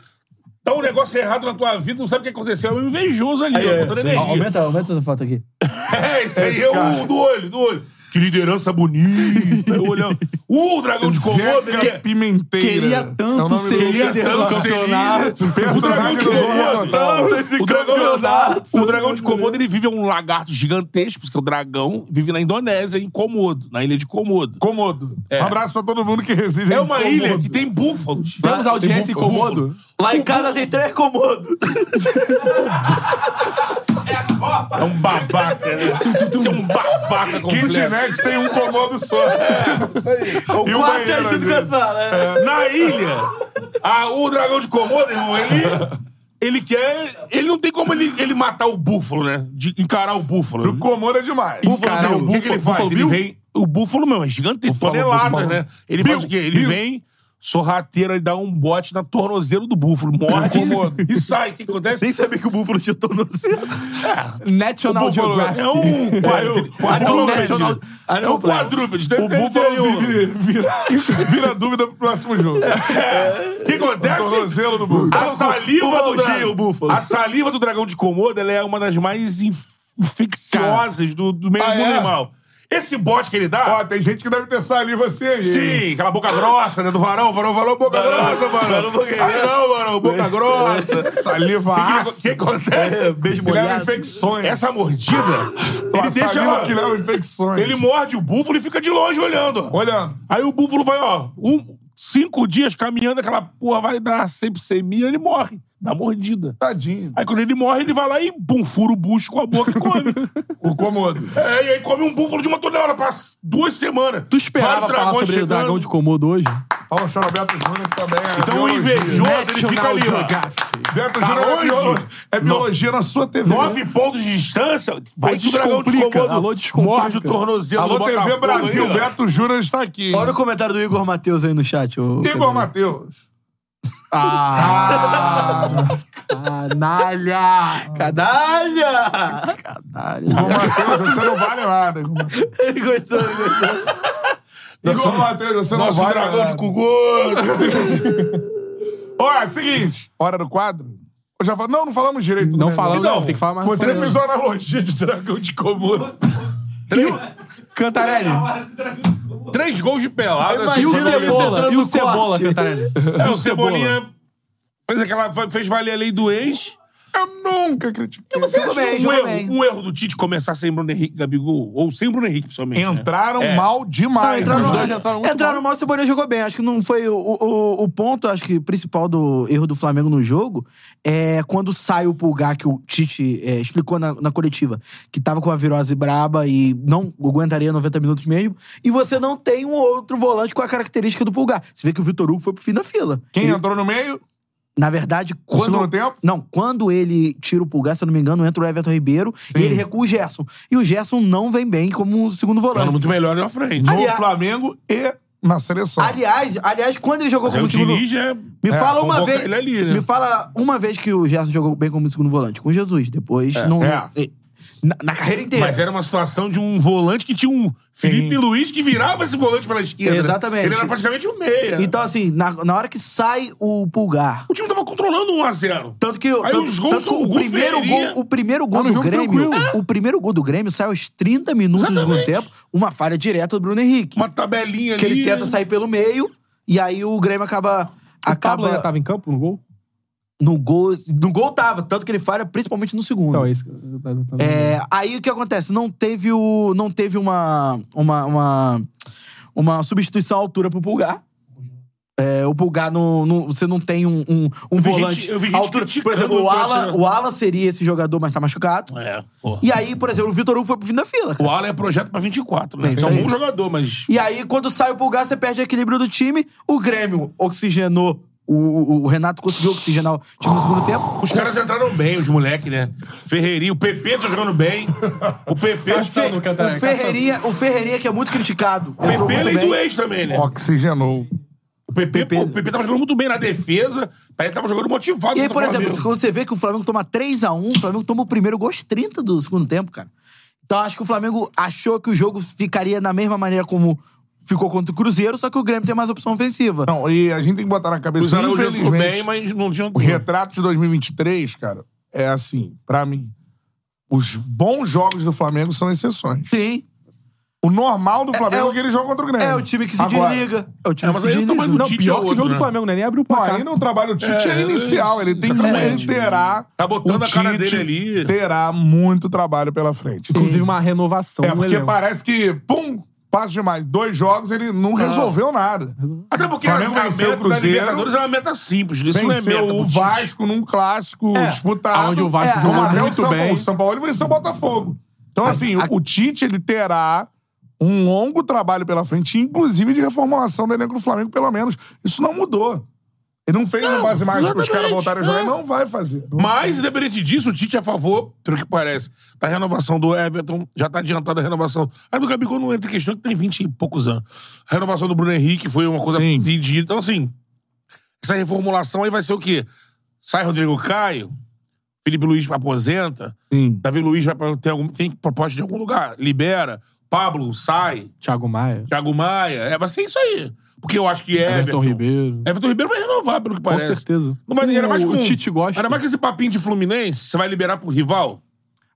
dá um negócio errado na tua vida, não sabe o que aconteceu. É o invejoso ali, ó, botando energia.
Aumenta, aumenta essa foto aqui.
É, esse aí
Esse
é
cara.
o do olho, do olho. Que liderança bonita, eu olhando. Uh, o dragão de Komodo,
Zeca
ele quer-
Pimenteira.
Queria
É o
tanto
nome
ser
do-
líder do campeonato. O dragão
Personagem
de
do Zorro
Um Komodo.
Total.
tanto esse
O dragão-
campeonato. O dragão de Komodo, ele vive um lagarto gigantesco, porque o dragão vive na Indonésia, em Komodo, na ilha de Komodo.
Komodo. Um abraço pra todo mundo que reside
É
em
uma
Komodo.
ilha que tem búfalos. Ah,
Temos audiência em Komodo?
Lá em casa tem três comodos.
É um babaca, né? Você é um babaca completo.
Kitnet tem um Komodo só.
É O
E o
quarto
banheiro,
é junto
às
com
vezes.
essa, né? Na ilha, a- o dragão de Komodo, irmão, ele... Ele quer... Ele não tem como ele, ele matar o búfalo, né? De encarar o búfalo.
O Komodo é demais.
Búfalo,
Encarar
o que, que ele faz?
Búfalo
ele
Bill?
vem. O búfalo, meu, é gigante,
Búfalo,
toneladas,
búfalo.
né? Ele
Bill,
faz o quê? Ele
Bill.
vem, sorrateiro, ele dá um bote na tornozelo do búfalo, morde e sai. O que acontece? Nem sabia que o búfalo tinha tornozelo.
National
O búfalo
Geographic.
É um
National-
quadru- quadrúpede. É um
Aeroplano.
quadrúpede.
O búfalo vira, vira- vira dúvida pro próximo jogo.
É. O que acontece?
O tornozelo do búfalo.
A saliva do
Búfalo
dra-
Gil, o búfalo.
A saliva do dragão de Komodo ela é uma das mais inf- infecciosas do, do meio
Ah,
mundo
é?
animal. Esse bote que ele dá.
Ó, tem gente que deve ter saliva assim aí.
Sim, aquela boca grossa, né? Do varão, varão, varão, boca grossa, É. varão. Ah, não, varão, boca grossa.
Saliva
O que,
ácida.
que acontece?
beijo molhado. infecções.
É, Essa mordida,
Ó,
ele deixa.
saliva que leva infecções.
Ele morde o búfalo e fica de longe olhando. ó.
Olhando.
Aí o búfalo vai, ó, um, cinco dias caminhando, aquela porra vai dar sepsemia, ele morre. Dá mordida.
Tadinho.
Aí quando ele morre, ele vai lá e pum, fura o bucho com a boca e come.
O Komodo.
é, e aí come um búfalo de uma tonelada pra s- duas semanas.
Tu esperava
Vários
falar
dragões
sobre o
chegando.
dragão de Komodo hoje?
Fala, chora Beto Júnior que também. é
Então o
biologia.
invejoso, ele fica ali, ó.
Beto
Tá
Júnior é,
longe.
biolo- é biologia na sua TV.
Nove pontos de distância, vai que o dragão de
descomplica.
Komodo
Alô, descomplica.
morde o tornozelo
Alô,
do
TV
Botafogo
Brasil,
aí, ó.
Beto Júnior está aqui.
Olha o comentário do Igor Matheus aí no chat. ô,
Igor
Pedro.
Matheus.
Canalha! Canalha!
Igor Matheus, você não vale nada. Igor Matheus.
Ele gostou, ele gostou.
Igor Matheus, você não
Nosso
vale
dragão
nada.
de Komodo.
Ó, é o seguinte. Hora do quadro. Eu já falo, não, não falamos direito.
Não
né?
falamos,
Então,
não, tem que falar mais
Você
coisa.
fez uma analogia de dragão de Komodo.
Cantarelli.
Três gols de pelada.
E o
assim,
Cebola? E o Cebola, Cantarelli?
É, o Cebolinha fez, aquela, fa- fez valer a lei do ex.
Eu nunca critiquei.
Acho que um, erro, um erro do Tite começar sem Bruno Henrique, Gabigol, ou sem Bruno Henrique, principalmente. né?
Entraram
É.
mal demais.
Ah, Entraram
Os
mal.
dois
entraram muito
Entraram um. mal, o Cebolinha jogou bem. Acho que não foi o, o, o ponto, acho que principal do erro do Flamengo no jogo é quando sai o Pulgar, que o Tite é, explicou na, na coletiva, que tava com a virose braba e não aguentaria 90 minutos mesmo, e você não tem um outro volante com a caracterítica do Pulgar. Você vê que o Vitor Hugo foi pro fim da fila.
Quem
Ele-
entrou no meio?
Na verdade, quando.
segundo tempo?
Não, quando ele tira o pulgar, se eu não me engano, entra o Everton Ribeiro e ele recua o Gerson. E o Gerson não vem bem como segundo volante.
Entraram muito melhor na frente.
No
Aliás-
Flamengo e na seleção.
Aliás, aliás, quando ele jogou
Mas aí
como
o
segundo.
Diniz é...
Me
é,
fala uma
convoca
vez.
Ele ali, né?
Me fala uma vez que o Gerson jogou bem como segundo volante. Com Jesus. Depois não.
é.
E- Na, na carreira inteira.
Mas era uma situação de um volante que tinha um Felipe Luiz que virava esse volante pela esquerda.
Exatamente.
Ele era praticamente um meia.
Então, assim, na, na hora que sai o pulgar.
O time tava controlando 1x0.
Tanto que, o-
Aí
tanto,
os gols
tanto que
são- o
o,
gol
primeiro
feriria.
gol, o primeiro gol
Tá no
do
jogo
Grêmio.
tranquilo.
O primeiro gol do Grêmio sai aos 30 minutos do segundo tempo, uma falha direta do Bruno Henrique.
Uma tabelinha
Que
ali.
ele tenta sair pelo meio, e aí o Grêmio acaba. acaba...
Pablo ainda tava em campo no gol?
No gol, no gol tava, tanto que ele falha principalmente no segundo.
Então, é isso. que-
É, aí o que acontece? Não teve, o, não teve uma, uma, uma, uma substituição à altura pro Pulgar. É, o Pulgar, não, não- você não tem um, um, um
Eu vi
volante
gente- eu vi gente
à altura. Por
criticando
exemplo, o
o Pulgar,
Alan,
né?
o Alan seria esse jogador, mas tá machucado.
É, porra.
E aí, por exemplo, o Vitor Hugo foi pro fim da fila. cara.
O Alan é projeto pra 24, né?
É isso
É um
aí.
bom jogador, mas.
E aí, quando sai o Pulgar, você perde o equilíbrio do time. O Grêmio oxigenou. O, o- o Renato conseguiu oxigenar o time no segundo tempo.
Os caras entraram bem, os moleques, né? Ferreirinho, o PP tá jogando bem. O tá- PP.
O, Fe- o Ferreirinha, o Ferreirinha, que é muito criticado.
O é
entrou
PP
muito
lei
bem.
do ex também, né?
É. Oxigenou.
O PP, pô, o PP tava jogando muito bem na defesa. Parece que tava jogando motivado.
E aí,
contra
por
o
exemplo,
Flamengo.
quando você vê que o Flamengo toma 3x1, o Flamengo toma o primeiro gol aos 30 do segundo tempo, cara. Então acho que o Flamengo achou que o jogo ficaria da mesma maneira como ficou contra o Cruzeiro, só que o Grêmio tem mais opção ofensiva.
Não, e a gente tem que botar na
Os
cabeça,
Araújo entrou
infelizmente...
bem, mas não tinha.
O retrato de 2023, cara, é assim, pra mim. Os bons jogos do Flamengo são exceções.
Sim.
O normal do Flamengo é,
é o-
que ele joga contra o Grêmio.
é o time que se desliga. É o time
É,
que
mas
se
aí ele tá
desliga.
mais um
Não,
time
Pior
é
que o
outro,
jogo do
né?
Flamengo, né? Nem abriu o
Não,
placar.
aí não trabalha o Tite, é,
É,
inicial. Ele tem
exatamente.
que terá.
Tá botando
o
a cara
Tite
dele ali.
Terá muito trabalho pela frente.
Inclusive um uma renovação.
É,
no
porque
elenco.
parece que, pum, passa demais. Dois jogos, ele não resolveu nada.
Até porque a, a
Flamengo venceu
meta
o
da
Cruzeiro.
Libertadores é uma meta simples. Isso não é
venceu
meta. pro
o
Tite.
Vasco num clássico
É,
disputado.
aonde o Vasco
como
jogou
até o
muito
São Paulo.
bem.
O São Paulo ele venceu o Botafogo. Então, assim, o- o Tite ele terá um longo trabalho pela frente, inclusive de reformulação do elenco do Flamengo, pelo menos. Isso não mudou. Ele não fez uma base mais para os caras
exatamente,
voltarem a jogar.
é.
Não vai fazer.
Mas, independente disso, o Tite é a favor, pelo que parece, da renovação do Everton. Já tá adiantada a renovação. A do Gabigol não entra em questão, que tem 20 e poucos anos. A renovação do Bruno Henrique foi uma coisa pedida. Então, assim, essa reformulação aí vai ser o quê? Sai Rodrigo Caio, Felipe Luiz aposenta, Davi Luiz vai pra, tem, algum, tem proposta de algum lugar, libera. Pablo sai,
Thiago Maia,
Thiago Maia. É, vai ser isso aí. Porque eu acho que Everton...
Everton É. Ribeiro.
Everton Ribeiro vai renovar, pelo que
Com
parece.
certeza.
Não, mas era mais
o,
com-
o Tite gosta.
Era mais que esse papinho de Fluminense, você vai liberar pro rival?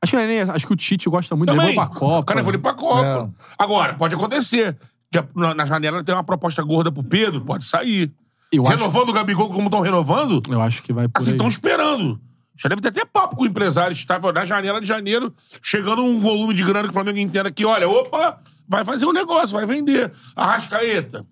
Acho que, não é nem- acho que o Tite gosta muito. Levou
Também.
pra Copa. É.
O cara levou ele pra Copa. Agora, pode acontecer. Já Na, na janela tem uma proposta gorda pro Pedro, pode sair.
É. Eu acho-
renovando o Gabigol como estão renovando,
Eu acho que vai por
assim,
aí.
estão esperando. Já deve ter até papo com o empresário estável na janela de janeiro, chegando um volume de grana que o Flamengo entenda que, olha, opa, vai fazer um negócio, vai vender. Arrascaeta.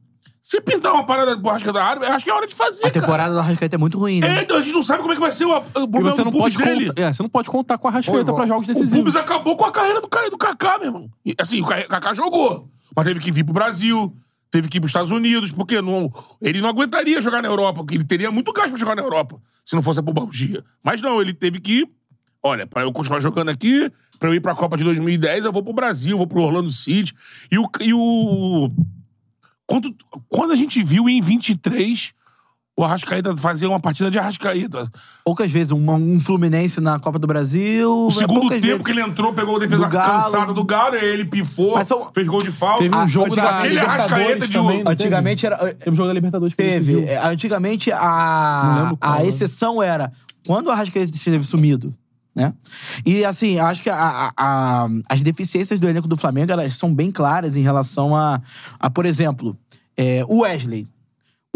Se pintar uma parada pro Arrascaeta da área, acho que é hora de fazer,
A
cara.
temporada do Arrascaeta é muito ruim, né?
É, então a gente não sabe como é que vai ser o, o
E
problema
você
do
não, pode
público dele.
contar, é, você não pode contar com a Rascaeta
Oi,
pra jogos
O Pubis é
decisivos.
acabou com a carreira do, Ca- do Kaká, meu irmão. E, assim, o Ca- Kaká jogou, mas teve que vir pro Brasil, teve que ir pros Estados Unidos, porque não, ele não aguentaria jogar na Europa, porque ele teria muito gasto pra jogar na Europa, se não fosse a pubalgia. Mas não, ele teve que ir, olha, pra eu continuar jogando aqui, pra eu ir pra Copa de 2010, eu vou pro Brasil, vou pro Orlando City. E o... E o quando, quando a gente viu em 23 o Arrascaeta fazer uma partida de Arrascaeta?
Poucas vezes. Um, um Fluminense na Copa do Brasil.
O segundo
poucas
tempo
vezes.
que ele entrou, pegou a defesa
Do Galo.
cansada do Galo, aí ele pifou,
Mas são-
fez gol de falta.
Teve um jogo da
Aquele
Libertadores
Arrascaeta de
também,
ouro.
não
Antigamente era.
Teve um jogo da Libertadores que ele
Teve.
decidiu.
É, Antigamente,
Não
a,
lembro qual,
a
né?
exceção era quando o Arrascaeta esteve sumido, né? E, assim, acho que a- a- a- as deficiências do elenco do Flamengo, elas são bem claras em relação a, a por exemplo, é, o Wesley.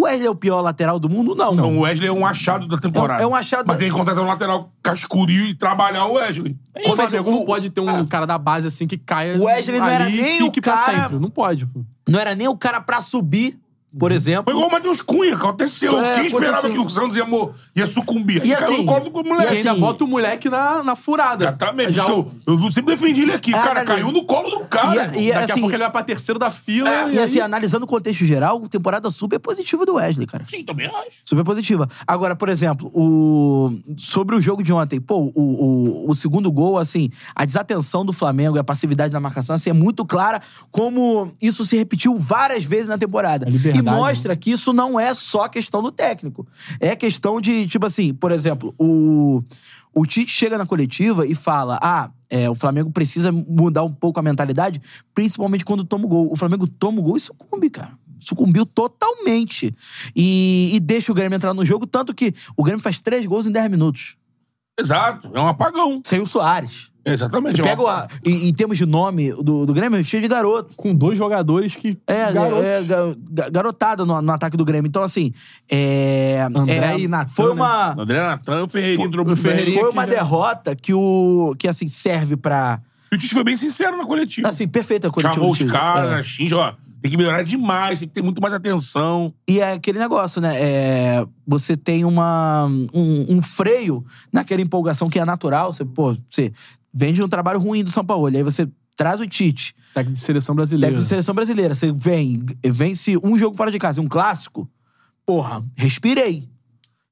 O Wesley é o pior lateral do mundo? Não.
Então, o Wesley é um achado da temporada.
É- é um achado-
Mas tem que contratar um lateral cascudo e trabalhar o Wesley.
O Flamengo não é pode ter um cara da base assim que caia
Ah. O Wesley não
ali
era
e
nem o
fique pra
cara-
sempre. Não pode, pô.
Não era nem o cara pra subir,
Uhum.
por exemplo.
Foi igual o Matheus Cunha, que aconteceu.
É,
Quem esperava
aconteceu.
que o Santos ia, mo- ia sucumbir? Aí
E
caiu
assim-
no colo do moleque.
E ainda
assim-
bota o moleque na, na furada.
Exatamente.
Já,
Por isso que eu, eu sempre defendi ele aqui.
Ah,
cara,
galera.
caiu no colo do cara.
E- e-
daqui
assim-
a pouco ele vai pra terceiro da fila.
E,
e
assim,
aí-
analisando o contexto geral, temporada super positiva do Wesley, cara.
Sim, também acho.
Super positiva. Agora, por exemplo, o... sobre o jogo de ontem, pô, o, o, o segundo gol, assim, a desatenção do Flamengo e a passividade na marcação assim, é muito clara, como isso se repetiu várias vezes na temporada.
A liberdade,
E mostra que isso não é só questão do técnico. É questão de, tipo assim, por exemplo, o, o Tite chega na coletiva e fala: ah, É, o Flamengo precisa mudar um pouco a mentalidade, principalmente quando toma o gol. O Flamengo toma o gol e sucumbe, cara. Sucumbiu totalmente. E, e deixa o Grêmio entrar no jogo, tanto que o Grêmio faz três gols em 10 minutos.
Exato, é um apagão.
Sem o Soares.
Exatamente. é um
E, pega o- e- em termos de nome do, do Grêmio, é cheio de garoto.
Com dois jogadores que.
É,
Garotos.
é, ga- ga- garotada no, no ataque do Grêmio. Então, assim. É,
André
é,
e Natan, né?
Foi uma.
André Natan, o Ferreirinho entrou
Foi,
muito bem.
foi uma derrota que o. que assim, serve pra.
E o Tite foi bem sincero na coletiva.
Assim, perfeita a coletiva.
Chamou
do É.
os
Tite.
caras, xinge, ó. Tem que melhorar demais, tem que ter muito mais atenção.
E é aquele negócio, né? É, você tem uma, um, um freio naquela empolgação que é natural. Você, pô, você vende um trabalho ruim do São Paulo, e aí você traz o Tite.
Técnico de seleção brasileira.
Técnico de seleção brasileira. Você vem, vence um jogo fora de casa, e um clássico. Porra, respirei.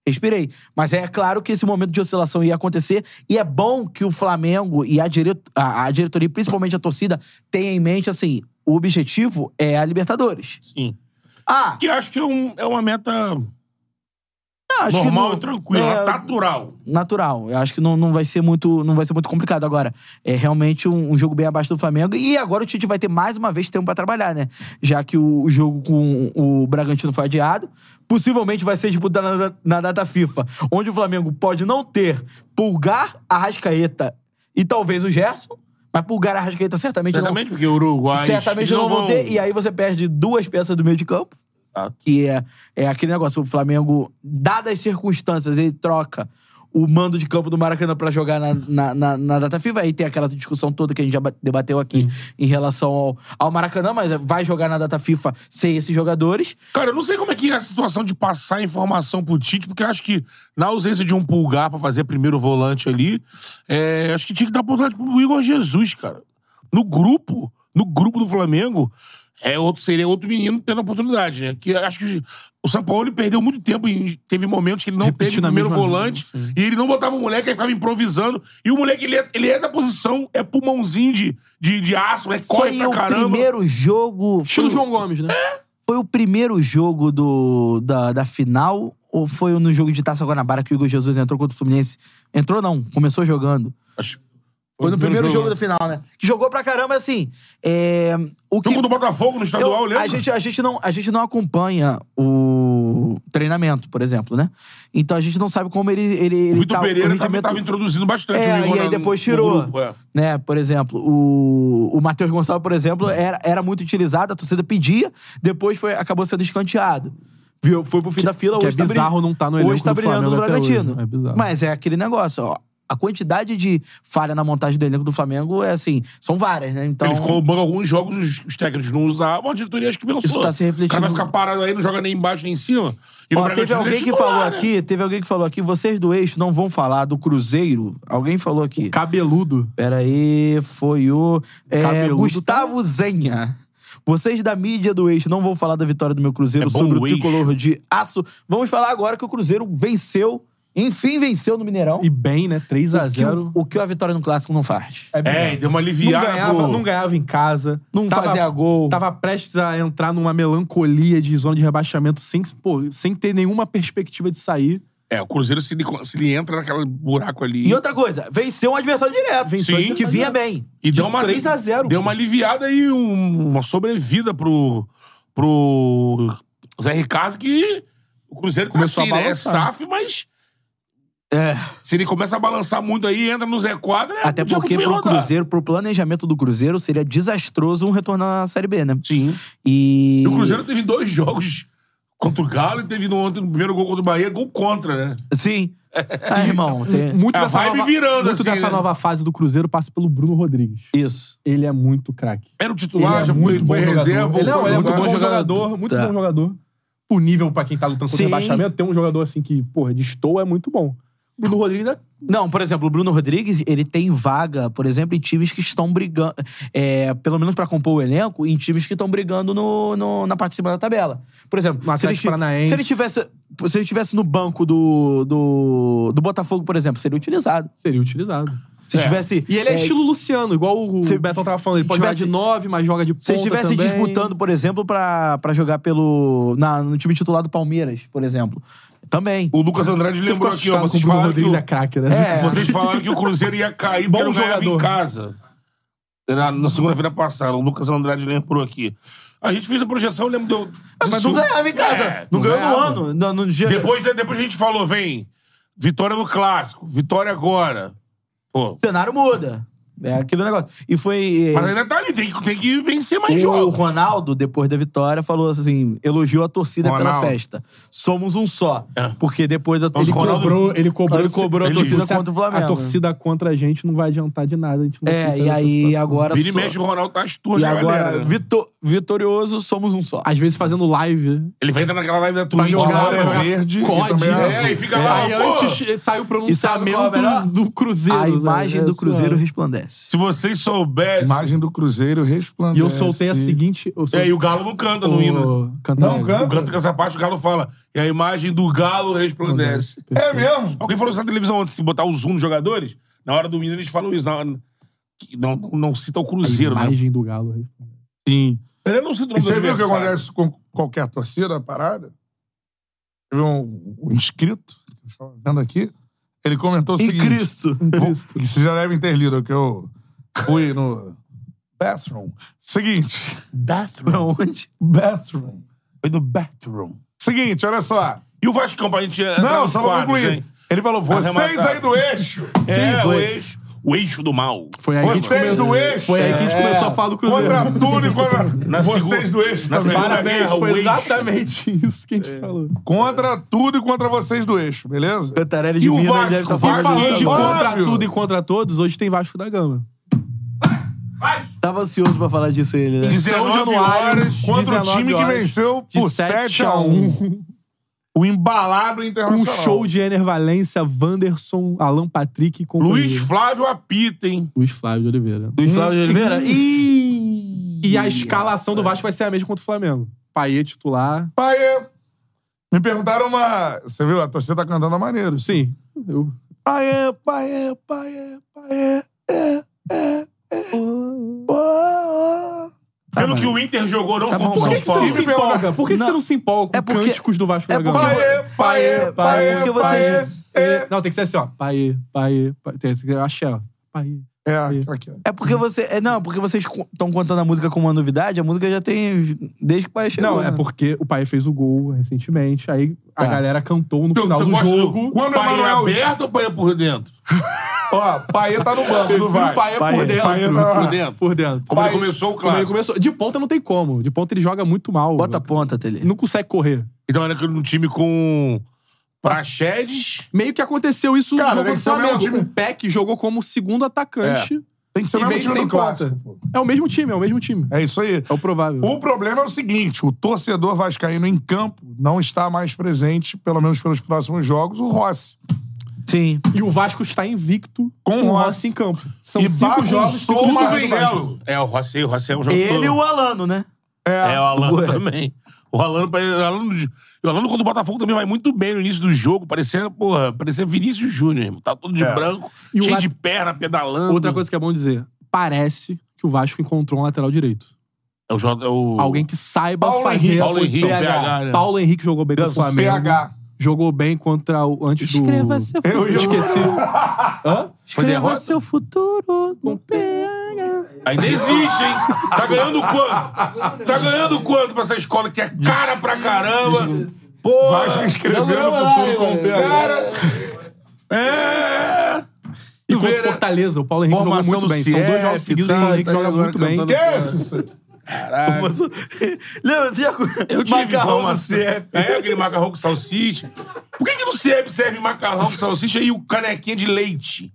Respirei. Mas é claro que esse momento de oscilação ia acontecer e é bom que o Flamengo e a, dire- a- a diretoria, principalmente a torcida, tenha em mente, assim, o objetivo é a Libertadores.
Sim.
Ah!
Que eu acho que é, um- é uma meta
acho que
normal
não-
e tranquila,
é,
natural.
natural. Eu acho que não, não vai ser muito não vai ser muito complicado agora. É realmente um, um jogo bem abaixo do Flamengo e agora o Tite vai ter mais uma vez tempo pra trabalhar, né? Já que o, o jogo com o Bragantino foi adiado, possivelmente vai ser disputado na, na data FIFA, onde o Flamengo pode não ter Pulgar, Arrascaeta e talvez o Gerson, mas Pulgar, Arrascaeta certamente,
Certamente,
não.
porque o Uruguai.
Certamente não, vão ter, e aí você perde duas peças do meio de campo. Que é, é aquele negócio, o Flamengo, dadas as circunstâncias, ele troca o mando de campo do Maracanã pra jogar na, na, na- na data FIFA. Aí tem aquela discussão toda que a gente já ba- debateu aqui em relação ao, ao Maracanã, mas vai jogar na data FIFA sem esses jogadores.
Cara, eu não sei como é que é a situação de passar informação pro Tite, porque eu acho que na ausência de um pulgar pra fazer primeiro volante ali, é, acho que tinha que dar oportunidade pro Igor Jesus, cara. No grupo, no grupo do Flamengo, é outro, seria outro menino tendo oportunidade, né? Que eu acho que o São Paulo perdeu muito tempo, e teve momentos que ele não teve
na
primeiro
mesma-
volante, e ele não botava o moleque, aí ficava improvisando, e o moleque, ele é, ele é da posição, é pulmãozinho de, de, de aço, né? Corre
Foi
pra
é o
caramba.
primeiro jogo... foi o-
Estilo
É.
João Gomes, né?
Foi o primeiro jogo do, da, da final ou foi no jogo de Taça Guanabara que o Igor Jesus entrou contra o Fluminense? Entrou não, começou jogando. Foi no primeiro jogo da final, né? Que jogou pra caramba, assim. É, o que...
Jogo do Botafogo no estadual,
eu,
lembra?
a gente, a, gente não, a gente não acompanha o treinamento, por exemplo, né? Então a gente não sabe como ele. ele, ele
O Vitor
tá-
Pereira
o
também
rendimento-
tava introduzindo bastante
É,
o Igor
e aí
na-
depois
no
tirou.
grupo, é.
né? Por exemplo, o, o Matheus Gonçalves, por exemplo, era, era muito utilizado, a torcida pedia, depois foi, acabou sendo escanteado. Viu? Foi pro fim da fila.
que
hoje
é
tá
bizarro
brilhando-
não tá no
Hoje
elenco
tá
do
brilhando no
Flamengo até hoje.
Bragantino.
É bizarro.
Mas é aquele negócio, ó. A quantidade de falha na montagem do elenco do Flamengo é assim, são várias, né? Então.
Ele ficou bom em alguns jogos, os, os técnicos não usavam, a diretoria acho que pensou.
Isso tá se refletindo.
O cara vai ficar parado aí, não joga nem embaixo nem em cima. E no
Ó, teve
Bragantino ele é
alguém que
titular,
falou
né?
aqui, teve alguém que falou aqui, vocês do eixo não vão falar do Cruzeiro. Alguém falou aqui.
É um
cabeludo.
Peraí, foi o. é,
Cabeludo
tá-
Gustavo Zenha. Vocês da mídia do eixo não vão falar da vitória do meu Cruzeiro
É bom
sobre o
o Eixo.
tricolor de aço. Vamos falar agora que o Cruzeiro venceu, enfim venceu no Mineirão.
E bem, né? 3x0.
O que, o que a vitória no clássico não faz.
É, e deu uma aliviada
não ganhava,
pro-
não ganhava em casa.
Não fazia gol.
Tava prestes a entrar numa melancolia de zona de rebaixamento sem, pô, sem ter nenhuma perspectiva de sair.
É, o Cruzeiro se ele, se ele entra naquele buraco ali.
E outra coisa, venceu um adversário direto.
Venceu Sim. um
que
adversário
vinha
direto.
bem.
E deu uma,
3 a 0,
Deu
pô.
uma aliviada e um- uma sobrevida pro, pro Zé Ricardo, que o Cruzeiro
Começou
tá
a
assim, né? É
balançar.
SAF, mas. Se ele começa a balançar muito aí, entra no Zé Quadra. é
Até
o jogo
porque
vai
pro
rodar.
Cruzeiro, pro planejamento do Cruzeiro, seria desastroso um retorno na Série B, né?
Sim.
E.
E o Cruzeiro teve dois jogos contra o Galo e teve no, ontem, no primeiro gol contra o Bahia, gol contra, né?
Sim. Ah, irmão, tem...
Muito
A
dessa,
vibe
nova,
virando,
muito
assim,
dessa
né?
nova fase do Cruzeiro passa pelo Bruno Rodrigues.
Isso.
Ele é muito craque.
Era o
Ele
titular,
é
já foi,
muito bom
foi
jogador.
reserva.
Ele é,
voltou
ele
a
é muito
jogar.
bom jogador, muito
Tá.
bom jogador. O nível pra quem tá lutando contra
Sim.
o rebaixamento, ter um jogador assim que, porra, destoa é muito bom. Bruno Rodrigues é
Não, por exemplo, o Bruno Rodrigues, ele tem vaga, por exemplo, em times que estão brigando, é, pelo menos pra compor o elenco, em times que estão brigando no, no- na parte de cima da tabela. Por exemplo,
No
se ele,
Atlético
ti-
Paranaense.
se ele tivesse se ele tivesse no banco do, do, do Botafogo, por exemplo, seria utilizado.
seria utilizado.
Se
É.
tivesse
E ele é,
é,
estilo Luciano, igual o
Se-
Beto tava falando. Ele pode
tivesse-
jogar de 9, mas joga de ponta
se ele estivesse
também.
disputando, por exemplo, pra pra jogar pelo na, no time titular do Palmeiras, por exemplo, Também.
O Lucas Andrade
Você
lembrou
ficou
aqui,
assustado
ó.
com o
Vocês
Bruno
falaram, que
Rodrigues
o...
da craque, né?
É. vocês falaram que o Cruzeiro ia cair porque
Bom
não ganhava
jogador.
em casa. Na, na segunda-feira passada, o Lucas Andrade lembrou aqui. A gente fez a projeção, eu lembro de eu...
É, mas não ganhava em casa.
É,
Não ganhou no ano, no- no dia-
Depois, né, depois a gente falou, vem, vitória no Clássico, vitória agora. Pô.
O cenário muda. É aquele negócio. E foi. eh,
Mas ainda tá ali, tem, que- tem que vencer mais
o
jogos.
Ronaldo, depois da vitória, falou assim: elogiou a torcida
Ronaldo.
pela festa. Somos um só.
É.
Porque depois da
Ele cobrou, ele cobrou,
ele cobrou a torcida
disse,
contra o Flamengo.
A torcida contra a gente não vai adiantar de nada. A gente não
É,
precisa
e
dessa
aí
situação.
agora
Vira e mexe, o Ronaldo tá as tuas,
E
né,
agora,
galera?
vito- vitorioso, somos um só.
Às vezes fazendo live.
Ele vai entrar naquela live da Twitch.
jogar,
lá,
né?
é
né?
Verde e
COD,
também
né?
azul.
É, e fica lá,
Aí
pô.
antes, eh, sai o
E sabe qual é o melhor?
pronunciamento do Cruzeiro.
A
né?
imagem
É
do Cruzeiro
surreal.
resplandece.
Se vocês soubessem...
Imagem do Cruzeiro
E
resplandece.
eu soltei a seguinte. Eu soltei-
É, e o Galo não canta no hino.
canta
Não
não.
canta?
É, O Galo com essa parte, o Galo fala. E a imagem do Galo resplandece.
É mesmo?
Alguém falou isso na televisão ontem, se botar o zoom dos jogadores, na hora do hino eles falam isso. na- que Não, não, não cita o Cruzeiro,
a
né?
imagem do Galo.
Sim. Ele não cita o
E
nome
você
do
viu o que
adversário.
acontece com qualquer torcida, a parada? Teve um, um inscrito, que eu estava vendo aqui, ele comentou o
Em
seguinte...
Cristo.
Vou- que vocês já devem ter lido, que eu fui no bathroom. Seguinte...
Bathroom.
Onde?
Bathroom.
Foi no bathroom.
Seguinte, olha só.
E o Vascão, pra gente... entrar
Não,
nos
só vou
quadros,
concluir.
hein?
Ele falou, vocês
Arrematar.
aí do eixo.
É,
Sim,
o
foi.
eixo. O eixo do mal.
Foi aí que a gente
Vocês
começou-
do eixo.
Foi aí que a gente
É.
começou a falar do Cruzeiro.
Contra tudo e contra...
Na
vocês
segu-
do eixo
na
também.
segunda guerra, o
Foi
eixo.
exatamente isso que a gente falou.
Contra tudo e contra vocês do eixo, beleza?
Cantarelli
E
de
o
Minas
Vasco?
deve estar
O
falando
Vasco
isso
tá
tipo,
Falando de
agora.
contra
Óbvio.
tudo e contra todos, hoje tem Vasco da Gama.
Tava ansioso pra falar disso ele, né?
Em São
19
Januário,
horas contra o
19
time que
horas,
venceu
de
por 7 a 1 O embalado
Com
internacional.
show de Ener Valência, Wanderson, Alan Patrick e companhia.
Luiz Flávio apita, hein?
Luiz Flávio de Oliveira.
Luiz Flávio de Oliveira?
E, a escalação do Vasco vai ser a mesma contra o Flamengo. Paiê titular.
Pai, é- me perguntaram uma... Você viu? A torcida tá cantando a maneiro.
Sim. Eu...
Pai, é, pai, é, pai, é, pai, é, é, é, é. Pô.
Pelo que o Inter jogou, não
Tá
contra
bom,
Por
o
que, que
São
você não
Paulo.
se empolga? Por que, que você não se empolga com
É porque-
cânticos do Vasco
é
da Gama?
porque-
Pai, é, pai, é, pai, é,
Porque
pai, é.
vocês-
É,
Não, tem que ser assim, ó. Paiê, paiê, paiê. Tem que ser axé, ó. Paiê.
É, aqui, ó.
É porque você. É, não, porque vocês estão contando a música como uma novidade, a música já tem. Desde que o pai chegou.
Não,
né?
é porque o Paiê fez o gol recentemente, aí a
Tá.
galera cantou no final
Você
do
gosta
jogo.
Quando o Emanuel...
é
aberto ou pai por dentro?
Ó, Paê tá no banco, não vai.
Paê é
Paê,
por dentro.
Paê tá-
Por dentro.
Por dentro.
Como ele
Paê-
começou o
Como ele
clássico.
começou. De ponta não tem como. De ponta ele joga muito mal.
Bota a ponta, Tele.
Não consegue correr.
Então era aquele um time com Praxedes.
Meio que aconteceu isso
Cara,
no jogo
tem
do
que ser o mesmo
Flamengo.
time. É.
O Peck jogou como segundo atacante.
Tem que ser
E
o mesmo
meio
time
sem
do clássico. pô.
É. o mesmo time, é o mesmo time.
É isso aí.
É o provável.
O problema é o seguinte: o torcedor vascaíno em campo não está mais presente, pelo menos pelos próximos jogos, o Rossi.
Sim.
E o Vasco está invicto
Com
o
Rossi.
Rossi em campo. São
E
cinco jogos.
bagunçou
cinco
o
jogos.
Marcelo.
É, o Rossi, o Rossi é um jogador.
Ele e o Alano, né?
É, o Alano também. O Alano, pa- o Alano, o Alano contra o Botafogo também vai muito bem no início do jogo. Parecia, porra, parecia Vinícius Júnior, irmão. Tá todo de
É.
branco,
E o
cheio
lat-
de perna, pedalando.
Outra coisa que é bom dizer. Parece que o Vasco encontrou um lateral direito.
É o, jo- é o...
Alguém que saiba
Paulo
fazer...
Henrique,
a
Paulo Henrique,
função.
o PH, né?
Paulo Henrique jogou bem contra o Flamengo.
PH.
Jogou bem contra o... Antes do...
Escreva seu
Eu ia-
Esqueci. Hã?
Escreva
derrota?
seu futuro no
Ainda existe, hein? Tá ganhando quanto? Tá ganhando quanto pra essa escola que é cara pra caramba? Porra!
Vasco escrevendo o futuro com o PH.
É!
E
Tu
contra
vê,
o
né?
Fortaleza, o Paulo Henrique jogou
Formação
muito
do
bem. São dois
CIEP,
jogos seguidos e o
tá,
Henrique
tá
joga
agora
muito bem.
cantando
Que é isso?
Caralho.
Lembra? Você já
Eu tive
Macarrão do
informação.
CIEP.
É, aquele macarrão com salsicha. Por que, que no CIEP serve macarrão com salsicha e o canequinha de leite?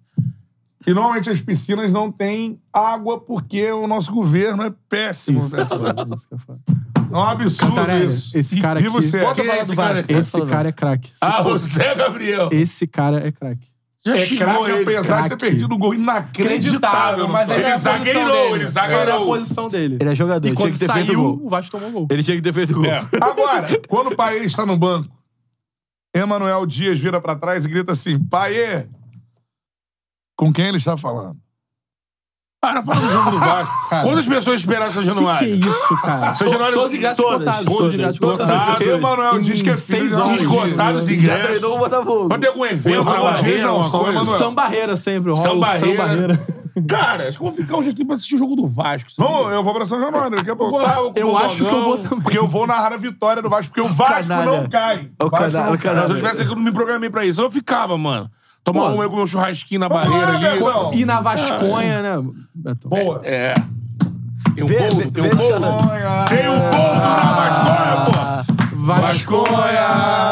E normalmente as piscinas não têm água porque o nosso governo é péssimo.
Isso,
né?
isso que eu ia falar.
É um absurdo
Cantarelli,
isso.
esse cara
e viva
aqui- é
o CIEP.
Bota a palavra do Vasco.
Esse cara é craque.
Ah, o Zé Gabriel.
Esse cara é craque.
Já
É craque, apesar de ter
Craque.
perdido um gol inacreditável.
mas
no
aí é
Ele
a posição
zagueirou,
dele.
ele
Ele era a
zagueirou.
posição dele.
Ele é jogador,
E
tinha
quando
que ter
saiu,
feito gol.
o Vasco tomou gol.
Ele tinha que ter feito gol.
É.
Agora, quando o Paê está no banco, Emanuel Dias vira pra trás e grita assim: Paê, com quem ele está falando?
Para, fala do jogo do Vasco. Quantas pessoas esperaram São Januário?
Que, que é isso, cara?
São Januário...
Todos ingressos esgotados, todos ingressos esgotados.
O Manuel diz que é
seis
filho de
horas.
Esgotados os ingressos.
Já treinou o Botafogo.
Vai ter algum evento na barreira, alguma coisa?
São Barreira sempre.
São Barreira.
Cara, acho que eu vou ficar hoje aqui pra assistir o jogo do Vasco. é Vamos, eu vou pra São Januário daqui a pouco.
Eu acho que eu vou também.
Porque eu vou narrar a vitória do Vasco, porque o Vasco
Canalha.
não cai.
O
Vasco
canalha,
não
o canalha.
cai.
tá- Se eu tivesse aqui, eu não me programei pra isso. Eu ficava, mano. Tomar
Mano.
um eu com meu churrasquinho na barreira ali.
Quando- E na Vasconha, né? Beto?
Boa.
É. Tem um boldo, tem um boldo. Tem um boldo na Vasconha, pô.
Vasconha.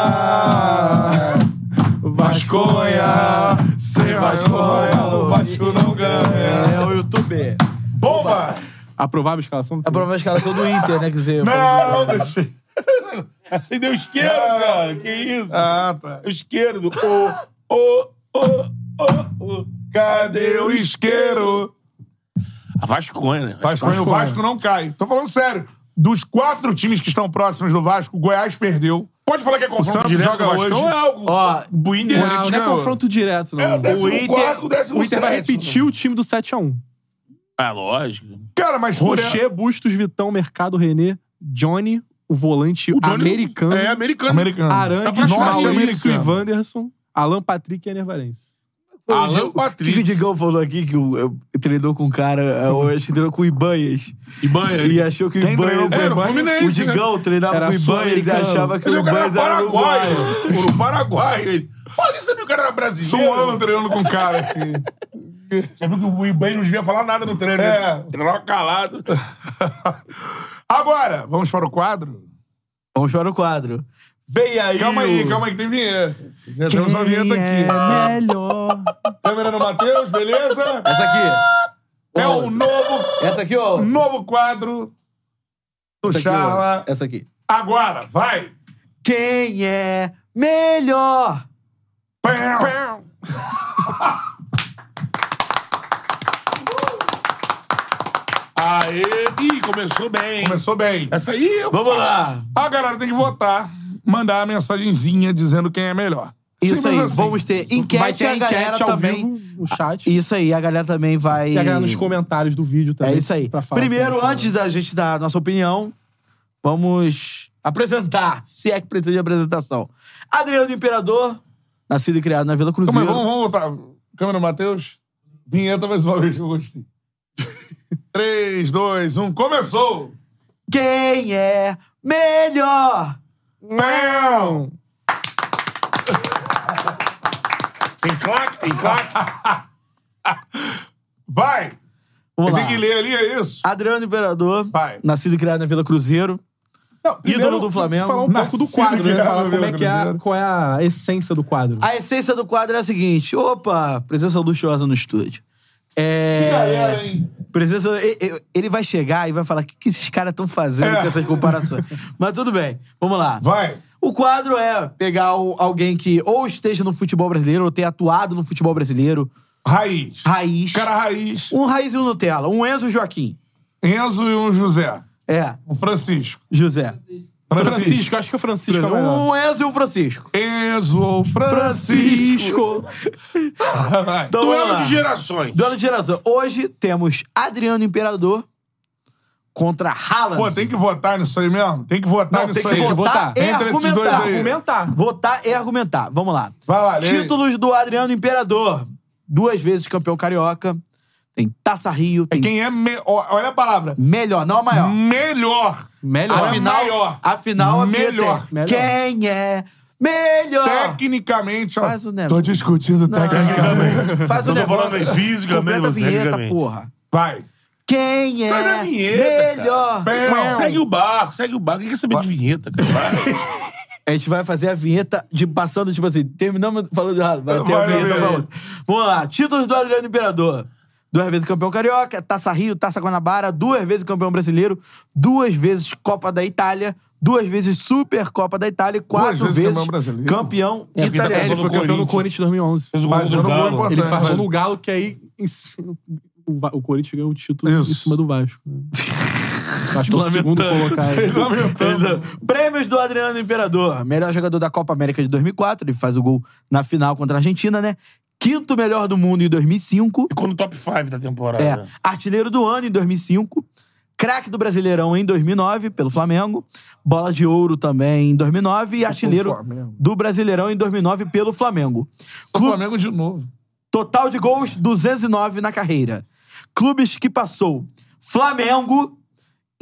Vasconha. Sem Vasconha, o Vasco não ganha.
É o YouTube.
Bomba!
Aprovava a escalação?
Aprovava a é escalação do Inter, né? Quer dizer,
Não, deixa.
Acendeu o isqueiro, cara. Que isso?
Ah, tá.
O isqueiro do... Ô, ô, ô, ô, ô.
Cadê o isqueiro?
A Vasconha, né?
Vasconha, o
é.
Vasco não cai. Tô falando sério. Dos quatro times que estão próximos do Vasco, o Goiás perdeu.
Pode falar que é
O
confronto
Santos
direto com
joga
o Vascão,
hoje.
É algo...
Ó,
O Inter...
não, não é confronto direto, não.
É, o
o,
décimo
Inter,
quarto, décimo
o Inter vai
sétimo.
repetir o time do 7x1.
É lógico.
Cara, mas por-
Rocher,
é.
Bustos, Vitão, Mercado, René, Johnny, o volante
O Johnny-
americano.
É, americano.
Americano.
Tá
Arangues,
pra sair,
Maurício e
americano.
Wanderson, Alan Patrick e Ener Valencia.
Alan
O que o
Patrick.
Digão falou aqui que o, eh, treinou com um cara, eh, ou acho que treinou com o Ibanhas.
Ibanha.
E achou que o
Quem treinou
Ibanhas
com o
era.
Ibanez,
o Digão treinava
Era
com o Ibanhas e
sul-americano.
achava que
é, Mas
o
o cara era
Ibanhas
é
era
paraguaio.
uruguaio.
Por Paraguai. Ele... Pô, nem sabia que o cara era brasileiro.
suando treinando
um
com o cara, assim.
Já viu que o Ibanez não devia falar nada no treino.
É.
né? Treinava calado.
Agora, vamos para o quadro?
Vamos para o quadro. Vem aí!
Calma aí,
o-
calma aí, que tem vinheta. Já temos uma vinheta aqui.
é
melhor.
Câmera no Matheus, beleza?
Essa aqui.
É o
um
novo,
Essa aqui, ó.
novo quadro do
Essa aqui, ó.
Charla.
Essa aqui.
Agora, vai!
Quem é melhor?
Pão.
Aê. Ih, começou bem.
Começou bem.
Essa aí eu
Vamos
faço.
lá.
A galera tem que votar, mandar a mensagenzinha dizendo quem é melhor.
Isso
Simples
aí,
assim.
vamos ter enquete,
vai ter
a galera
enquete ao
também.
vivo no chat.
Isso aí, a galera também vai.
E a galera nos comentários do vídeo também.
É isso aí.
pra falar
Primeiro,
também.
antes da gente dar a nossa opinião, vamos apresentar, se é que precisa de apresentação. Adriano Imperador, nascido e criado na Vila Cruzeiro.
Calma
é
aí, vamos, vamos voltar. Câmera no Matheus. Vinheta mais uma vez que eu gostei. 3, 2, 1, começou!
Quem é melhor?
Pão.
Tem claque, tem claque.
Vai!
Vamos
Tem
lá.
que ler ali, é isso?
Adriano Imperador,
Vai.
nascido e criado na Vila Cruzeiro.
Primeiro,
ídolo do Flamengo.
Falar um pouco do
Nascido
quadro,
que
né?
era
Falar como é
do
que é, a-
Cruzeiro.
qual é a essência do quadro.
A essência do quadro é a seguinte: opa, presença luxuosa no estúdio. É.
E galera, hein?
Presença. e- e- Ele vai chegar e vai falar: o que, que esses caras estão fazendo
É.
com essas comparações? Mas tudo bem, vamos lá.
Vai!
O quadro é pegar o- alguém que ou esteja no futebol brasileiro, ou tenha atuado no futebol brasileiro,
Raiz.
raiz.
Cara raiz.
Um raiz e um Nutella, um Enzo e um Joaquim.
Enzo e um José.
É,
Um Francisco.
José.
Francisco.
Francisco, acho que é Francisco. é o melhor.
Um Enzo e um Francisco.
Enzo ou Francisco. Vai.
Então, vamos
Duelo
lá.
de gerações.
Duelo de geração. Hoje temos Adriano Imperador contra Haaland.
Pô, tem que votar nisso aí mesmo? Tem que votar
Não,
nisso
tem que
aí.
votar, e
Entre esses dois
argumentar.
aí.
argumentar. Votar e argumentar. Vamos lá.
Vai lá, lê.
Títulos do Adriano Imperador. Duas vezes campeão carioca. Tem Taça Rio,
É
tem
quem é... me- ó, Olha a palavra.
melhor, não a maior.
Melhor.
Melhor.
A
Afinal,
maior.
afinal a vinheta
Melhor.
é Quem é melhor?
Tecnicamente, ó.
Faz o Nemo.
Tô discutindo tecnicamente.
Faz o
Não tô
negócio.
falando em física,
Completa
mesmo,
a vinheta,
tecnicamente.
porra.
Vai.
Quem é
Sai da vinheta,
melhor?
Pão.
Segue o barco, segue o barco. Quem quer saber de vinheta, cara? Vai.
A gente vai fazer a vinheta de passando, tipo assim, terminamos falando errado. Vai ter a
Vai,
vinheta.
vai,
Vamos. Vamos lá. Títulos do Adriano Imperador. Duas vezes campeão carioca, Taça Rio, Taça Guanabara, duas vezes campeão brasileiro, duas vezes Copa da Itália, duas vezes Supercopa da Itália e quatro
vezes
vezes,
campeão brasileiro.
campeão
porque tá
É,
italiano.
ele
no
foi campeão do
Corinthians.
Corinthians em 2011.
Fez o gol
Mas
do
era um gol
Galo.
importante.
Ele faz
Mas-
gol no Galo, que aí em cima- o Va- o Corinthians ganhou o título
Isso.
em cima do Vasco. né? Acho que o segundo colocado.
Lamentando. Prêmios do Adriano Imperador. Melhor jogador da Copa América de 2004. Ele faz o gol na final contra a Argentina, né? quinto melhor do mundo em 2005.
Ficou no top tá 5 da temporada.
É. Artilheiro do ano em 2005. Craque do Brasileirão em 2009, pelo Flamengo. Bola de ouro também em 2009. E artilheiro
Flamengo.
do Brasileirão em 2009, pelo Flamengo.
O Flamengo de novo.
Total de gols, 209 na carreira. Clubes que passou: Flamengo,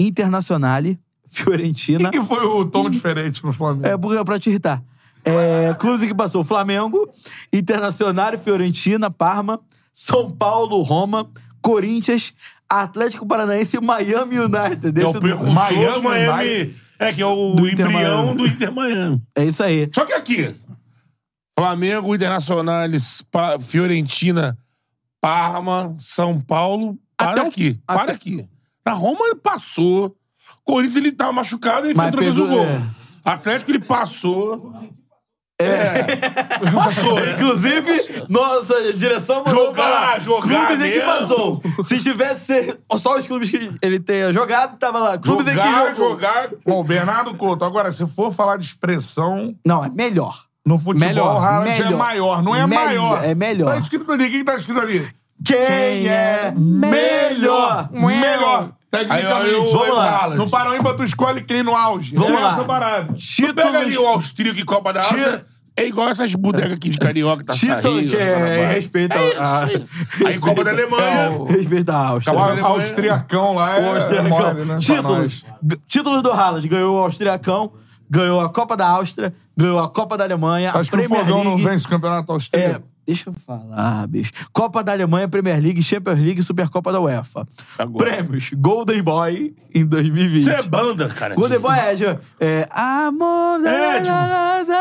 Internazionale, Fiorentina.
que foi o tom diferente no Flamengo?
É, porque- pra te irritar. É, clubes que passou: Flamengo, Internacional, Fiorentina, Parma, São Paulo, Roma, Corinthians, Atlético Paranaense e Miami United.
É
Esse
o precursor
Miami
do Miami.
United.
É que é o
Do Inter
embrião
Miami.
do Inter Miami.
É isso aí.
Só que aqui, Flamengo, Internacional, Pa- Fiorentina, Parma, São Paulo, para
Até o-
aqui, para
até-
aqui. Na Roma ele passou. Corinthians ele tava machucado e ele
Mas
entrou e fez
fez
o
o-
gol.
é.
Atlético ele passou. É. Passou. né?
Inclusive, nossa direção mandou
Jogar,
pra lá,
jogar
clubes em que
mesmo.
passou. Se tivesse ser- só os clubes que ele tenha jogado, tava lá. Clubes em que
Jogar,
jogou.
jogar.
Bom, Bernardo Couto, agora, se for falar de expressão
Não, é melhor.
no futebol,
Melhor,
o Haaland é
melhor.
maior, não é
Melhor,
maior.
é melhor.
Tá escrito ali, quem tá escrito ali?
Quem é melhor?
Melhor.
Aí,
Tecnicamente,
olha o
Vamos lá.
Haaland.
No Paraíba, tu escolhe quem no auge.
Vamos
é
lá.
essa parada.
Tu
Títulos,
pega ali o austríaco e Copa da Ásia, é igual essas bodegas aqui de carioca, tá
título que é, respeito a, a-
Aí Copa da
É
Alemanha. É o-
respeito à Áustria.
O austriacão lá é,
né? O
é
Austriacão.
mole, né? Pra nós.
Títulos. G- Títulos do Haaland. Ganhou o Austriacão, ganhou a Copa da Áustria, ganhou a Copa da Alemanha,
Acho
a
que o
Premier
Fogão não
League.
vence o campeonato
É,
austríaco.
deixa eu falar, bicho. Copa da Alemanha, Premier League, Champions League, Supercopa da UEFA.
Agora.
Prêmios. Golden Boy em 2020.
Você é banda, cara.
Golden Boy é, de- é Amor...
É, tipo,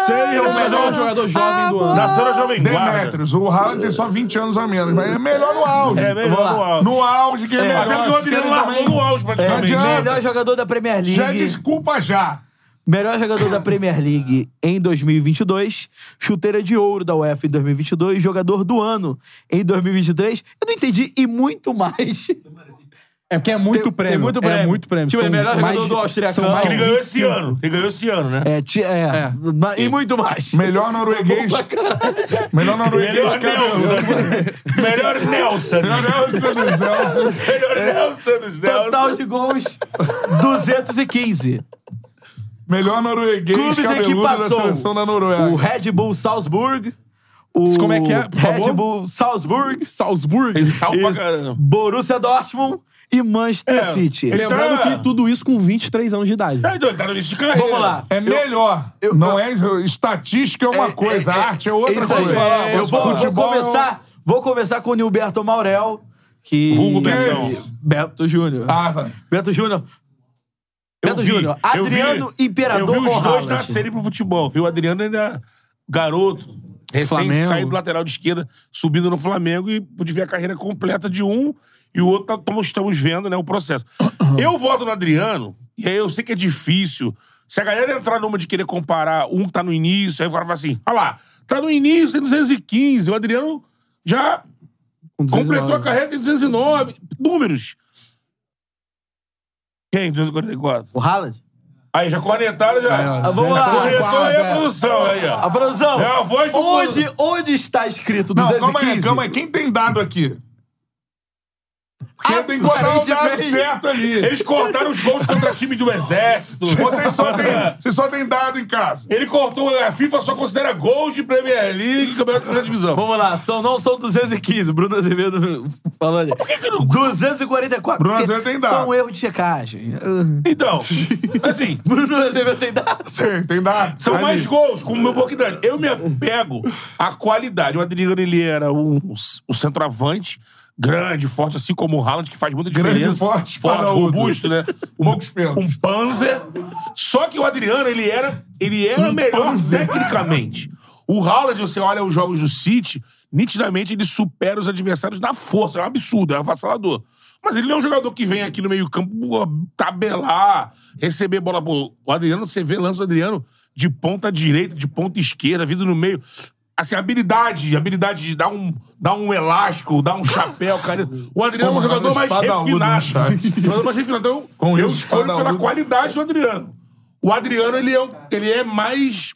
Você
é o melhor jogador jovem do ano. Nasceu na Jovem Guarda.
Demetrios, o Haaland tem só 20 anos a menos, mas é melhor no auge.
É
Vamos
melhor
lá.
no auge.
No auge, quem é, melhor.
Até porque o Adriano
Ele
largou
também-
no auge
Não
praticamente.
adianta.
É, Melhor jogador da Premier League.
Já desculpa já.
Melhor jogador da Premier League em 2022, chuteira de ouro da UEFA em 2022, jogador do ano em 2023. Eu não entendi e muito mais.
É porque é muito prêmio.
Tem muito prêmio.
É muito prêmio.
Tipo, é
São
melhor
mais
jogador
de-
do Austriacão.
são mais
Que ele
de
ganhou esse
25.
ano. Ele ganhou esse ano, né?
É, ti- é, ma- e muito mais.
Melhor norueguês. melhor norueguês
Melhor
que a
Nelson. Melhor Nelson.
Melhor Nelson dos Nelson.
Melhor Nelson dos
Total
Nelson.
de gols 215.
Melhor norueguês
Clubes em que
cabeludo da
passou
seleção da Noruega.
o Red Bull Salzburg, o
Como é que é, por
Red
favor?
Bull Salzburg,
Salzburg.
Sal pra caramba.
Borussia Dortmund e Manchester
É,
City.
ele-
Lembrando
Então-
que tudo isso com 23 anos de idade.
Ah, então ele tá no início de carreira.
Vamos lá.
É melhor.
eu-
não é estatística é uma coisa, a arte é outra
Isso aí.
coisa.
eu vou, vou
Futebol é um-
começar, vou começar com o Nilberto Maurel, que
Vulgo
que-
Betão.
Beto Júnior.
Ah, vai.
Beto Júnior.
Eu
Beto
vi,
Júnior,
eu vi.
Adriano Imperador
Eu vi os
ou
dois
Haaland?
nascerem pro futebol. Viu? O Adriano ainda é garoto, recém
Flamengo.
saído do lateral de esquerda, subindo no Flamengo e pude ver a carreira completa de um e o outro, tá- como estamos vendo, né, o processo. Eu voto no Adriano, e aí eu sei que é difícil. Se a galera entrar numa de querer comparar, um que tá no início, aí o cara fala assim, olha lá, tá no início, tem 215, o Adriano já
Com 19.
completou a carreira, tem 209. Números. Quem? 244.
O Haaland?
Aí, já cornetaram, já.
Ah, vamos lá.
Cornetou aí a
Tá
produção, aí,
A
ó.
produção.
É a voz do
onde, onde está escrito
Não,
215?
calma aí, calma aí. Quem tem dado aqui? Porque
Ah,
tem que botar o dado
aparentemente.
certo ali.
Eles cortaram os gols contra time do Exército.
Vocês só têm vocês só têm dado em casa.
Ele cortou, a FIFA só considera gols de Premier League e campeonato de primeira divisão.
Vamos lá, são, não são 215. Bruno Azevedo falou ali.
que que não-
244.
Bruno
porque
Azevedo tem dado.
Foi um erro de checagem. Ah,
Então, assim,
Bruno Azevedo tem dado.
Sim, tem dado.
são
Ali.
mais gols com um o meu Boquidani. Eu me apego à qualidade. O Adriano, ele era um, um centroavante grande, forte, assim como o Haaland, que faz muita
Grande,
diferença.
forte,
forte
paraudo.
robusto, né?
Poucos pênaltis.
um panzer. Só que o Adriano, ele era, ele era melhor tecnicamente. O Haaland, você olha os jogos do City, nitidamente ele supera os adversários na força. É um absurdo, é um avassalador. Mas ele não é um jogador que vem aqui no meio-campo tabelar, receber bola. Pô, o Adriano, você vê lança o Adriano de ponta direita, de ponta esquerda, vindo no meio. Assim, habilidade, habilidade de dar um, dar um elástico, dar um chapéu, cara. O Adriano é um
Porra,
jogador mais
espadaúdo,
refinado.
né?
Jogador mais refinado. Então,
Com
eu
isso,
escolho
cada
pela
um-
qualidade do Adriano. O Adriano, ele é, um- ele é mais.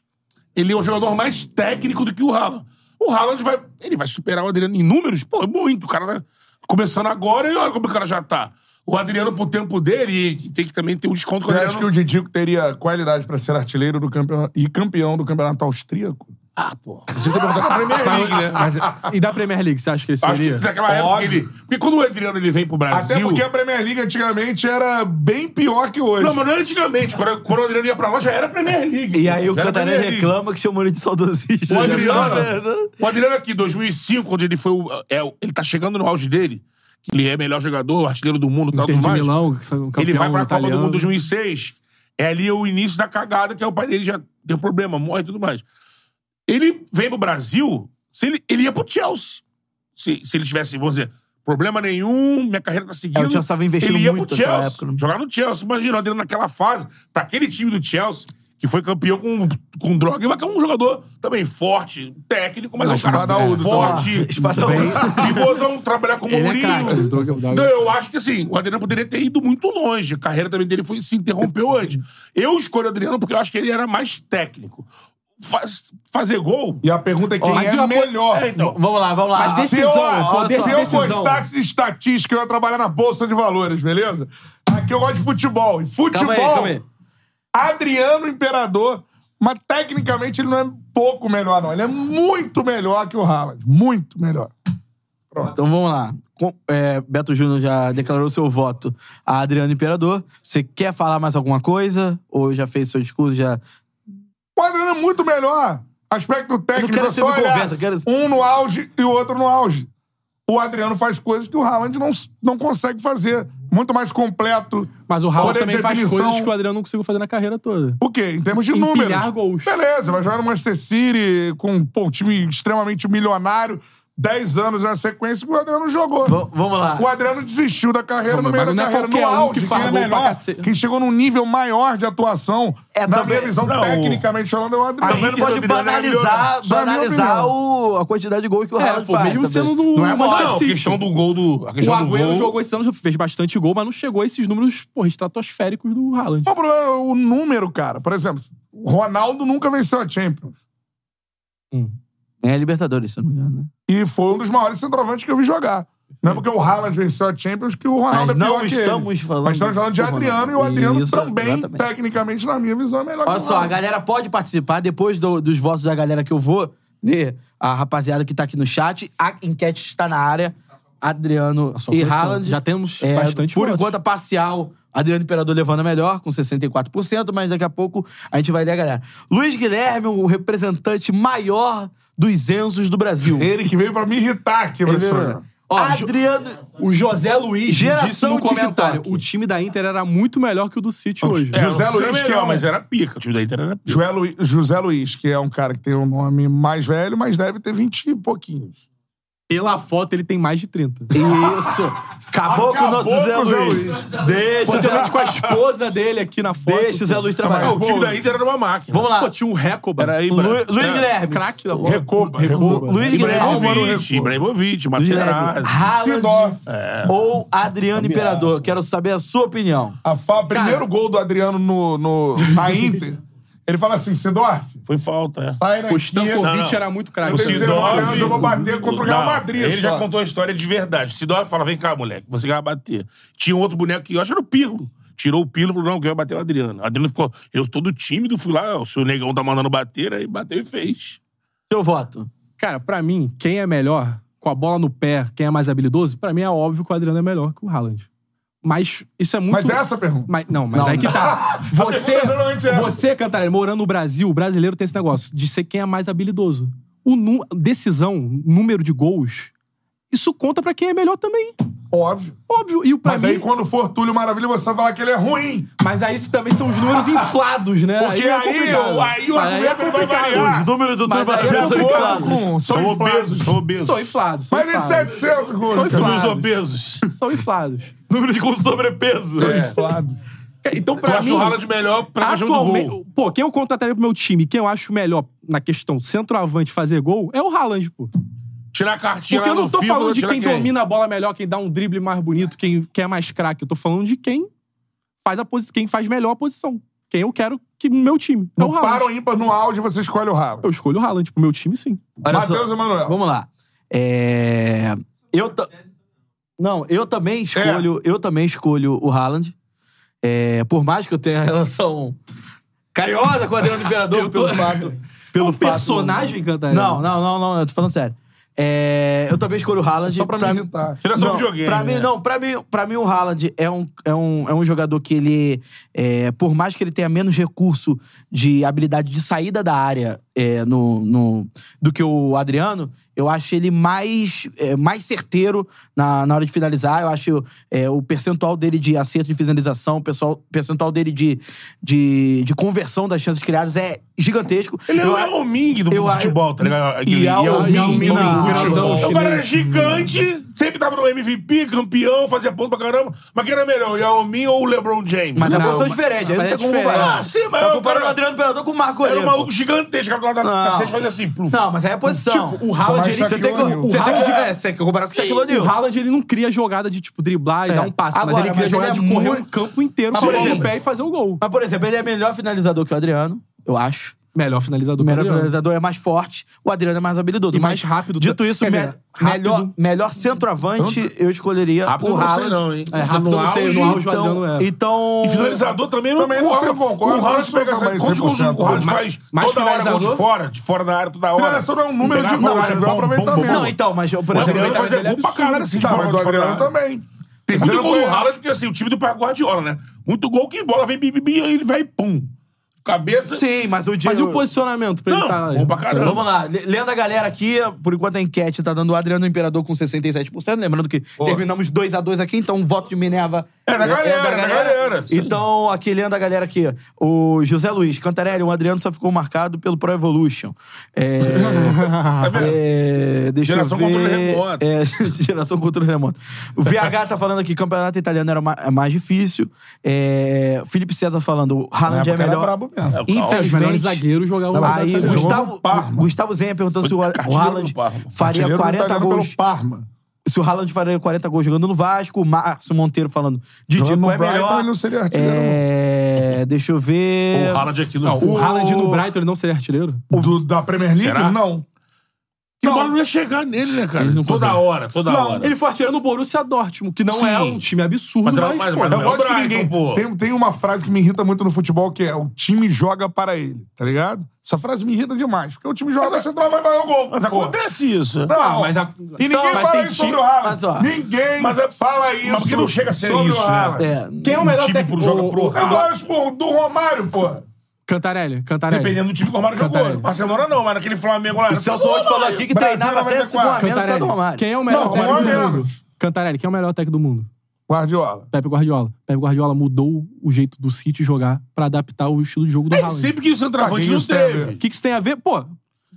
Ele é um jogador mais técnico do que o Haaland. O Haaland vai. Ele vai superar o Adriano em números? Pô, é muito. O cara tá começando agora e olha como o cara já tá. O Adriano, pro tempo dele, e tem que também ter um desconto com o
Eu acho
Adriano.
que o Didico teria qualidade pra ser artilheiro do campeonato e campeão do campeonato austríaco.
Ah, pô. Você tem que perguntar pra Premier
Tá,
League, né?
Mas- e da Premier League, você acha que ele
Acho que
seria?
daquela época que ele. Porque quando o Adriano ele vem pro Brasil.
Até porque é a Premier League antigamente era bem pior que hoje.
Não, mas não era antigamente. Quando, quando o Adriano ia pra lá, já era Premier League.
E aí o
Já era
Cantaré
Premier League.
reclama que chamou ele de saudosista.
O
Já
Adriano,
tá, né?
o Adriano aqui, 2005, quando ele foi. o- é, o- ele tá chegando no auge dele. Que ele é melhor jogador, artilheiro do mundo e tal,
Inter
tudo
de
Tá mais.
Milão, que são campeão
ele vai pra Copa do
italiano.
Mundo 2006. É ali o início da cagada, que é o pai dele já tem um problema, morre e tudo mais. Ele vem pro Brasil, se ele, ele ia pro Chelsea. Se, se ele tivesse, vamos dizer, problema nenhum, minha carreira tá seguindo.
É, o Chelsea tava investindo
ele ia
muito
pro
naquela
Chelsea,
época, né?
jogar no Chelsea. Imagina, o Adriano naquela fase, pra aquele time do Chelsea, que foi campeão com, com droga, mas que é um jogador também forte, técnico, mas é um
Não,
cara
espadaúdo,
é,
forte,
Espadaúdo.
pivôzão, trabalhar com o
Ele é
Mourinho.
craque, o Droga- o Droga-
Então eu acho que assim, o Adriano poderia ter ido muito longe. A carreira também dele foi, se interrompeu antes. Eu escolho o Adriano porque eu acho que ele era mais técnico. Faz- fazer gol.
E a pergunta é quem
Mas
é
e uma coisa-
melhor.
É, então.
Vamos lá, vamos lá.
Mas Ah, se eu,
poder
se
de
eu
decisão.
gostasse de estatística, eu ia trabalhar na Bolsa de Valores, beleza? Aqui eu gosto de futebol. E futebol,
Calma aí, calma aí.
Adriano Imperador, mas tecnicamente ele não é pouco melhor, não. Ele é muito melhor que o Haaland. Muito melhor.
Então vamos lá. Com- é, Beto Júnior já declarou seu voto a Adriano Imperador. Você quer falar mais alguma coisa? Ou já fez seu discurso? Já...
O Adriano é muito melhor. Aspecto técnico,
quero
é
ser
só
do
olhar.
conversa, eu quero-
Um no auge e o outro no auge. O Adriano faz coisas que o Haaland não, não consegue fazer. Muito mais completo.
Mas o
poder
Raul
de
também faz
definição.
coisas que o Adriano não conseguiu fazer na carreira toda.
O quê? Em termos de
Empilhar
números.
gols.
Beleza, vai jogar no Manchester City com pô, um time extremamente milionário, 10 anos na sequência que o Adriano jogou.
vamos lá.
O Adriano desistiu da carreira
Vamos,
no meio
mas
da
não é
carreira, no
qualquer um
auge,
que
quem
faz
é
gol pra
melhor,
cacete.
quem chegou num nível maior de atuação, na
também-
minha visão,
É, Não, o-
tecnicamente falando, é o Adriano.
Também
Não pode
Inter do Adriano é
banalizar,
melhor.
Só é a minha
banalizar
opinião.
o- a quantidade de gol que o
É,
Haaland
pô,
faz. tá
mesmo
também.
sendo do
Não é
Manchester
moral. A
City.
questão do gol do. A
O
questão do
Agüero
gol.
jogou esse ano, fez bastante gol, mas não chegou a esses números, porra, estratosféricos do Haaland.
Qual o problema? é O número, cara. Por exemplo, o Ronaldo nunca venceu a Champions.
Nem a É Libertadores, se eu não me engano. Né?
E foi um dos maiores centroavantes que eu vi jogar. Não é porque o Haaland venceu a Champions que o Ronaldo
Mas
é pior
não
que ele.
estamos falando
Mas estamos falando de
do Ronaldo.
Adriano e o Adriano
Isso,
também,
exatamente.
tecnicamente, na minha visão, é melhor
Olha
que o
só, a
Haaland.
galera pode participar depois do- dos votos da galera que eu vou ler. A rapaziada que tá aqui no chat, a enquete está na área. Adriano
sua
e
posição.
Haaland. É,
Já temos bastante
Por
votos.
enquanto, a parcial. Adriano Imperador levando a melhor, com 64%, mas daqui a pouco a gente vai ler a galera. Luiz Guilherme, o representante maior dos Enzos do Brasil.
Ele que é né? veio pra me irritar aqui pra esse programa.
Ó,
Adriano.
O José Luiz disse
Geração
no comentário.
TikTok.
O time da Inter era muito melhor que o do City hoje.
É,
José
não sei
Luiz,
melhor,
que é um-
mas era pica. O time da Inter era pica.
Joé Lu- José Luiz, que é um cara que tem um nome mais velho, mas deve ter 20 e pouquinhos.
Pela foto, ele tem mais de 30.
Isso. Acabou, com o nosso Zé
com o
Luiz.
Zé
Deixa, o Zé Luiz-
Possivelmente com a esposa dele aqui na foto.
deixa É, o Zé Luiz trabalhar.
Não, o time da Inter era uma máquina.
Vamos lá.
Pô, tinha um recorde.
Era aí,
Lu- Luiz
É.
era-
Guilherme.
Craque da bola.
Recoba,
Recoba.
Recoba.
Luiz Guilherme.
Ibrahimovic, Ibrahimovic,
Guilherme,
Materazzi.
Haaland
Sidorf.
ou Adriano Imperador? Quero saber a sua opinião.
A fa- Primeiro gol do Adriano no, no, na Inter, ele fala assim, Sidorf,
Foi falta, é.
sai daqui.
O Stankovic
Não, não.
era muito craque.
Eu tenho
Zé
Sidorf.
Luiz.
anos, eu vou bater contra o Real Madrid,
Ele já
só.
contou a história de verdade. O Sidorf fala: vem cá, moleque, você vai bater. Tinha um outro boneco que eu acho que era o Pirlo. Tirou o Pirlo e falou: não, quem vai bater é o Adriano. O Adriano ficou, eu todo tímido, fui lá, ó, se o negão tá mandando bater, aí bateu e fez.
Seu voto.
Cara, pra mim, quem é melhor, com a bola no pé, quem é mais habilidoso, pra mim é óbvio que o Adriano é melhor que o Haaland. Mas isso é muito.
Mas essa é a pergunta.
Mas- não, mas
Não,
aí que
não.
tá.
A
Você,
pergunta é realmente essa.
você Cantarelli, morando no Brasil, o brasileiro tem esse negócio de ser quem é mais habilidoso. O nu- decisão, número de gols, isso conta pra quem é melhor também.
Óbvio.
Óbvio. E o pra
Mas
mim.
aí quando for Túlio Maravilha, você vai falar que ele é ruim.
Mas aí isso também são os números inflados, né?
Porque
é
aí
complicado.
o- aí o
Mas é
argumento vai
complicado.
variar.
Os números do Túlio
Ah, Mas aí
Maravilha
eu
são
concordo
inflados.
com- são
São
inflados.
obesos, são obesos.
São inflados. São
Mas é e
inflados.
700 gols?
São
cara?
Números
inflados.
obesos.
São inflados.
Números com sobrepeso.
É. Inflado.
Então,
Eu
pra
acho
mim. é
o Haaland melhor pra questão do
Atualmente,
gol.
pô, quem eu contrataria pro meu time, quem eu acho melhor na questão centroavante fazer gol, é o Haaland, pô.
Tirar a cartinha
Porque eu
lá no
não tô
FIFA,
falando
vou
de
tirar
quem, domina a bola melhor, quem dá um drible mais bonito, quem, quem é mais craque. Eu tô falando de quem faz a posição, quem faz melhor a posição. quem eu quero que no meu time. É o
No
Haaland.
par ou ímpar, no auge, você escolhe o Haaland.
Eu escolho o Haaland. Pro meu time, sim.
Matheus Emanuel.
Vamos lá. É... Eu ta- Não, eu
É.
também escolho, eu também escolho o Haaland. É, por mais que eu tenha relação carinhosa com o Adriano Imperador, pelo fato. Pelo
um
fato-
personagem, Cantarelli?
Não, não, não, não, eu tô falando sério. É, eu também escolho o Haaland.
Só pra me
mim-
irritar. Tira só o
Não,
videogame,
Pra mim,
né?
não, pra mim, pra mim o Haaland é um, é, um, é um jogador que ele, é, por mais que ele tenha menos recurso de habilidade de saída da área é, no, no- do que o Adriano, eu acho ele mais, é, mais certeiro na, na hora de finalizar. Eu acho é, o percentual dele de acerto de finalização, o pessoal- percentual dele de, de, de conversão das chances criadas é gigantesco.
Ele é
Eu
o
a-
Yao Ming do
eu a-
futebol, tá ligado? Aquele
Yao Ming,
do
não,
futebol.
não,
O cara era
chinês.
gigante, sempre tava no MVP, campeão, fazia ponto pra caramba. Mas quem era melhor, o Yao Ming ou o LeBron James?
Mas é uma posição diferente, aí não tem como comparar.
Ah, sim, mas
Tá
eu-
comparando o
cara-
Adriano Imperador com o Marco
Era um
Aurélio.
maluco gigantesco, ficava do lado da
Não.
cacete, fazia assim. pluf.
Não, mas aí é a posição.
Tipo,
o Haaland, ele- você tem que...
Shaquille O'Neal.
O
Você tem
Haaland,
que-
é, você tem que comparar com o Shaquille
O
O'Neal.
Haaland, ele não cria jogada de, tipo, driblar e
É.
dar um passe. mas
Agora,
ele cria
mas
jogada
ele é
de correr
muito-
um campo inteiro,
Mas, é
sobre
por
o
exemplo-
pé e fazer o gol.
Mas, por exemplo, ele é melhor finalizador que o Adriano, eu acho.
Melhor finalizador
O melhor
que o Adriano.
finalizador é mais forte, o Adriano é mais habilidoso.
E
mas,
mais rápido.
Dito isso,
Quer
me-
dizer, rápido.
melhor, melhor centroavante, eu escolheria
Rápido
o
eu não sei
Haaland.
não, hein?
É, rápido
No
eu não sei, no
auge,
auge o
então-
Adriano é.
Então...
E finalizador também não,
Também não
o
sei, eu
Haaland-
concordo,
O
não
Haaland
sou
pega essa
também
quantos gols o
100%.
Haaland
Mas-
faz
mas
toda hora gol de
finalizador?
fora, de fora da área toda hora.
Finalização não é um número de gols, é um aproveitamento.
Não, então, mas eu, por
Mas o
exemplo...
Adriano fazia
dele é
gol pra
absurdo.
caralho, assim, de
Tá,
bola
mas do
de fora
Adriano
da área.
também.
Tem muito
Adriano
gol do
foi-
Haaland, porque assim, o time do Pep Guardiola, né? Muito gol que bola vem bibi, bi, aí ele vai pum. Cabeça.
Sim, mas o dia...
Mas e o posicionamento pra ele tá
Não,
estar...
bom pra caramba.
Então, Vamos lá, le- lendo a galera aqui, por enquanto a enquete tá dando o Adriano Imperador com 67%. Lembrando que terminamos 2 a 2 aqui, então um voto de Minerva.
É da galera, é da galera, sim.
Então, aqui lendo a galera aqui, o José Luiz Cantarelli, o Adriano só ficou marcado pelo Pro Evolution. É. é, deixa
Tá Geração
eu ver.
controle remoto.
É, geração controle remoto. O VH tá falando aqui, campeonato italiano era ma- é mais difícil. É, Felipe César falando, Haaland é
época era
melhor.
brabo mesmo. É, o
Os
Haaland.
melhores
Infelizmente.
zagueiros jogavam no
Aí,
Atlético.
Gustavo,
no Parma.
Gustavo Zenha perguntando se o
Artilheiro
Haaland
do Parma.
faria
tá
Artilheiro do
40
italiano
é gols.
Pelo Parma.
Se o Haaland faria 40 gols jogando no Vasco, o Márcio Monteiro falando Didico
no
é melhor.
Brighton, ele não seria artilheiro,
é... Deixa eu ver.
O Haaland aqui no...
O Haaland no Brighton, ele não seria artilheiro?
Do- da Premier League?
Será?
Não. Que bola não ia chegar nele, né, cara? Toda hora, toda hora.
Ele foi artilheiro no Borussia Dortmund, que não
Sim.
é um time absurdo,
Mas
mas,
era- mas-
pô,
mas
é
não
um
é o
ótimo
Brighton,
ninguém.
pô.
Tem, tem uma frase que me irrita muito no futebol, que é o time joga para ele, tá ligado? Essa frase me irrita demais, porque o time joga,
Mas-
você trava e vai ao gol.
Mas
pô.
acontece isso. Ah,
Não,
mas a-
E ninguém
Não, mas
fala
tem
isso
time-
sobre o Haaland.
mas, ó,
ninguém
mas é-
fala isso.
Mas porque não chega a ser
sobre o
isso, né?
Haaland.
É,
Quem é o melhor
time
técnico-
pro joga
o-
pro
o-
Haaland.
Mas, pô, do Romário, porra.
Cantarelli, Cantarelli.
Dependendo do time que o Romário jogou.
Cantarelli.
No Barcelona não, mas naquele Flamengo lá.
O Celso Rotti falou aqui que
Brasil
treinava
é
até
94.
segundo a menos por causa do
Cantarelli,
Romário.
quem é o
Não,
melhor
Romário
técnico do mundo?
menos.
Cantarelli, quem é o melhor técnico do mundo?
Guardiola.
Pepe Guardiola. Pepe Guardiola mudou o jeito do City jogar pra adaptar o estilo de jogo do
Ele
Haaland.
sempre que o centroavante
Ah,
não
isso tem a ver.
teve.
O que, que isso tem a ver? Pô,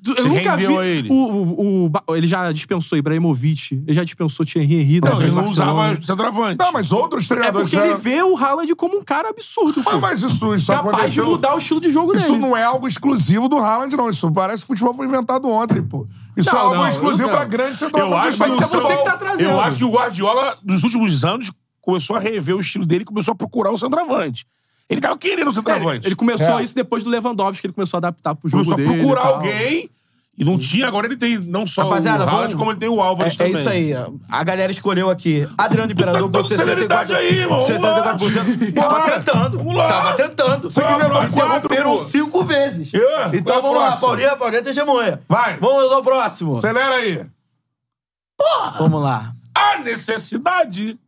eu
Você
nunca vi.
rendeu ele.
O, o- o Ba- ele já dispensou Ibrahimovic, ele já dispensou Thierry Henry. da
Não, ele não
Barcelona.
usava centroavante.
Não, Ah, mas outros
É
treinadores... né?
porque ele vê
já-
o Haaland como um cara absurdo, pô.
Mas, mas isso, isso
capaz de
aconteceu...
mudar o estilo de jogo
Isso
dele.
não é algo exclusivo do Haaland, não. Isso parece que o futebol foi inventado ontem, pô. Isso
Não,
é algo
não,
exclusivo
eu não.
pra grande
Eu acho
centroavante.
que
Mas
o
isso é você
Sol-
que tá trazendo.
Eu acho que o Guardiola, nos últimos anos, começou a rever o estilo dele e começou a procurar o centroavante. Ele tava querendo o centroavante.
Ele, ele começou
É.
isso depois do Lewandowski, que ele começou a adaptar pro jogo
começou a
dele. e
procurar
tal.
alguém e não tinha. Agora ele tem não só
Rapaziada,
o Haaland,
vamos-
como ele tem o Álvares
É, é
também.
isso aí. A galera escolheu aqui. Adriano Imperador
tá
com
dando celeridade
64%.
aí, irmão.
tá
Vamos lá.
74%. Tava
Bora.
tentando.
Vamos lá.
Tava tentando.
Você que
Tava
inventou
tentando.
quadro,
Interromperam
pô.
cinco vezes.
É, qual é
Então
o
vamos lá,
próximo?
Paulinha, Paulinha é testemunha.
Vai.
Vamos ao próximo.
Acelera aí.
Vamos lá.
A necessidade.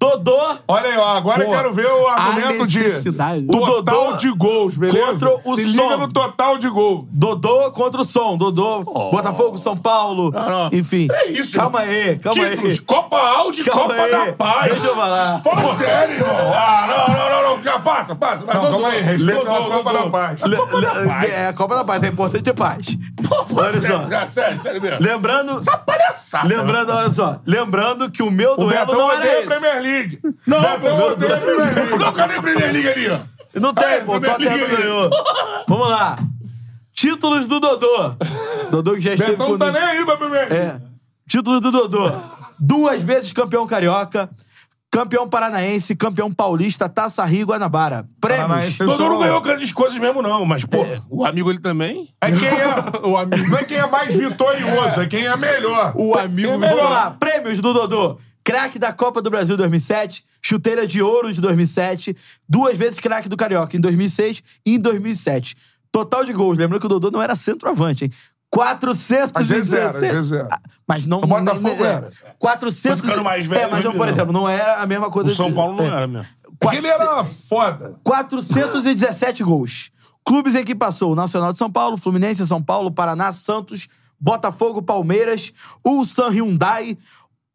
Dodô
Olha aí, ó. Agora eu quero ver o
Ah.
argumento de
necessidade.
total
O Dodô
de gols, beleza?
contra o
Se
Son.
liga no total de gols.
Dodô contra o som. Dodô, Botafogo, São Paulo.
Oh. Não, não.
Enfim.
É isso.
Calma aí, calma
Títulos,
aí.
Copa Audi,
Calma
Copa
aí.
da Paz.
Deixa eu falar.
Fala sério, irmão. Ah, não, não, não, não. Já passa, passa. Mas
Não, calma aí, respeita a Copa da Paz.
Le-
Copa da
le-
Paz.
É, a Copa da Paz, é importante ter paz. Olha
Sério,
só.
já, sério, sério mesmo.
Lembrando.
Essa palhaçada.
Lembrando, olha só. Lembrando que tá? o meu
O
duelo
Betão
não é
odeia
era
a
esse.
Premier League. Não, Betão
meu
odeia a
Deus.
Premier League.
Não, cadê a Premier League ali, ó?
Não tem,
É,
pô. O
Premier
Tottenham
League.
ganhou. Vamos lá. Títulos do Dodô. Dodô que já esteve
Então
Betão não tá
conosco.
nem aí pra Premier League.
É. Título do Dodô. Duas vezes campeão carioca. Campeão paranaense, campeão paulista, Taça Rio e Guanabara. Prêmios.
Dodô não ganhou grandes coisas mesmo, não, mas, pô,
É.
o amigo ele também. É quem é, o amigo, não é quem é mais vitorioso, é quem é melhor.
O amigo.
melhor.
Vamos lá, prêmios do Dodô. Craque da Copa do Brasil 2007, chuteira de ouro de 2007, duas vezes craque do Carioca em 2006 e em 2007. Total de gols, lembrando que o Dodô não era centroavante, hein? 416.
Às vezes era, às vezes era.
Ah, Mas não...
O Botafogo
é,
era.
400...
Foi ficando mais velho, né,
É, mas não, por
não.
exemplo, não era a mesma coisa... é.
O São Paulo não era mesmo.
Porque ele era foda.
417 gols. Clubes em que passou: o Nacional de São Paulo, Fluminense, São Paulo, Paraná, Santos, Botafogo, Palmeiras, Ulsan Hyundai,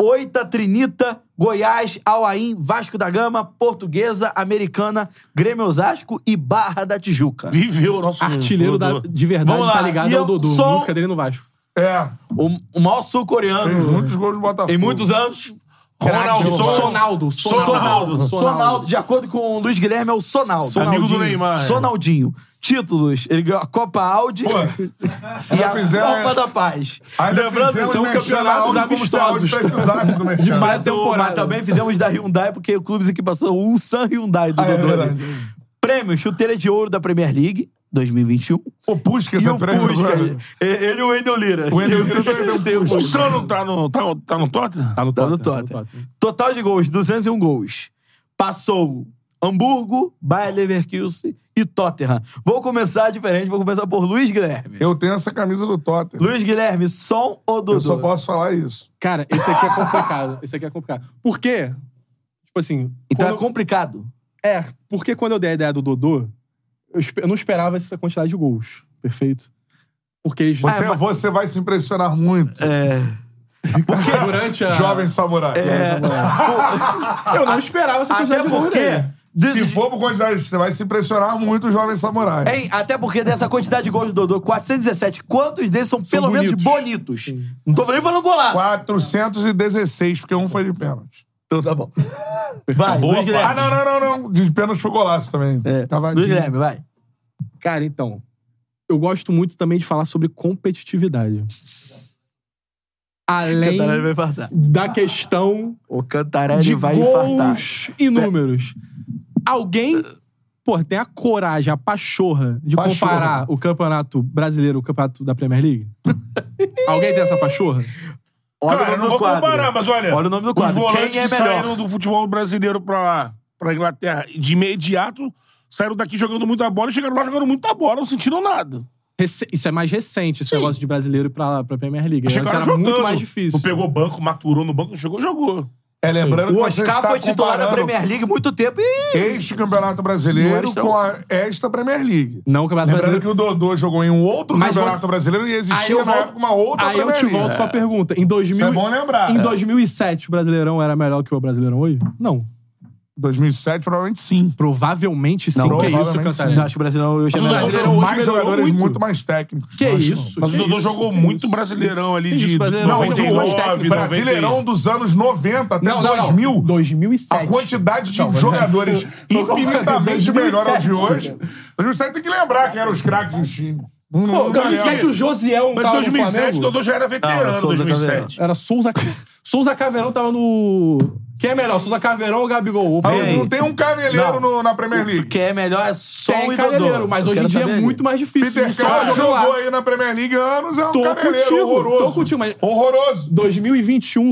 Oita, Trinita, Goiás, Alain, Vasco da Gama, Portuguesa, Americana, Grêmio Osasco e Barra da Tijuca.
Viveu o nosso
Hum,
Artilheiro da-
Dodô.
de verdade
Vamos lá,
tá ligado
e
ao
eu
Dodô.
sou-
Música dele no Vasco.
É.
O, o maior
Fez
sul-coreano
muitos gols no Botafogo.
Uhum. em muitos anos.
Ronaldo,
Sonaldo.
Sonaldo.
Sonaldo.
Sonaldo.
Sonaldo. De acordo com o Luiz Guilherme, é o Sonaldo.
Amigo do Neymar, é.
Sonaldinho. Títulos. Ele ganhou a Copa Audi e a
fizeram- é.
Copa da Paz.
Ainda
Lembrando que
fizemos
são
merchan
campeonatos
na Audi que o
amistosos.
Audi precisasse do merchan.
Mas,
um
o, mas também fizemos da Hyundai, porque o clube que passou o Ulsan Hyundai do
Ah, é
Dodô.
verdade.
ali. Prêmio Chuteira de Ouro da Premier League 2021.
O Puskas
E
é
o
prêmio.
Puskas.
mano.
Ele ele e o Wendel Lira.
O Wendel Lira também um
Tem o
O
Puskas.
São não tá no, tá, tá no Tottenham?
Tá no
Tá
Tottenham,
no
tá no
Tottenham.
Tottenham.
Total de gols, 201 gols. Passou Hamburgo, Bayer Leverkusen e Tottenham. Vou começar diferente, vou começar por Luiz Guilherme.
Eu tenho essa camisa do Tottenham.
Luiz Guilherme, som ou Dudu?
Eu só posso falar isso.
Cara, esse aqui é complicado. Esse aqui é complicado. Por quê? Tipo assim...
tá
Então
quando
é
eu-
complicado.
É, porque quando eu dei a ideia do Dodô, eu, espe- eu não esperava essa quantidade de gols. Perfeito? Porque eles... Ah,
Você, você vai se impressionar muito,
é porque durante a...
é um jovem samurai.
Eu não esperava essa
Até
quantidade de gols
porque...
dele.
Se for por quantidade, você vai se impressionar muito, jovem samurai.
Hein? Até porque dessa quantidade de gols do Dodô, 417, quantos desses são, pelo menos bonitos? Não tô nem falando golaço.
416, porque um foi de pênalti.
Então tá bom. Vai, Luiz
Ah,
Guilherme.
não, não, não, não. De pênalti foi golaço também.
É.
Tava
Luiz Guilherme, vai.
Cara, então... Eu gosto muito também de falar sobre competitividade. Além...
Cantarelli vai infartar.
da questão
O Cantarelli
de
vai infartar.
gols e números. Alguém, pô, tem a coragem, a pachorra de
Pachorra.
comparar o campeonato brasileiro com o campeonato da Premier League? Alguém tem essa pachorra?
Olha
Cara,
o nome
não
do
vou
quadro.
comparar, mas olha.
Olha o nome do
Os
quadro.
volantes
Quem é
que
melhor?
saíram do futebol brasileiro pra lá, pra Inglaterra, de imediato, saíram daqui jogando muita bola e chegaram lá jogando muita bola, não sentiram nada.
Rece- Isso é mais recente, esse negócio de brasileiro ir pra, lá, pra Premier League. Antes
Chegaram
era
jogando.
muito mais difícil.
Não pegou banco, maturou no banco, chegou, jogou.
É, lembrando que
O
você
Oscar
tá
está
foi titular da
comparando
Premier League muito tempo
é
e.
Este Campeonato
Não era
Brasileiro
extra-
com a- esta Premier League.
Não, o Campeonato
Lembrando que
Brasileiro.
o Dodô jogou em um outro
Mas
Campeonato
você-
Brasileiro e
Aí
existia
eu,
na
volto-
época uma outra
aí eu
Premier
te
League.
É.
volto com a pergunta. Em 2000,
Isso é bom lembrar.
Em
É.
2007, o Brasileirão era melhor que o Brasileirão hoje? Não.
2007, provavelmente sim.
Provavelmente sim. que isso,
provavelmente
Cantarelli.
sim.
Não, acho que o Brasileirão hoje é
Mas o
melhor.
Brasileirão hoje
mais
melhorou
jogadores
muito.
muito. mais técnicos.
Que isso?
Mas o
que
Dodô
isso,
jogou
que
muito
isso.
brasileirão ali
Que isso,
de
Brasileirão jogou mais
99,
Brasileirão
91.
dos anos 90 até
Não, não, não.
2000.
2007.
A quantidade de jogadores infinitamente melhor ao de hoje. 2007 tem que lembrar quem eram os craques do time. Não, não
Pô, 2007
lembro.
o Josiel não
Mas em
tava no
2007, o
Flamengo?
Dodô já era veterano
Não,
em
Souza
2007.
Era Souza... Souza Caveirão tava no... Quem é melhor, Souza Caveirão ou Gabigol? Ou
Não,
Veiga?
não tem um caneleiro
Não.
no- na Premier
O
League.
que é melhor é som
Tem
e Dodô.
caneiro, mas
Eu
hoje em
quero
dia é
saber.
muito mais difícil.
Peter
Isso só
Ah,
Carr
jogou
jogou
lá.
aí na Premier League há anos, é um
Tô
caneleiro
contigo,
horroroso.
tô contigo, mas-
Horroroso.
2021,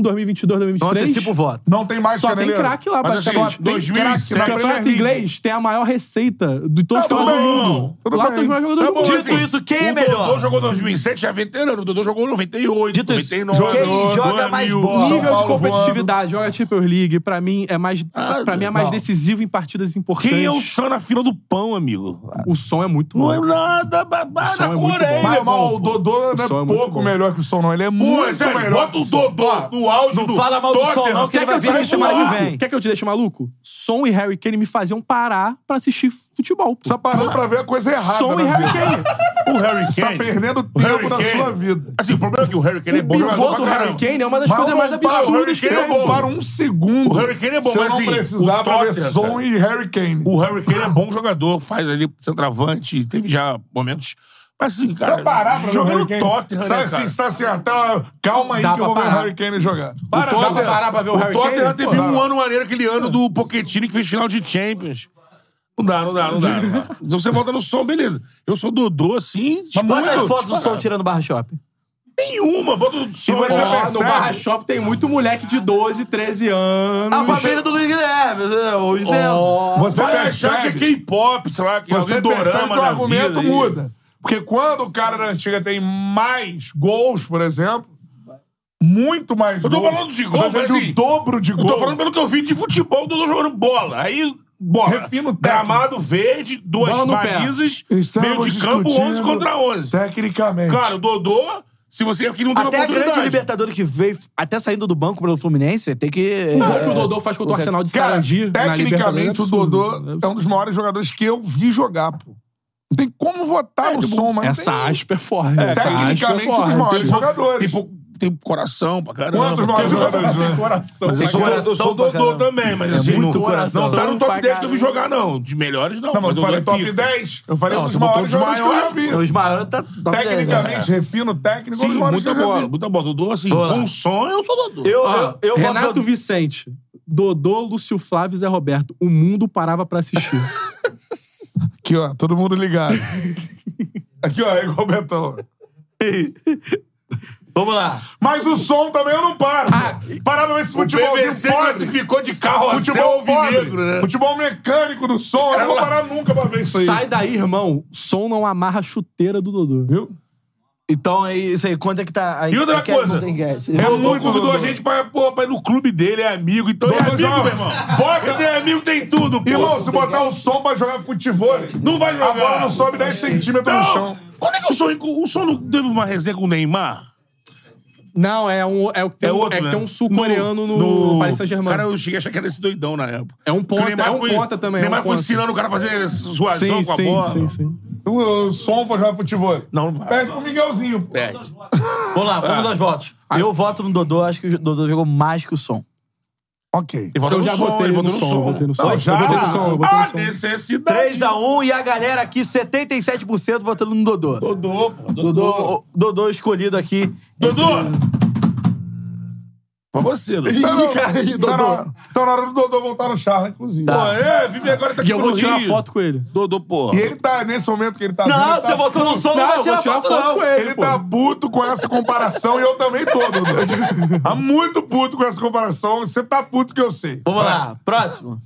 Não
2022, 2023...
antecipa o voto.
Não tem mais
Só tem
caneleiro.
craque lá,
Mas, assim,
basicamente. Tem
2007
craque. O campeonato inglês tem a maior receita de todos os
Tá bom,
campeonatos do mundo.
tudo
Lá
bem.
tem os maiores jogadores
Tá
do mundo.
bom,
Dito isso, quem
o
é melhor?
Dodô jogou 2007, já veterano. O Dodô jogou 98,
Dito isso,
99.
quem joga mais
2000.
bola? São
Nível de
Paulo
competitividade, joga Champions League, pra mim é mais,
Ah,
pra mim é mais
não.
decisivo em partidas importantes.
Quem é o Sam na fila do pão, amigo?
O som é muito
Não
bom.
é nada, babá
som é
na
muito
Coreia,
bom.
Mas,
meu
irmão, o
irmão.
Dodô não é,
som é muito
pouco
bom.
melhor que o Sol, não. Ele é
Pô,
muito
um, sério,
melhor.
Bota o Dodô no auge do
Fala mal do som,
Tottenham.
não, que ele
Quer
vai
eu
vir aqui
te
semana que
zoar?
vem.
Quer que eu te deixe maluco? Som e Harry Kane me faziam parar pra assistir futebol. Pô.
Você parou pra ver a coisa errada.
Som e
na
um Harry
vida.
Kane.
O Harry Kane.
Você tá perdendo
O Harry
tempo da
Kane.
sua vida.
Assim, o problema é que o Harry Kane é
O
bom jogador
pivô
pra
do Harry
caramba.
Kane é uma das
Mas
coisas
eu
mais
não paro,
o Harry
absurdas que
Kane
Eu
é bom.
não paro um segundo.
O Harry Kane é bom,
se eu
mas,
não
assim,
precisar
o
pra ver
Tottenham,
Som e Harry Kane.
O Harry Kane é bom jogador, faz ali centroavante, teve já momentos. Mas assim, cara.
Pra parar pra ver o
jogando
Harry Kane.
Tottenham,
Se
né,
tá assim,
cara?
se tá assim, ah, tá, calma aí
Dá
que eu
pra
vou ver o
parar.
Harry Kane jogar.
Para,
O
dá
Tottenham-
pra parar pra ver o Harry
Tottenham
Kane?
teve
Pô, dá,
um
não.
ano
maneiro, aquele ano do Pochettino que fez final de Champions. Não dá, não dá, não dá. não dá. Então você volta no som, beleza. Eu sou Dodô, assim...
Mas quantas
muito
fotos do som
disparado.
tirando barra shopping?
Nenhuma, bota o som.
você
aí
percebe-
no Barra Shop tem muito moleque de 12, 13 anos.
A família do Luiz Guilherme, o
Oh.
Isenso.
Você
Vai
percebe-
achar que é K-pop, sei lá, que
Você
é alguém
percebe
dorama
que o
na
argumento
vida aí.
muda. Porque quando o cara da antiga tem mais gols, por exemplo, muito mais
Eu tô
gols.
falando de
Eu tô
gol,
falando
mas
de
assim,
o dobro de
Eu
gol.
tô falando pelo que eu vi de futebol, Dodô jogando bola. Aí, bola.
Refino técnico.
Gramado verde, duas
Bola no pé.
balizas,
Estamos
meio de campo,
discutindo
11 contra 11.
Tecnicamente.
Cara, o Dodô, se você aqui não tem
Até a grande
oportunidade.
Libertadores que veio, até saindo do banco pelo Fluminense, tem que.
O gol que o Dodô faz contra o Arsenal de
Cara,
Sarandi na Libertadores é
tecnicamente o
absurdo.
Dodô é um dos maiores jogadores que eu vi jogar, pô. Não tem como
É,
votar no
tipo,
som, mas
Essa
tem...
aspa é forte.
É,
Essa
tecnicamente,
aspa é
um dos
forte.
maiores jogadores.
Tem, pou- tem coração Tipo, pra caramba.
Quantos maiores jogadores, né?
coração. Mas
Tem
eu sou,
coração
tá
eu sou
pra
tá Dodô
caramba.
também, mas
É
assim,
muito
não,
coração
não tá no
pra
top 10 que eu vi
caramba.
jogar, não. De melhores, não.
Não, mas eu
Dodô
falei
é
top
pica.
10. Eu falei
Não,
um dos
você botou
maiores
um dos
jogadores que eu já
maiores.
vi.
Os maiores tá. top dez, né?
Tecnicamente, refino técnico, um
é. Sim,
dos maiores
muita
que eu já
bola,
vi.
muita bola. Dodô, assim,
Boa.
com som, eu sou Dodô. Ah,
Eu,
Ó,
eu, eu voto-
Renato Vicente. Dodô, Lúcio Flávio e Zé Roberto. O mundo parava pra assistir.
Aqui, ó, todo mundo ligado. Aqui, ó, é igual o Betão.
Vamos lá.
Mas o som também eu não paro. Parar pra ver esse
Ah, O PVC
futebolzinho pobre.
classificou de carro a céu
Futebol pobre.
alvinegro, né?
Futebol mecânico do som. Eu não vou parar nunca pra ver isso aí.
Sai daí, irmão. Som não amarra a chuteira do Dodô. Viu?
Então é isso aí. Quanto é que tá. aí-
E outra
é que é-
coisa,
não tem cash.
É muito convidou
Dodô.
a gente pra, pô, pra ir no clube dele, é amigo. Então é amigo,
joga.
meu irmão. Bota, tem amigo, tem tudo, pô.
Irmão, se botar o som pra jogar futebol,
Não vai jogar.
a bola não sobe 10 centímetros no
Não.
chão.
Quando é que eu sou... O som não teve uma resenha com o Neymar?
Não, é um. É, o que tem
É
um-
outro,
é que
né?
tem um sul-coreano no, Paris Saint-Germain.
Cara, eu cheguei a achar que era esse doidão na época.
É um ponta,
Que o Neymar
é um
foi-
ponta também, é um
Neymar ficou
ponta.
ensinando o cara a fazer zoazão
sim,
com a
sim,
bola.
sim, sim.
O, o som pra jogar futebol.
Não, não vai.
Perde pro Miguelzinho. pô.
Perde.
Vamos lá,
Ah.
vamos aos votos. Eu voto no Dodô, acho que o Dodô jogou mais que o som.
Ok.
Ele votou
Eu
no
já
som,
votei
ele
no
votou no
som,
som.
votei no som.
Ah,
Eu
já?
votei no som, eu votei no
A
som.
necessidade.
3x1 e a galera aqui, 77% votando no Dodô.
Dodô, pô. Dodô.
Dodô, Dodô escolhido aqui.
Dodô. Pra você, Dodô.
Tá na-
aí,
tá na-
Dodô?
Tá na hora do Dodô voltar no Charla, inclusive.
Tá.
Pô, é, vive agora
E
tá aqui
eu
no
vou tirar
Rio.
foto com ele.
Dodô, porra.
E ele tá, nesse momento que ele tá... vindo,
Não,
ele
você
tá,
votou no som, não,
Não,
vai
eu
tirar
vou tirar
foto,
foto
não.
com ele.
Ele
pô.
tá puto com essa comparação e eu também tô, Dudu. Tá muito puto com essa comparação. Você tá puto que eu sei.
Vamos lá, próximo.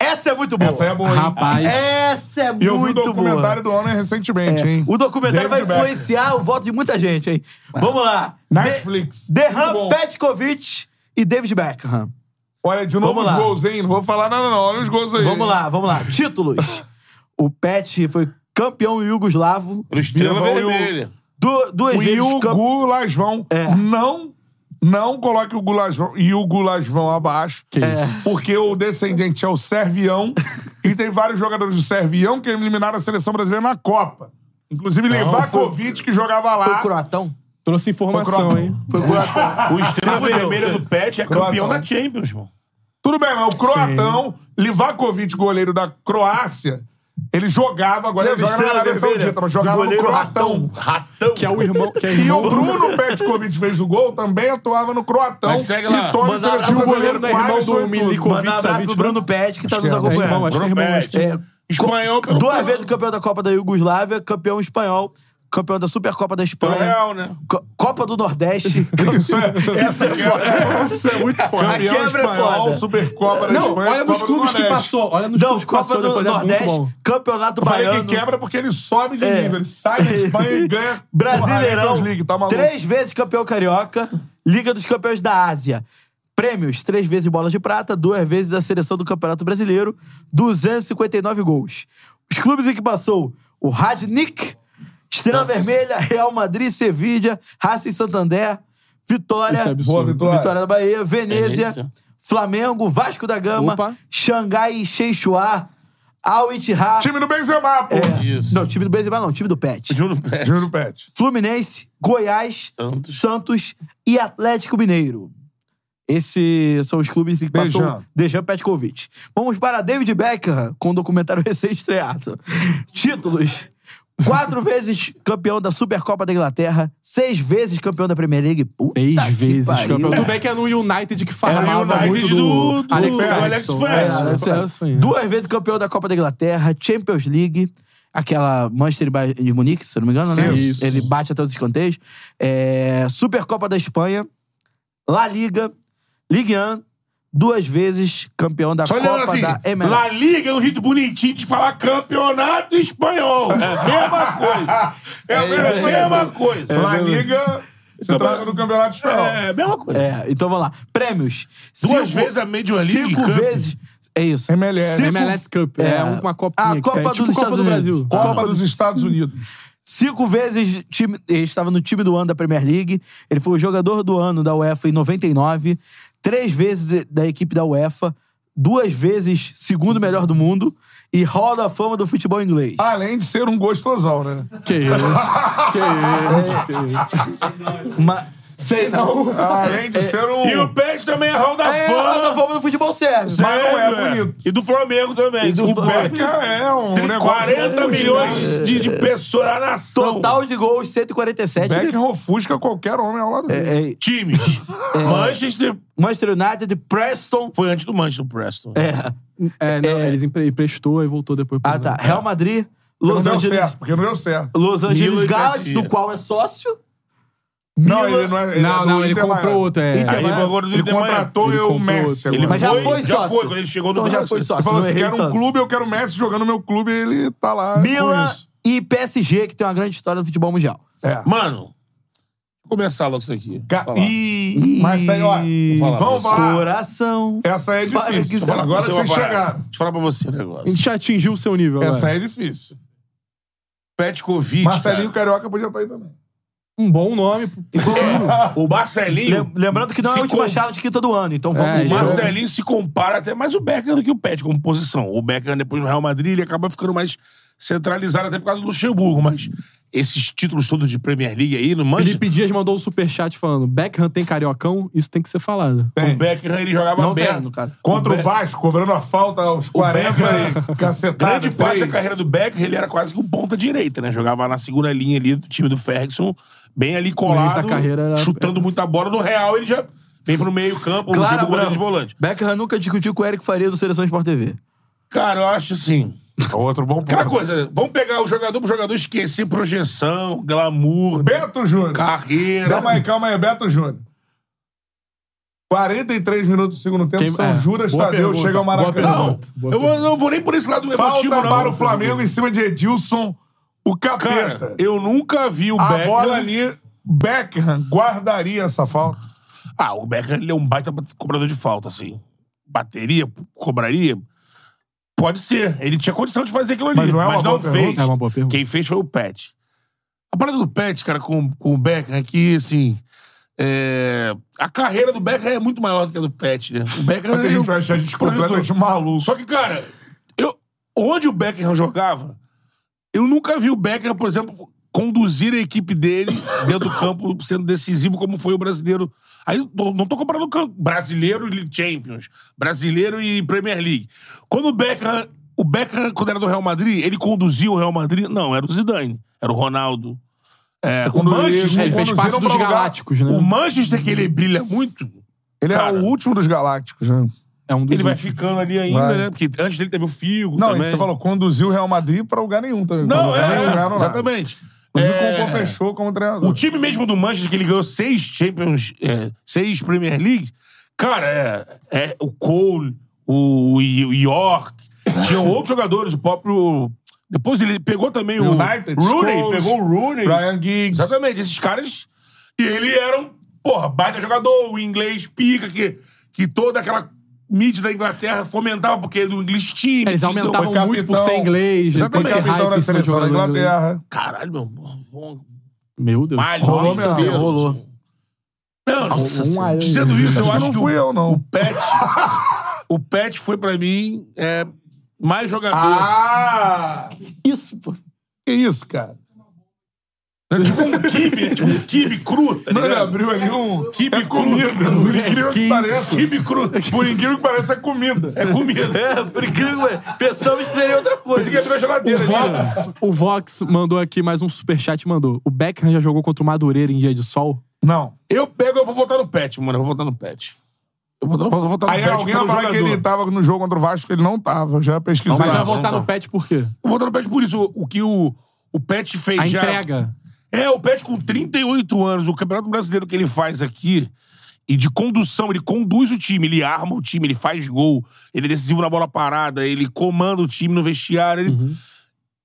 Essa é muito boa.
Essa aí é boa, hein?
Rapaz.
Essa é
E eu vi o
muito boa. É.
documentário do Honor recentemente, hein?
O documentário vai
David Becker.
influenciar o voto de muita gente, hein? Vamos lá.
Netflix.
De-
Muito
Derram
bom.
Petkovic e David Beckham.
Olha, de novo
Vamos
os
lá.
gols, hein? Não vou falar nada, não. Olha os gols aí.
Vamos lá, vamos lá. Títulos. O Pet foi campeão iugoslavo.
No Estrela
Bilbao e o-
Vermelha.
Du duas
O
vezes campeão.
Yugo Lasvão.
É.
Não, não coloque o Gulasvão, Yugo Lasvão abaixo. É. Porque o descendente é o Servião. e tem vários jogadores do Servião que eliminaram a seleção brasileira na Copa. Inclusive Levakovic, que jogava lá.
O Croatão.
Trouxe informação,
Foi
hein?
Foi o Croatão.
O Estrela Vermelha do Pet é campeão
Croatão.
da Champions, irmão.
Tudo bem, mas o Croatão, Livakovic, goleiro da Croácia, ele jogava, agora ele
Lembra,
joga na
Estrela
Arábia
Vermelha,
Saudita, mas
do
jogava no
goleiro
Croatão.
Ratão.
Que é o irmão. Que é
E
irmão
o Bruno Petkovic fez o gol, também atuava no Croatão.
Mas segue lá.
E Tony
Mandar
seleção
abraço pro
brasileira
goleiro da irmã
quase
do
foi tudo.
Milinkovic.
Mandar um abraço pro Bruno Pet, que tá nos
É irmão,
acompanhando.
acho que é irmão.
Bruno
acho que-
Pet. Espanhol pelo
Duas vezes campeão da Copa da Iugoslávia, campeão espanhol, campeão da Supercopa da
pelo
Espanha.
Real, né?
Co- Copa do Nordeste. Isso é,
Essa é, essa é muito forte.
A
Campeão
quebra é
espanhol,
foda.
Supercopa da
Não,
Espanha,
olha
Copa
nos
do
clubes que
Nordeste.
passou. Olha nos
Não,
clubes que
Copa
passou
do
depois. É muito bom.
Nordeste, Campeonato
Eu falei que
Baiano.
quebra porque ele sobe de
É.
nível. Ele sai da Espanha e ganha porra,
Brasileirão.
Champions League, tá maluco?
três vezes campeão carioca, Liga dos Campeões da Ásia. Prêmios, três vezes bola de prata, duas vezes a seleção do Campeonato Brasileiro, 259 gols. Os clubes em que passou, o Radnik, Estrela Vermelha, Real Madrid, Sevilha, Racing Santander, Vitória,
Isso é absurdo.
Boa, Vitória.
Vitória da Bahia, Venezia,
Venezia.
Flamengo, Vasco da Gama,
Opa.
Xangai Sheixuá, Al Ittihad...
Time do Benzema, pô.
É,
Isso.
Não, time do Benzema não, time do Pet.
Bruno Pet.
Time do Pet.
Fluminense, Goiás,
Santos.
Santos, e Atlético Mineiro. Esses são os clubes que
Dejan.
passou Dejan Petkovic. Vamos para David Beckham com um documentário recém-estreado. Títulos. Quatro vezes campeão da Supercopa da Inglaterra. Seis vezes campeão da Premier League. Puta
Seis
que
vezes
pariu. né?
campeão. Tudo bem que é no United que
É,
falava
United
muito
do-
do,
do-
Alex
é, Alex
Ferguson. É, Alex
Ferguson.
Ferguson, é.
Duas vezes campeão da Copa da Inglaterra, Champions League, aquela Manchester e Bayern de Munique, se eu não me engano, né?
Sim. Isso.
Ele bate até os escanteios. É, Supercopa da Espanha, La Liga, Ligue 1, duas vezes campeão da
Só
Copa
lembrando assim,
da MLS.
La Liga é um jeito bonitinho de falar campeonato espanhol. É a mesma coisa. É a mesma, mesma coisa.
La Liga, você trata no Campeonato Espanhol.
É, mesma coisa.
É, então vamos lá. Prêmios.
Duas vezes a Major League
Cinco
Cup.
vezes. É isso.
MLS.
Cinco-
MLS Cup. É, uma copinha
A
que
Copa
tem,
dos
tipo Copa
Estados
do
Unidos.
Brasil.
Copa dos Estados Unidos.
Cinco vezes time, ele estava no time do ano da Premier League. Ele foi o jogador do ano da UEFA em 99. Três vezes da equipe da UEFA. Duas vezes segundo melhor do mundo. E Hall da Fama do futebol inglês.
Além de ser um gostosão, né?
Que isso. Que isso. Que isso.
Ma- Sei não.
Além de ser um...
E o PES também é Hall da
É, Hall da
Fama.
Fama do futebol serve.
Mas não é
Sério,
bonito.
E do Flamengo também.
O Beca é um
Tem
negócio...
40 milhões de, de pessoas na nação.
Total de gols, 147.
Beca ofusca qualquer homem ao lado dele.
É, é,
Times. Manchester
Manchester United, Preston.
foi antes do Manchester Preston.
É.
É, não, eles empre- emprestou e voltou depois. pro
Ah, tá.
United.
Real Madrid,
É. Não
Los
deu
Angeles,
certo, porque não deu certo.
Los Angeles
Milan e
Galaxy,
PSG.
do qual é sócio.
Não,
Milan-
ele não é... é
Não,
do
não, ele
Inter
comprou
Miami.
outro. É.
Inter-
Aí
Mas
agora do
ele
Inter Miami.
contratou eu o Messi
Ele
agora.
Mas já foi
já
sócio.
foi quando ele chegou no
Então já
Brasil.
foi sócio.
Ele falou
não
assim,
errei
quero um
tanto.
clube, eu quero o Messi jogando no meu clube, ele tá lá com
Milan
isso.
e PSG, que tem uma grande história no futebol mundial.
É.
Mano, vou começar logo isso aqui.
Ga-
Falar.
Ih, mas isso aí, ó,
falar
vamos
pra você.
falar.
Coração.
Essa aí é
Fala,
difícil.
quiser. falar
Agora
Você vai
vocês
parar.
chegaram.
Deixa eu falar pra você um
A
negócio.
gente já atingiu o seu nível agora.
Essa aí é difícil.
Petkovic,
Marcelinho
cara.
Carioca podia estar aí também.
Um bom nome.
O Marcelinho...
Lem- Lembrando que não é
Se
a última
com-
chave de quinta do ano, então vamos
É,
O
de
ele-
novo.
Marcelinho se compara até mais o Beckham do que o Pet como posição. O Beckham depois no Real Madrid ele acaba ficando mais centralizado até por causa do Luxemburgo, mas esses títulos todos de Premier League aí no Manchester,
Felipe Dias mandou um superchat falando: Beckham tem cariocão, isso tem que ser falado.
o Beckham ele jogava
É. Não
aberto.
tem, no caso.
Contra o Vasco, cobrando a falta aos 40 e cacetada.
Grande parte da
três.
carreira do Beckham ele era quase que um ponta direita, né? Jogava na segunda linha ali do time do Ferguson, bem ali
início
colado,
da carreira era-
chutando muita bola. No Real ele já vem pro meio campo,
Clara
Claro, goleiro
Branco.
de volante.
Beckham nunca discutiu com o Eric Faria do Seleção Sport TV.
Cara, eu acho assim...
É Outro bom
Aquela
ponto.
coisa, vamos pegar o jogador pro jogador esquecer projeção, glamour,
Beto Júnior.
né? carreira.
Calma aí, calma aí, Beto Júnior. 43 minutos do segundo tempo,
Quem-
São
é,
Juras
boa
Tadeu
pergunta,
chega ao
boa
Maracanã.
pergunta.
Eu vou- não vou nem por esse lado
Falta
emotivo, não.
para o Flamengo em cima de Edilson, o capeta.
Cara, eu nunca vi o
a
Beckham...
bola ali, Beckham guardaria essa falta.
Ah, o Beckham ele é um baita cobrador de falta, assim. Bateria, cobraria... Pode ser. Ele tinha condição de fazer aquilo ali,
Mas
mas
não é
não,
uma boa pergunta.
fez.
É uma boa pergunta.
Quem fez foi o Pet. A parada do Pet, cara, com, com o Beckham é que, assim... é, A carreira do Beckham é muito maior do que a do Pet, né? O Beckham...
É A gente
ele-
vai achar a gente
Projetor.
completamente maluco.
Só que, cara, eu, onde o Beckham jogava, eu nunca vi o Beckham, por exemplo, conduzir a equipe dele dentro do campo sendo decisivo como foi o brasileiro. Aí não não tô comparando com brasileiro e Champions, brasileiro e Premier League. Quando o Beckham, o Beckham quando era do Real Madrid, ele conduziu o Real Madrid? Não, era o Zidane, era o Ronaldo. É, o
Quando
Manchester,
eles
Ele fez parte
conduziram
dos
pra um lugar-
Galácticos, né?
o Manchester que ele brilha muito,
Ele
Cara.
é o último dos Galácticos, né?
É um dos
ele vai
últimos.
ficando ali ainda,
Vai.
né? Porque antes dele teve o Figo
Não,
também.
você falou, conduziu o Real Madrid pra lugar nenhum também. Pra
Não,
lugar nenhum,
é,
lugar não
é,
nada.
exatamente.
Inclusive
É,
com o Pô fechou como treinador.
o time mesmo do Manchester, que ele ganhou seis Champions, é, seis Premier League, cara, é, é o Cole, o, o York,
É.
tinham outros jogadores, o próprio... Depois ele pegou também o
United,
Rooney,
Scholes,
pegou o Rooney.
Brian Giggs.
Exatamente, esses caras. E ele era um, porra, baita jogador, o inglês pica, que, que toda aquela mídia da Inglaterra fomentava, porque é do inglês time.
Eles
tinha- um
aumentavam
Foi
muito por
capitão.
ser inglês. né?
Foi
Tem esse
capitão
hype
da
em cima de
seleção da
jogador inglês.
Inglaterra.
Caralho, meu.
Meu Deus.
Malho,
Rolou
nossa,
mesmo,
Deus.
rolou.
Não,
Nossa
não-
Senhora.
dizendo isso, eu
Mas
acho
não
que
fui
o,
eu, não.
Pet. o Pet foi pra mim é, mais jogador.
Ah!
Isso, pô.
Que isso, cara?
Tipo um kibe, né? tipo um kibe cru. Tá
Não, ele
ligado?
abriu ali um.
Kibe
é
cru.
comida. Por incrível que,
Que
pareça.
isso? Kibe cru.
Por incrível que pareça, é comida.
É comida.
É, por incrível que pareça. Pensamos que seria outra coisa.
Pensei que abriu a
O
geladeira. né?
Vox, o Vox mandou aqui mais um superchat mandou. O Beckham já jogou contra o Madureira em dia de sol?
Não.
Eu pego, eu vou votar no pet, mano. Eu vou votar no pet. Eu vou, eu vou votar no
Aí
pet.
alguém vai
pelo
falar que
jogador.
ele tava no jogo contra o Vasco, ele não tava. Já pesquisei.
Mas vai
isso.
votar no pet por quê?
Eu vou votar no pet por isso. O, o que o, o pet fez
A
já.
entrega.
É, o Pet com 38 anos, o Campeonato Brasileiro que ele faz aqui, e de condução, ele conduz o time, ele arma o time, ele faz gol, ele é decisivo na bola parada, ele comanda o time no vestiário. ele-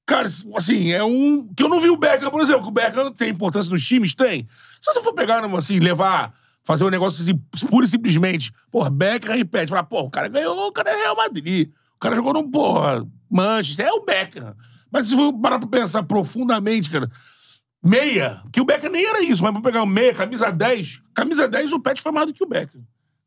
Cara, assim, é um. Que eu não vi o Beckham, por exemplo, que o Beckham tem importância nos times? Tem. Se você for pegar, assim, levar. Fazer um negócio assim, pura e simplesmente. Porra, Beckham e Pet. Falar, porra, o cara ganhou, o cara é Real Madrid. O cara jogou no, porra, Manchester. É o Beckham. Mas se for parar pra pensar profundamente, cara, Meia. Que o Becker nem era isso, mas pra pegar o meia, camisa 10. Camisa 10, o Pet foi mais do que o Becker.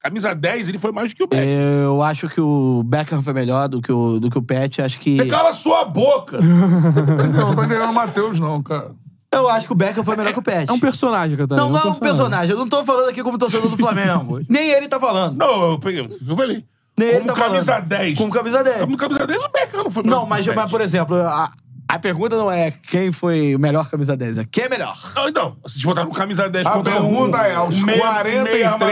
Camisa 10, ele foi mais do que o Becker.
Eu acho que o Beckham foi melhor do que o, do que o Pet. Acho que.
Você Cala sua boca!
Entendeu? Não tô entendendo o Matheus, não, cara.
Eu acho que o Beckham foi melhor que o Pet.
É um personagem, Catarina.
Não, não é um personagem. Eu não tô falando aqui como torcedor do Flamengo. Nem ele tá falando.
Não, eu peguei. Eu falei.
Nem ele
Como
tá
camisa
falando.
10.
Como camisa 10.
Como camisa 10, o Becker não foi um
É.
mais
Não,
do que
mas,
o Pet.
mas, por exemplo, a, a pergunta não é quem foi o melhor camisa 10, é quem é melhor.
Não, então, se botar no camisa 10
A
contra
pergunta
um,
é: aos
meia- meia armador,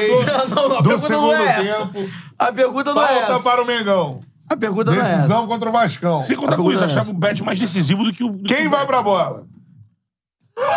Não,
43
não, não, a
do
pergunta não
segundo
é essa.
tempo,
A pergunta não é
falta
essa.
para o Mengão.
A pergunta não é essa.
Decisão contra o Vascão.
Você conta com isso, achava o Bet mais decisivo do que o. do que
Quem
o
vai
Becker.
pra bola?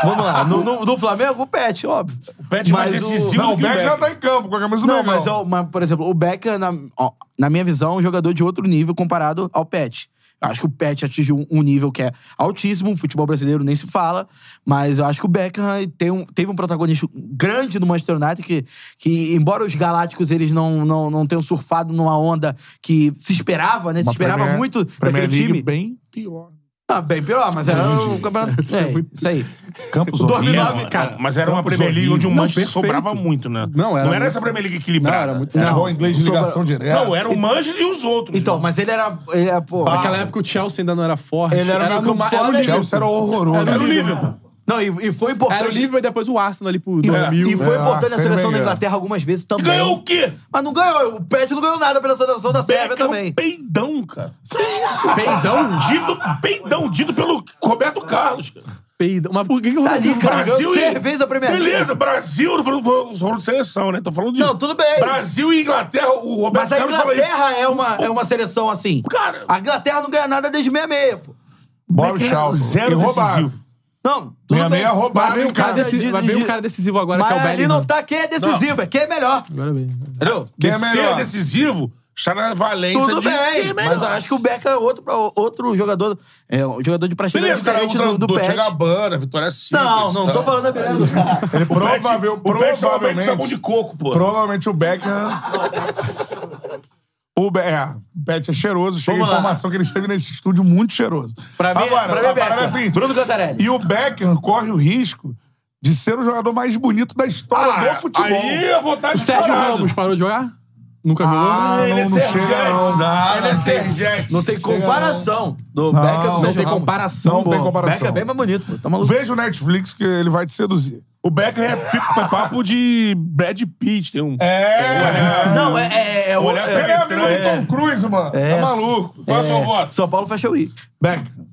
Vamos lá. No, no- no Flamengo, o Pet, óbvio. O
é
Pet mais decisivo
Não,
do
o
que o
Becker
Becker.
tá em campo com a camisa do
Não,
Mengão.
mas, ó, mas, por exemplo, o Beckham, na, ó, na minha visão, é um jogador de outro nível comparado ao Pet. Eu acho que o Pet atingiu um- um nível que é altíssimo, o futebol brasileiro nem se fala, mas eu acho que o Beckham tem um- teve um protagonismo grande no Manchester United que, que embora os galácticos eles não, não, não tenham surfado numa onda que se esperava, né? Se
Uma
esperava
Premier-
muito
Premier
daquele
League
time.
Bem pior.
Ah, bem pior, mas era o campeonato... É, isso aí.
Campos
Não,
horrível.
não, né? mas era uma
Campos
Premier League onde
horrível.
o
Não,
Manchester
perfeito.
sobrava muito, né?
Não, era
Não era
muito-
essa Premier League equilibrada.
Não, era é muito-
Era
Não.
bom inglês de
Sobre-
ligação direta.
Não, era o Manchester e os outros.
Então, mas ele era... Ele era pô,
Naquela época o Chelsea ainda não era forte.
Ele era meio um
no
campo-
fora
era
o
o
O
Liverpool.
Chelsea era horroroso.
Era o Liverpool.
Não, e, e foi importante...
Era o Liverpool e depois o Arsenal ali pro
E,
2000.
e foi
É,
importante
sem
na seleção da
Wenger.
Inglaterra algumas vezes também.
Ganhou o quê?
Mas não ganhou. O Pet não ganhou nada pela seleção da Sérvia
Becker é um
também.
peidão, cara.
Peidão?
Dito, peidão, dito pelo Roberto Carlos. cara.
Peidão. Mas por que, que o
Tá ali,
Brasil...
cara.
Brasil
ganhou
e...
seis vezes a Premier League.
Beleza, Brasil, não falando, falando- falando de seleção, né? Tô falando de...
Não, tudo bem.
Brasil e Inglaterra, o Roberto
Mas a
Carlos fala isso.
Inglaterra é uma, é uma seleção assim.
Cara.
A Inglaterra não ganha nada desde 66, pô.
Bora o Chelsea.
Zero
E roubado.
decisivo.
Não, tudo
Meia
bem.
meia roubado,
Vai ver
hein,
um cara,
cara.
deci-
de-
vai ver
de-
um cara decisivo agora,
Mas
que é o
ali
Bellingham.
não tá quem é decisivo, é quem é melhor.
Agora bem.
Entendeu?
Quem é
Ser
melhor?
decisivo está na
é
valência
Tudo
de... é
bem. Mas eu acho que o Becker é outro, pra- outro jogador. É um jogador de prateleira
Beleza, o cara
diferente
usa
do, do
Dolce
Pet.
Gabbana, Vitória Silva.
Não, não tô falando da
Ele
O Pet-
provável,
o Pet é um
provavelmente,
sabão de coco, pô.
provavelmente o Beckham... O Be é, o Pet é cheiroso. Chega a
Vamos lá.
informação que ele esteve nesse estúdio muito cheiroso.
Pra mim,
Agora,
pra mim é
a parada é a
Becker.
seguinte,
Bruno Cantarelli.
E o Beckham corre o risco de ser o jogador mais bonito da história
Ah,
do futebol.
Aí eu vou tá estar
O Sérgio Ramos parou de jogar? Nunca
Ah,
jogou?
é
não, não chega, não.
é Ele é Sergente.
Não tem comparação do Becker
Não,
do
Não
Sérgio
tem
Ramos.
comparação,
Não tem
pô.
comparação.
Becker é bem mais bonito, pô. Tá maluco?
Veja o Netflix que ele vai te seduzir.
O Becker é pi- papo de Brad Pitt, tem um...
É.
Não, é. é, é o-
Olhar
é-
Ele é amigo do
É.
Tom Cruise, mano.
é-
Tá maluco. Qual é o seu voto?
São Paulo Fashion Week.
Beckham.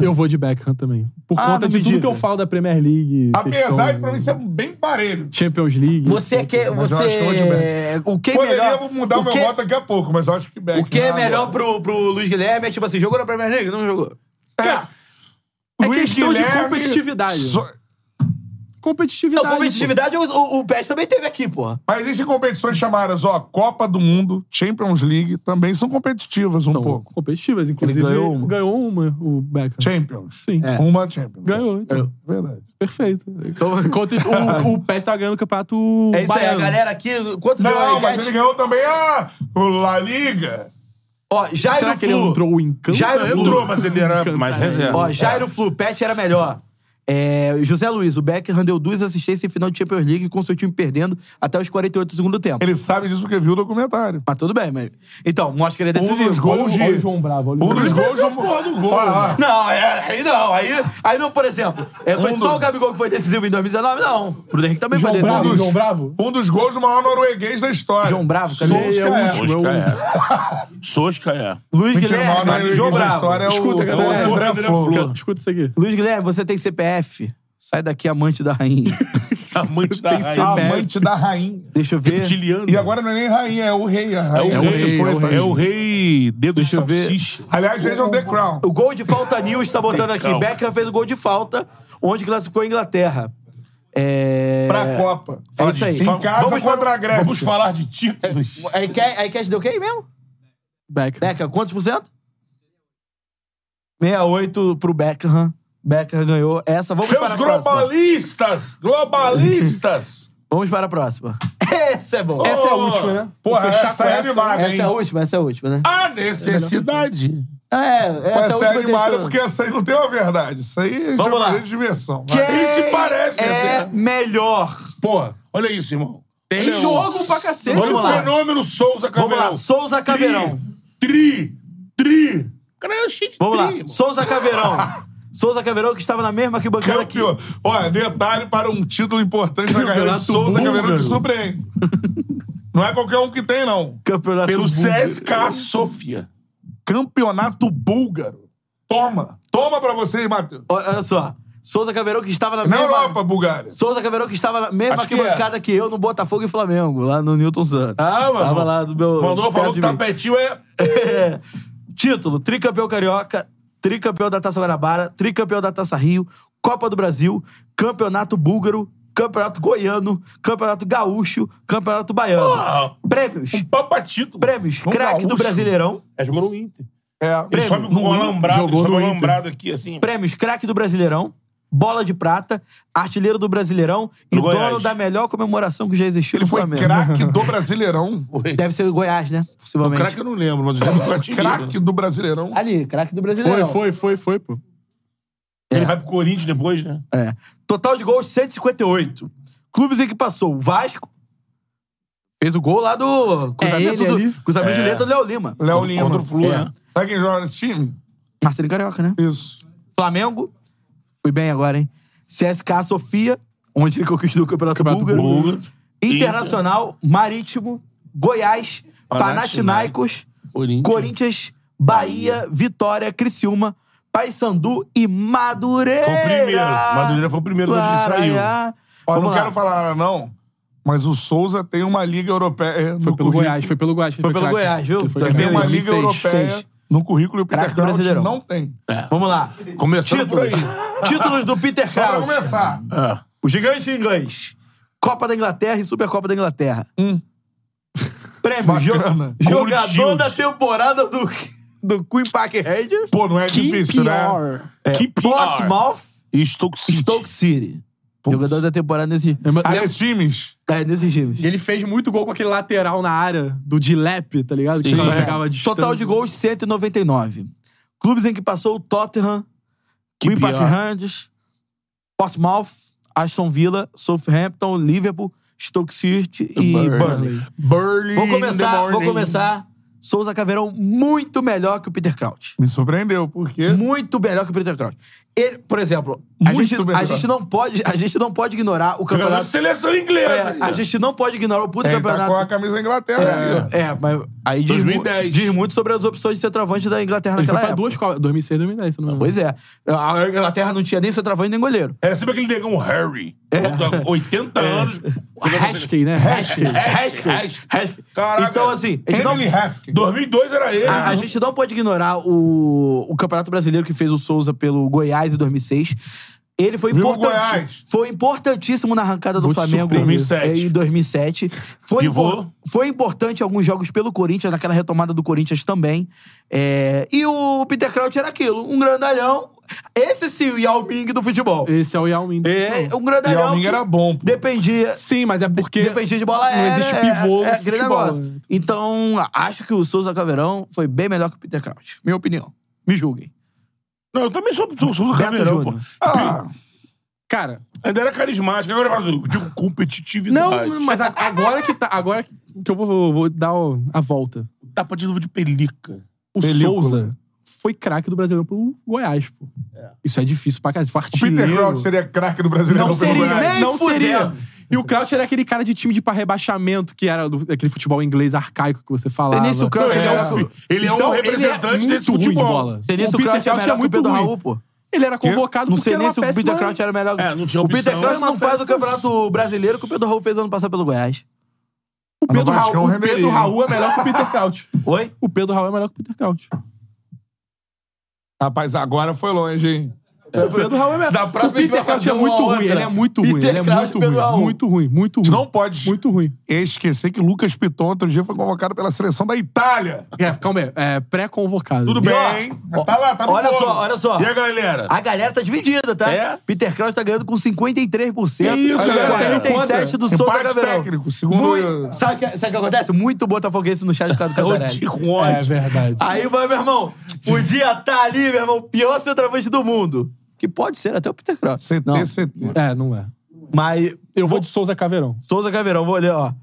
Eu vou de Beckham também. Por
Ah,
conta
não
de
me
tudo
diga.
que eu falo da Premier League.
Apesar de pra mim
questão-
ser bem parelho.
Champions League.
Você quer.
Mas eu acho que é eu vou de
Você. O que é
Poderia
melhor.
vou mudar o,
o
meu
que, é
voto daqui a pouco, mas eu acho que Beckham. Ah,
O que é
agora.
melhor pro, pro Luiz Guilherme é tipo assim: jogou na Premier League? Não jogou.
Cara,
É questão de competitividade. Competitividade.
Não, competitividade o, o, o Pet também teve aqui, porra.
Mas existem competições chamadas, ó, Copa do Mundo, Champions League, também são competitivas um
pô. Não,
pouco.
competitivas, inclusive.
Ele ganhou uma.
ganhou uma, o Beckham.
Champions.
Sim.
Uma Champions.
Ganhou, então.
É Verdade.
Perfeito. Enquanto o, o Pet tá ganhando o campeonato
É isso aí,
baiano.
a galera aqui. Quanto deu
Não, é
aí,
mas ele
Cat?
ganhou também a La Liga.
Ó, Jairo
Será que ele
Flu.
entrou em campo?
Jairo
Não,
Flu.
É.
Entrou, mas ele era mais reserva.
Ó, Jairo Flu, Pet era melhor. É, José Luiz, o Beckham deu duas assistências em final de Champions League com seu time perdendo até os 48 do segundo tempo.
Ele sabe disso porque viu o documentário.
Mas tudo bem, mas... Então, mostra que ele é decisivo.
dos gols de- Olha o João
Bravo.
olha o Um dos João gols, Bravo. João- Porra do Ah, gol, Olha lá.
Não, é- aí não. Aí, aí não, por exemplo, é,
Um
foi só o Gabigol que foi decisivo em 2019? Não. O Bruno Henrique também foi decisivo.
Bravo? Um dos gols do maior norueguês da história. João
Bravo,
cadê?
Sosca é. Sosca é.
Luiz
Mentira,
Guilherme,
maior norueguês
tá. João
da
Bravo.
história é o-
Escuta,
é o
galera.
André Flor.
Escuta isso aqui. Luiz Guilherme, você tem CPF? Sai daqui, amante da rainha.
amante
da
Tá
rainha. Amante da rainha.
Deixa eu ver.
E agora não é nem rainha, é o rei. A rainha
É o
já
rei,
se foi,
é o
tá?
rei. É o rei dedo de
Deixa eu ver.
salsicha.
Aliás, vejam The Crown.
O gol de falta News tá botando aqui.
Calma.
Beckham fez o gol de falta, onde classificou a Inglaterra. É...
Pra Copa.
É isso aí.
Em casa
Vamos É,
contra a Grécia.
Vamos falar
de títulos.
Aí quer, aí quer te deu quem mesmo? Beckham. Beckham, quantos por cento? 68 pro Beckham. Beckham ganhou essa. Vamos
Seus
para a próxima.
globalistas! Globalistas!
Vamos para a próxima. Essa é boa.
Essa é a última, né? Porra,
Vou fechar
essa
com
é animada,
Essa
hein? Ah,
é a última, essa é a última, né?
A necessidade.
É, essa,
Essa,
é a
é
última
animada,
deixa eu-
porque essa aí não tem uma verdade. Isso aí
Vamos
é
lá.
uma de diversão.
Quem
Vai. Isso parece.
é
até.
melhor?
Porra, olha isso, irmão.
Tem um
Tem
jogo pra
cacete,
Olha
vamos
o
lá.
fenômeno Souza
Vamos
Caveirão.
lá, Souza
Tri,
Caveirão.
Tri, tri. Cara, eu achei de
Vamos
tri,
lá,
irmão.
Souza Caveirão. Souza Caveirão que estava na mesma que bancada aqui.
Olha, detalhe para um título importante na carreira de
Campeonato
Souza Caveirão
búlgaro.
que surpreende. Não é qualquer um que tem, não.
Campeonato
Pelo
búlgaro.
CSKA Sofia. Campeonato búlgaro. Toma. Toma pra vocês, Matheus.
Olha olha só. Souza Caveirão que estava na
Na
mesma.
Europa, Bulgária.
Souza Caveirão que estava na mesma
Acho
que
que é.
bancada que eu no Botafogo e Flamengo, lá no Newton Santos.
Ah, mano.
Tava lá do meu.
Mandou,
perto
falou
de
tá
que
mim.
tapetinho é.
É. Título: tricampeão carioca, tricampeão da Taça Guanabara, tricampeão da Taça Rio, Copa do Brasil, campeonato búlgaro, campeonato goiano, campeonato gaúcho, campeonato baiano. Prêmios. Um
papatito.
Prêmios.
Um
Craque do
gaúcho.
Brasileirão.
É, jogou no Inter.
É,
Ele
Prêmio.
sobe com um
No-
alambrado, ele
jogou
sobe
no
um
Inter.
alambrado aqui, assim.
Prêmios craque do Brasileirão, bola de prata, artilheiro do Brasileirão e
No
dono
Goiás.
da melhor comemoração que já existiu Ele no
foi
Flamengo.
craque do Brasileirão.
Deve ser o Goiás, né? Possivelmente.
Craque eu não lembro, mas eu lembro que eu né? atirei,
Craque do Brasileirão.
Ali, craque do Brasileirão.
Foi, foi, foi, pô. Ele vai pro Corinthians depois, né?
É. Total de gols, 158. Clubes em que passou, o Vasco, fez o gol lá do cruzamento,
ele ali.
do, cruzamento de
É.
letra do Léo Lima.
Léo Lima.
Contra o Flu,
É.
né?
Sabe quem joga nesse time?
Marcelinho Carioca, né?
Isso.
Flamengo, fui bem agora, hein? CSK Sofia, onde ele conquistou o Campeonato, Búlgaro.
Búlgaro.
Internacional, Marítimo, Goiás, Panathinaikos, Corinthians, Bahia, Vitória, Criciúma, Paysandu e Madureira.
Foi o primeiro.
ah,
Madureira foi o primeiro quando ele saiu.
Guaraiá.
Ó, não
Vamos lá.
quero falar nada, não. Mas o Souza tem uma liga europeia. Foi pelo
Goiás, foi pelo Goiás. que ele
Foi pelo
craque.
Goiás, viu?
Ele foi
Tem uma liga
2006,
europeia
seis.
no currículo e o Peter
Craque do
Crouch
Brasileirão. É.
não tem.
Vamos lá.
Começando
Títulos.
por aí.
Títulos do Peter
Só pra
Crouch.
começar.
O gigante inglês. Copa da Inglaterra e Supercopa da Inglaterra. Prêmio. jo-
Bacana.
jogador da temporada do, do Queen Park Rangers.
Pô, não é difícil, né?
É,
Que PR.
Portsmouth.
E Stoke City.
Stoke City. Jogador da temporada nesse...
Ah, nesses times?
É, nesses times.
Ele fez muito gol com aquele lateral na área do Dilep, tá ligado? Que ele pegava de
Total de gols, 199. Clubes em que passou, Tottenham, Queen Park
pior.
Rangers, Portsmouth, Aston Villa, Southampton, Liverpool, Stoke City e
Burnley.
Burnley.
Burnley
Vou
in the
começar, vou
morning.
começar. Souza Caveirão muito melhor que o Peter Crouch.
Me surpreendeu, porque.
Muito melhor que o Peter Crouch. Ele, por exemplo, a
Muito
gente,
melhor.
a gente não pode, a gente não pode ignorar o
Jogador
campeonato.
de seleção inglesa.
É, a gente não pode ignorar o puto
Tem que tá
campeonato.
com a camisa da Inglaterra. né?
É, é, mas aí diz, mu-
2010.
diz muito sobre as opções de centroavante da Inglaterra
Ele foi
naquela
pra
época.
duas Copas, 2006 e 2010, se não me engano.
Pois é. A Inglaterra não tinha nem centroavante nem goleiro.
Era sempre aquele negão Harry. Puta, 80 anos.
Haskey, né? Haskey.
Haskey.
Haskey.
Caraca.
Então, assim, a gente, não,
Emily Haskell.
2002 era ele.
a- a gente não pode ignorar o, o Campeonato Brasileiro que fez o Souza pelo Goiás em 2006. Ele foi,
Viu o
importante,
Goiás?
foi importantíssimo na arrancada do
Muito
Flamengo
surpreendente.
eh, em 2007. Foi,
Pivô.
impor- foi importante em alguns jogos pelo Corinthians, naquela retomada do Corinthians também. É, e o Peter Crouch era aquilo, um grandalhão. Esse sim, o Yao Ming do futebol.
Esse é o Yao Ming.
É, um
E
grandalhão.
o Ming
que-
era bom. pô.
Dependia.
Sim, mas é porque.
Dependia de bola
Não
aérea.
existe
é-
pivô
É,
no
aquele
futebol,
negócio.
né?
Então, acho que o Souza Caveirão foi bem melhor que o Peter Crouch. Minha opinião. Me julguem.
Não, eu também sou, sou, sou do
Beto
Caveirão, pô.
Júnior.
Ah,
Cara.
Ainda era carismático, agora eu falo, digo competitividade.
Não, mas a- agora que tá. Agora que eu vou, vou dar o- a volta.
Tapa de luva de pelica.
O
Película.
Souza foi craque do Brasileirão pro Goiás, pô. Isso é difícil pra caralho. Foi
O Peter
artilheiro.
Crouch seria craque do Brasileirão
Não
pelo
seria,
Goiás.
não seria. E o Crouch era aquele cara de time de pra rebaixamento, que era do- aquele futebol inglês arcaico que você falava.
Tenêncio Crouch
Ele
é
era-
melhor-
ele é um
Então,
representante
ele é muito
desse
ruim de
futebol.
bola.
Tenêncio Crouch é melhor que o Pedro Raul, pô.
Ele era
Que?
convocado
não
porque
sei
era
nem
uma
se o Peter
péssima-
Crouch era melhor.
É, não tinha
o Peter
opção.
Crouch
Era
não
uma
faz o campeonato brasileiro que o Pedro Raul fez ano passado pelo Goiás.
O Pedro,
Vascão
Raul, o
renderia.
Pedro Raul é melhor que o Peter Crouch.
Oi?
O Pedro Raul é melhor que o Peter Crouch.
Rapaz, agora foi longe, hein?
O Pedro Raul é melhor.
Da próxima
o Peter Crouch é muito ruim. Ele é muito ruim. ele é muito ruim. Muito ruim, muito ruim.
Não pode
muito ruim.
esquecer que Lucas Piton outro dia foi convocado pela seleção da Itália.
É, calma aí. É pré-convocado. Ah,
Tudo
E, ó,
bem. Tá lá, tá no
Olha
bolo.
só, olha só.
E a galera?
A galera tá dividida, tá?
É?
Peter Crouch tá ganhando com 53%.
Que isso,
né?
Olha,
galera?
47 do
Empate
Souza Gabriel.
técnico, segundo-
Muito, sabe o que, sabe o que acontece? Muito botafoguense no chat por causa do Cantarelli.
É verdade.
Aí vai, meu irmão. Podia tá ali, meu irmão. Pior centroavante do mundo. Que pode ser até o Peter Crouch. Não.
É, não é.
Mas
eu vou de Souza Caveirão.
Souza Caveirão, vou ler, ó.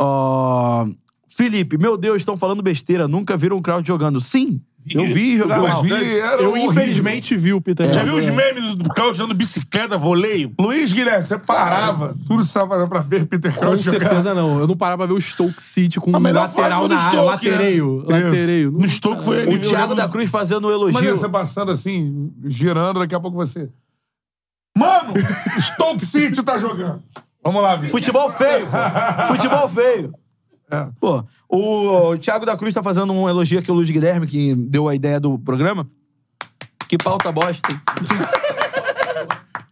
Ó, Felipe, meu Deus, estão falando besteira. Nunca viram um crowd jogando. Sim, eu vi jogar mal.
Eu infelizmente vi o
É.
Peter
Já
Crouch.
viu os memes do Carlos jogando bicicleta, voleio? É.
Luiz Guilherme, você parava tudo que você tava fazendo pra ver Peter
Com
Crouch jogar.
certeza não. Eu não parava pra ver o Stoke City com
A
um
melhor
lateral
fase foi no
na área.
Stoke, né?
Latereio.
Isso.
Latereio.
No Stoke foi ele,
O
viu?
Thiago da Cruz fazendo um
Imagina
elogio.
você passando assim, girando, daqui a pouco você. Mano, Stoke City tá jogando. Vamos lá, Vitor.
Futebol feio, pô. Futebol feio.
É.
Pô, o, o Thiago da Cruz tá fazendo um elogio aqui ao Luiz Guilherme, que deu a ideia do programa. Que pauta bosta. hein?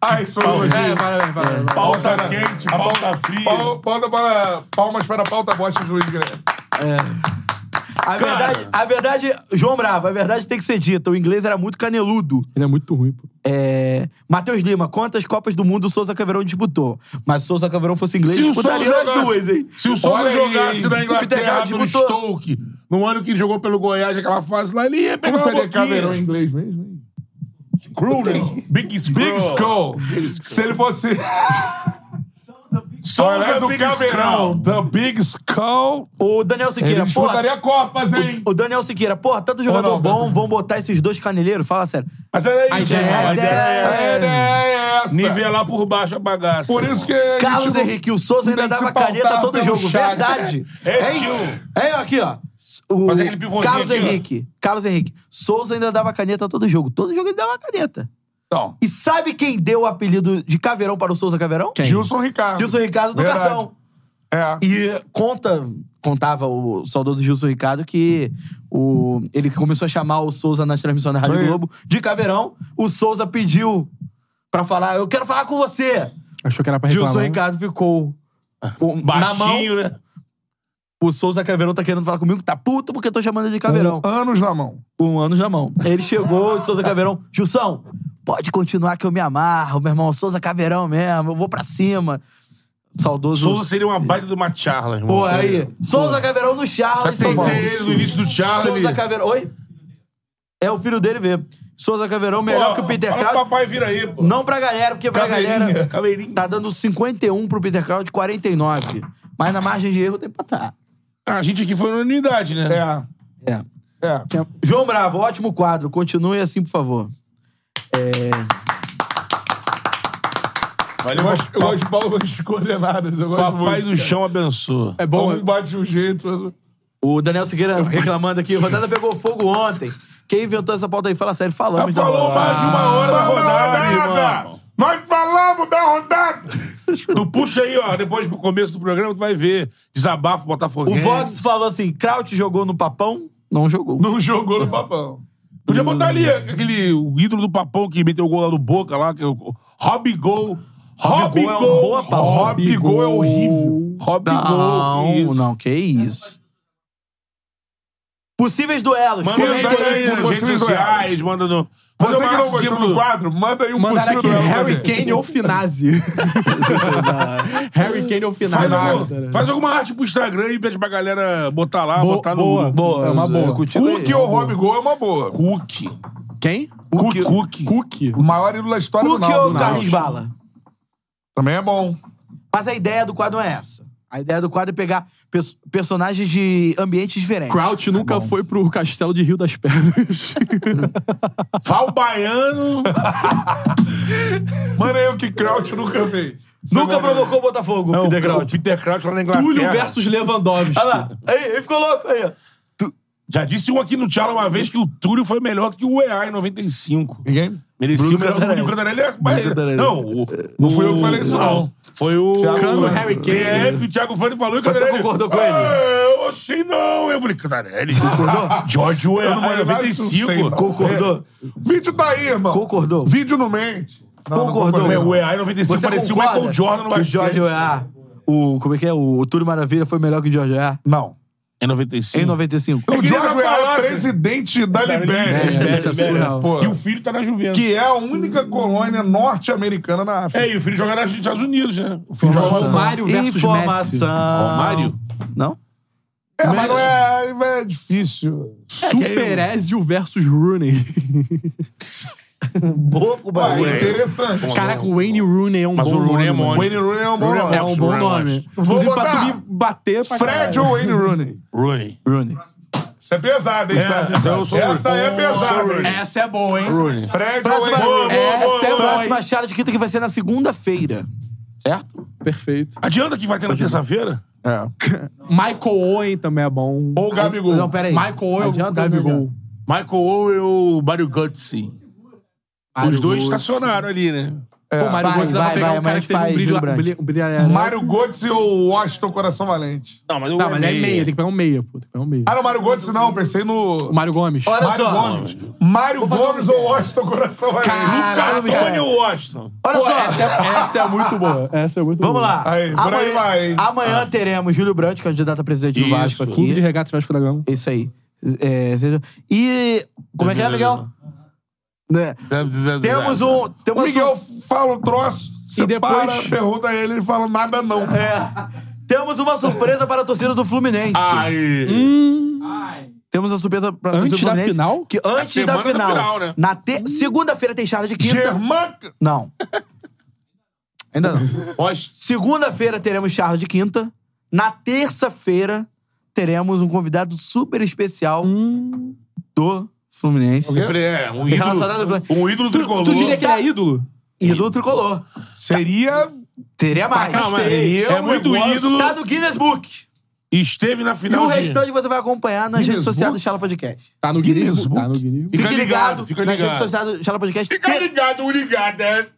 Ah, isso é um elogio.
É, parabéns, parabéns.
Pauta
Pauta
quente,
quente,
pauta
pauta
fria. Pauta para, palmas para a pauta bosta do Luiz Guilherme.
A verdade, a verdade, João Bravo, a verdade tem que ser dita. O inglês era muito caneludo.
Ele é muito ruim, pô.
É... Matheus Lima, quantas Copas do Mundo o Souza Caveirão disputou? Mas se o Souza Caveirão fosse inglês,
Se o Souza
disputaria as
jogasse,
duas, hein?
se o Souza
Olha aí,
jogasse
hein?
na
Peter Crouch
Inglaterra, no
disputou.
Stoke, no ano que ele jogou pelo Goiás, aquela fase lá, ele ia pegar
Como
uma
seria caveirão em
boquinha.
inglês mesmo? hein?
Cruden. Big Skull.
né? Big Skull. Se ele fosse.
Souza
Olha, do
Big
caveirão.
Skull.
The Big Skull.
O Daniel Siqueira,
Ele
porra.
disputaria Copas, hein?
O Daniel Siqueira, porra, tanto jogador
não,
bom, vão botar esses dois caneleiros? Fala sério.
Mas era
A
isso. né?
ideia é
irmão. A ideia
essa.
é essa. é essa.
Nivelar por baixo a bagaça.
Por isso que. a
Carlos
gente não-
Henrique, o Souza
não
ainda
tem que
dava
se pautar
caneta todo
pelo
jogo.
chat.
Verdade.
É,
Hein?
tio.
Hein, aqui, ó. O
Faz aquele pivôzinho
Carlos
aqui, ó.
Henrique. Carlos Henrique. Souza ainda dava caneta todo jogo. Todo jogo ele dava caneta.
Então,
E sabe quem deu o apelido de Caveirão para o Souza Caveirão?
Quem?
Gilson Ricardo.
Gilson Ricardo do
Verdade.
cartão.
É.
E conta, contava o saudoso Gilson Ricardo que o, ele começou a chamar o Souza nas transmissões da Rádio
Isso aí.
Globo de caveirão. O Souza pediu pra falar, eu quero falar com você.
Achou que era pra reclamar.
Gilson Ricardo ficou com- na mão.
Baixinho, né?
O Souza Caveirão tá querendo falar comigo, tá puto porque eu tô chamando ele de caveirão.
Anos na mão.
Um ano já mão. Ele chegou, o Souza Caveirão, Gilson, pode continuar que eu me amarro, meu irmão. Souza Caveirão mesmo, eu vou pra cima. Saudoso.
Souza seria uma baita de uma charla, irmão.
Pô, aí. Souza Caveirão no Charles.
Aceitei ele no início do Charlie.
Souza Caveirão. Oi? É o filho dele mesmo. Souza Caveirão melhor que o Peter
fala pro
Crouch.
papai vira aí, pô.
Não pra galera, porque pra
Caveirinha,
galera tá dando 51 pro Peter Crouch, 49. Mas na margem de erro tem pra tá.
Ah, A gente aqui foi unanimidade, né?
É.
É.
É.
João Bravo, ótimo quadro. Continue assim, por favor.
Eu gosto, eu gosto de palmas coordenadas. Eu gosto
Papai
muito.
do chão abençoa.
É bom.
Um bate um jeito. outro-
O Daniel Siqueira reclamando aqui. Rodada pegou fogo ontem. Quem inventou essa pauta aí? Fala sério, falamos. então. da
Falou
rodada.
mais de uma hora da
Falou
rodada,
nada.
irmão.
Nós falamos da rodada!
Tu puxa aí, ó, depois pro começo do programa, tu vai ver. Desabafo,
O
Botafoguense.
Vox falou assim: Kraut jogou no papão? Não jogou.
Não jogou no papão.
Podia botar ali aquele o ídolo do papão que meteu o gol lá no Boca, lá, que é o Robigol.
Robigol é uma boa
Robigol.
palavra.
Robigol é horrível. Robigol.
Não,
isso.
não, que isso. Possíveis duelos.
Manda aí,
Comenta
manda
aí.
aí nas redes
possíveis
sociais, manda no. Manda
Você
uma
que não
arte
gostou
símbolo-
do quadro, manda aí um
Mandaram
possível
aqui
duelo pra
Harry
gente.
Kane ou Finazzi. Harry Kane ou
Faz,
Finazzi.
uma- faz alguma arte pro Instagram e pede pra galera botar lá,
Bo-
botar no.
boa.
Boa,
É uma boa.
Cook ou Robigol é uma boa.
Cook.
Quem?
Cook. Cook.
Cook.
O maior ídolo da história do
Hulk
Naldo.
ou Carlos Bala?
Também é bom.
Mas a ideia do quadro não é essa. A ideia do quadro é pegar pers- personagens de ambientes diferentes.
Crouch nunca foi pro castelo de Rio das Pedras.
Fal baiano. Mano, eu que Crouch nunca fez.
Nunca provocou o Botafogo,
Não,
Peter Crouch.
O Peter Crouch É. lá na Inglaterra.
Túlio versus Lewandowski.
Olha lá. Aí, ele ficou louco aí, ó.
Já disse um aqui no Tchala uma vez que o Túlio foi melhor do que o EA em 95.
Ninguém?
Merecia
Bruno
o melhor do
Cantarelli.
que o Cantarelli. é- mas-
Bruno Cantarelli.
Não, o-
Não fui
o-
eu que falei isso, não.
Foi o...
Thiago Cano, Harry
Kane. TF, o Thiago Fani falou e o
Você
Cantarelli...
concordou com ele?
"Ah, Eu sei não. Eu falei, Cantarelli... Concordou? George
Eu
Weah,
não vou levar isso, não sei,
95.
não.
É.
Vídeo tá aí, irmão. Concordou. Vídeo no mente. Não, não concordei, não.
O EA em 95
Você
parecia o
concorda
Michael Jordan no
que o
basquete.
Jorge Weah, o Como é que é? O, o Túlio Maravilha foi melhor que o Jorge Weah?
Não.
Em 95.
Em 95.
O George Weah é
falasse.
presidente da
Da
Libéria.
Libéria, isso é
Libéria,
surreal.
pô.
E o filho tá na Juventus.
Que é a única colônia norte-americana na África.
É, e o filho joga nos Estados Unidos, né? O filho
Informação.
joga-
Romário versus Messi.
Romário?
Não?
É, mas não é, é difícil.
É
Super Ezio versus Rooney.
Boa pro
bagulho. É interessante.
Caraca, o Wayne Rooney é- é um
Mas
bom
o Rooney é
nome, mano.
monstro.
Wayne Rooney é um bom
Rooney
nome.
É um bom
Rooney é
nome.
monstro.
Vou
Inclusive, pra tu
botar
me bater pra
Fred
caralho.
ou Wayne Rooney?
Rooney.
Rooney.
Isso é pesado, hein?
É, eu sou
Essa
Rooney.
é pesada. hein?
Essa é boa, hein?
Rooney.
Fred ou
Próxima,
Wayne Rooney?
essa é a próxima charla de quinta que vai ser na segunda-feira. Certo?
Perfeito.
Adianta que vai ter na terça-feira?
Michael Owen também é bom.
Ou Gabigol.
Não, peraí.
Michael Owen ou
Adianta,
né, Gabigol.
Michael Owen ou Mario Götze? Os dois estacionaram ali, né?
Pô, Mário
Vai,
Götze dá pra
vai,
pegar
vai,
um cara
mas
que teve um
faz,
brilho...
Gil Brandt.
brilho- é, né? brilho-
Mário Götze ou Washington Coração Valente?
Não, mas eu
Não, mas ele é meia. Tem que pegar um meia, pô. Tem que pegar um meia.
Ah, não, Mário Götze não. Pensei no...
O Mário Gomes.
Olha
Mário
só. um
Gomes. Mário Gomes ou Washington Coração Valente?
Luca
É
Antônio Washington.
Olha
Pô,
só.
essa, é, essa é muito boa. Essa é muito
Vamos
boa.
lá.
Aí, por aí vai, hein?
amanhã teremos Júlio Brandt, candidato a presidente do
Isso.
Vasco aqui.
Clube de Regatas Vasco da Gama.
Isso aí. É, seja- E. Como é que é, Miguel? Né? Temos um.
O
Temos
Miguel fala um troço, você
depois-
para, pergunta a ele, ele fala nada não.
um- é. Temos uma surpresa para a torcida do Fluminense.
Ah.
Ai.
Temos uma surpresa para a torcida
Antes
do
da
Fluminense.
final?
Que antes
semana
da
da
final.
final, né?
Na te- segunda-feira tem charla de quinta.
Germán...
Não. Ainda não.
Washington.
Segunda-feira teremos charla de quinta. Na terça-feira teremos um convidado super especial do Fluminense.
Sempre é um
relacionado ao
ídolo.
Fluminense.
Um ídolo tricolor.
Tu diria que ele é ídolo?
E do tricolor.
Seria...
Teria mais.
Não, mas
Seria
é
um
muito
negócio-
ídolo.
Tá do Guinness Book.
Esteve na
E
final
o
de-
restante você vai acompanhar nas redes
Guinness
sociais
Book?
do Chala Podcast.
Tá no
Guinness
Guinness. Tá
Book.
no Guinness.
Fica
Fique ligado,
ligado, fica
nas
ligado.
redes sociais do Chala Podcast.
Fica
Ter-
ligado, ou ligada.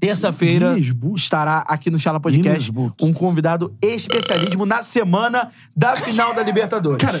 Terça-feira
Guinness Book?
estará aqui no Chala Podcast um convidado especialíssimo na semana da final da Libertadores. Cara...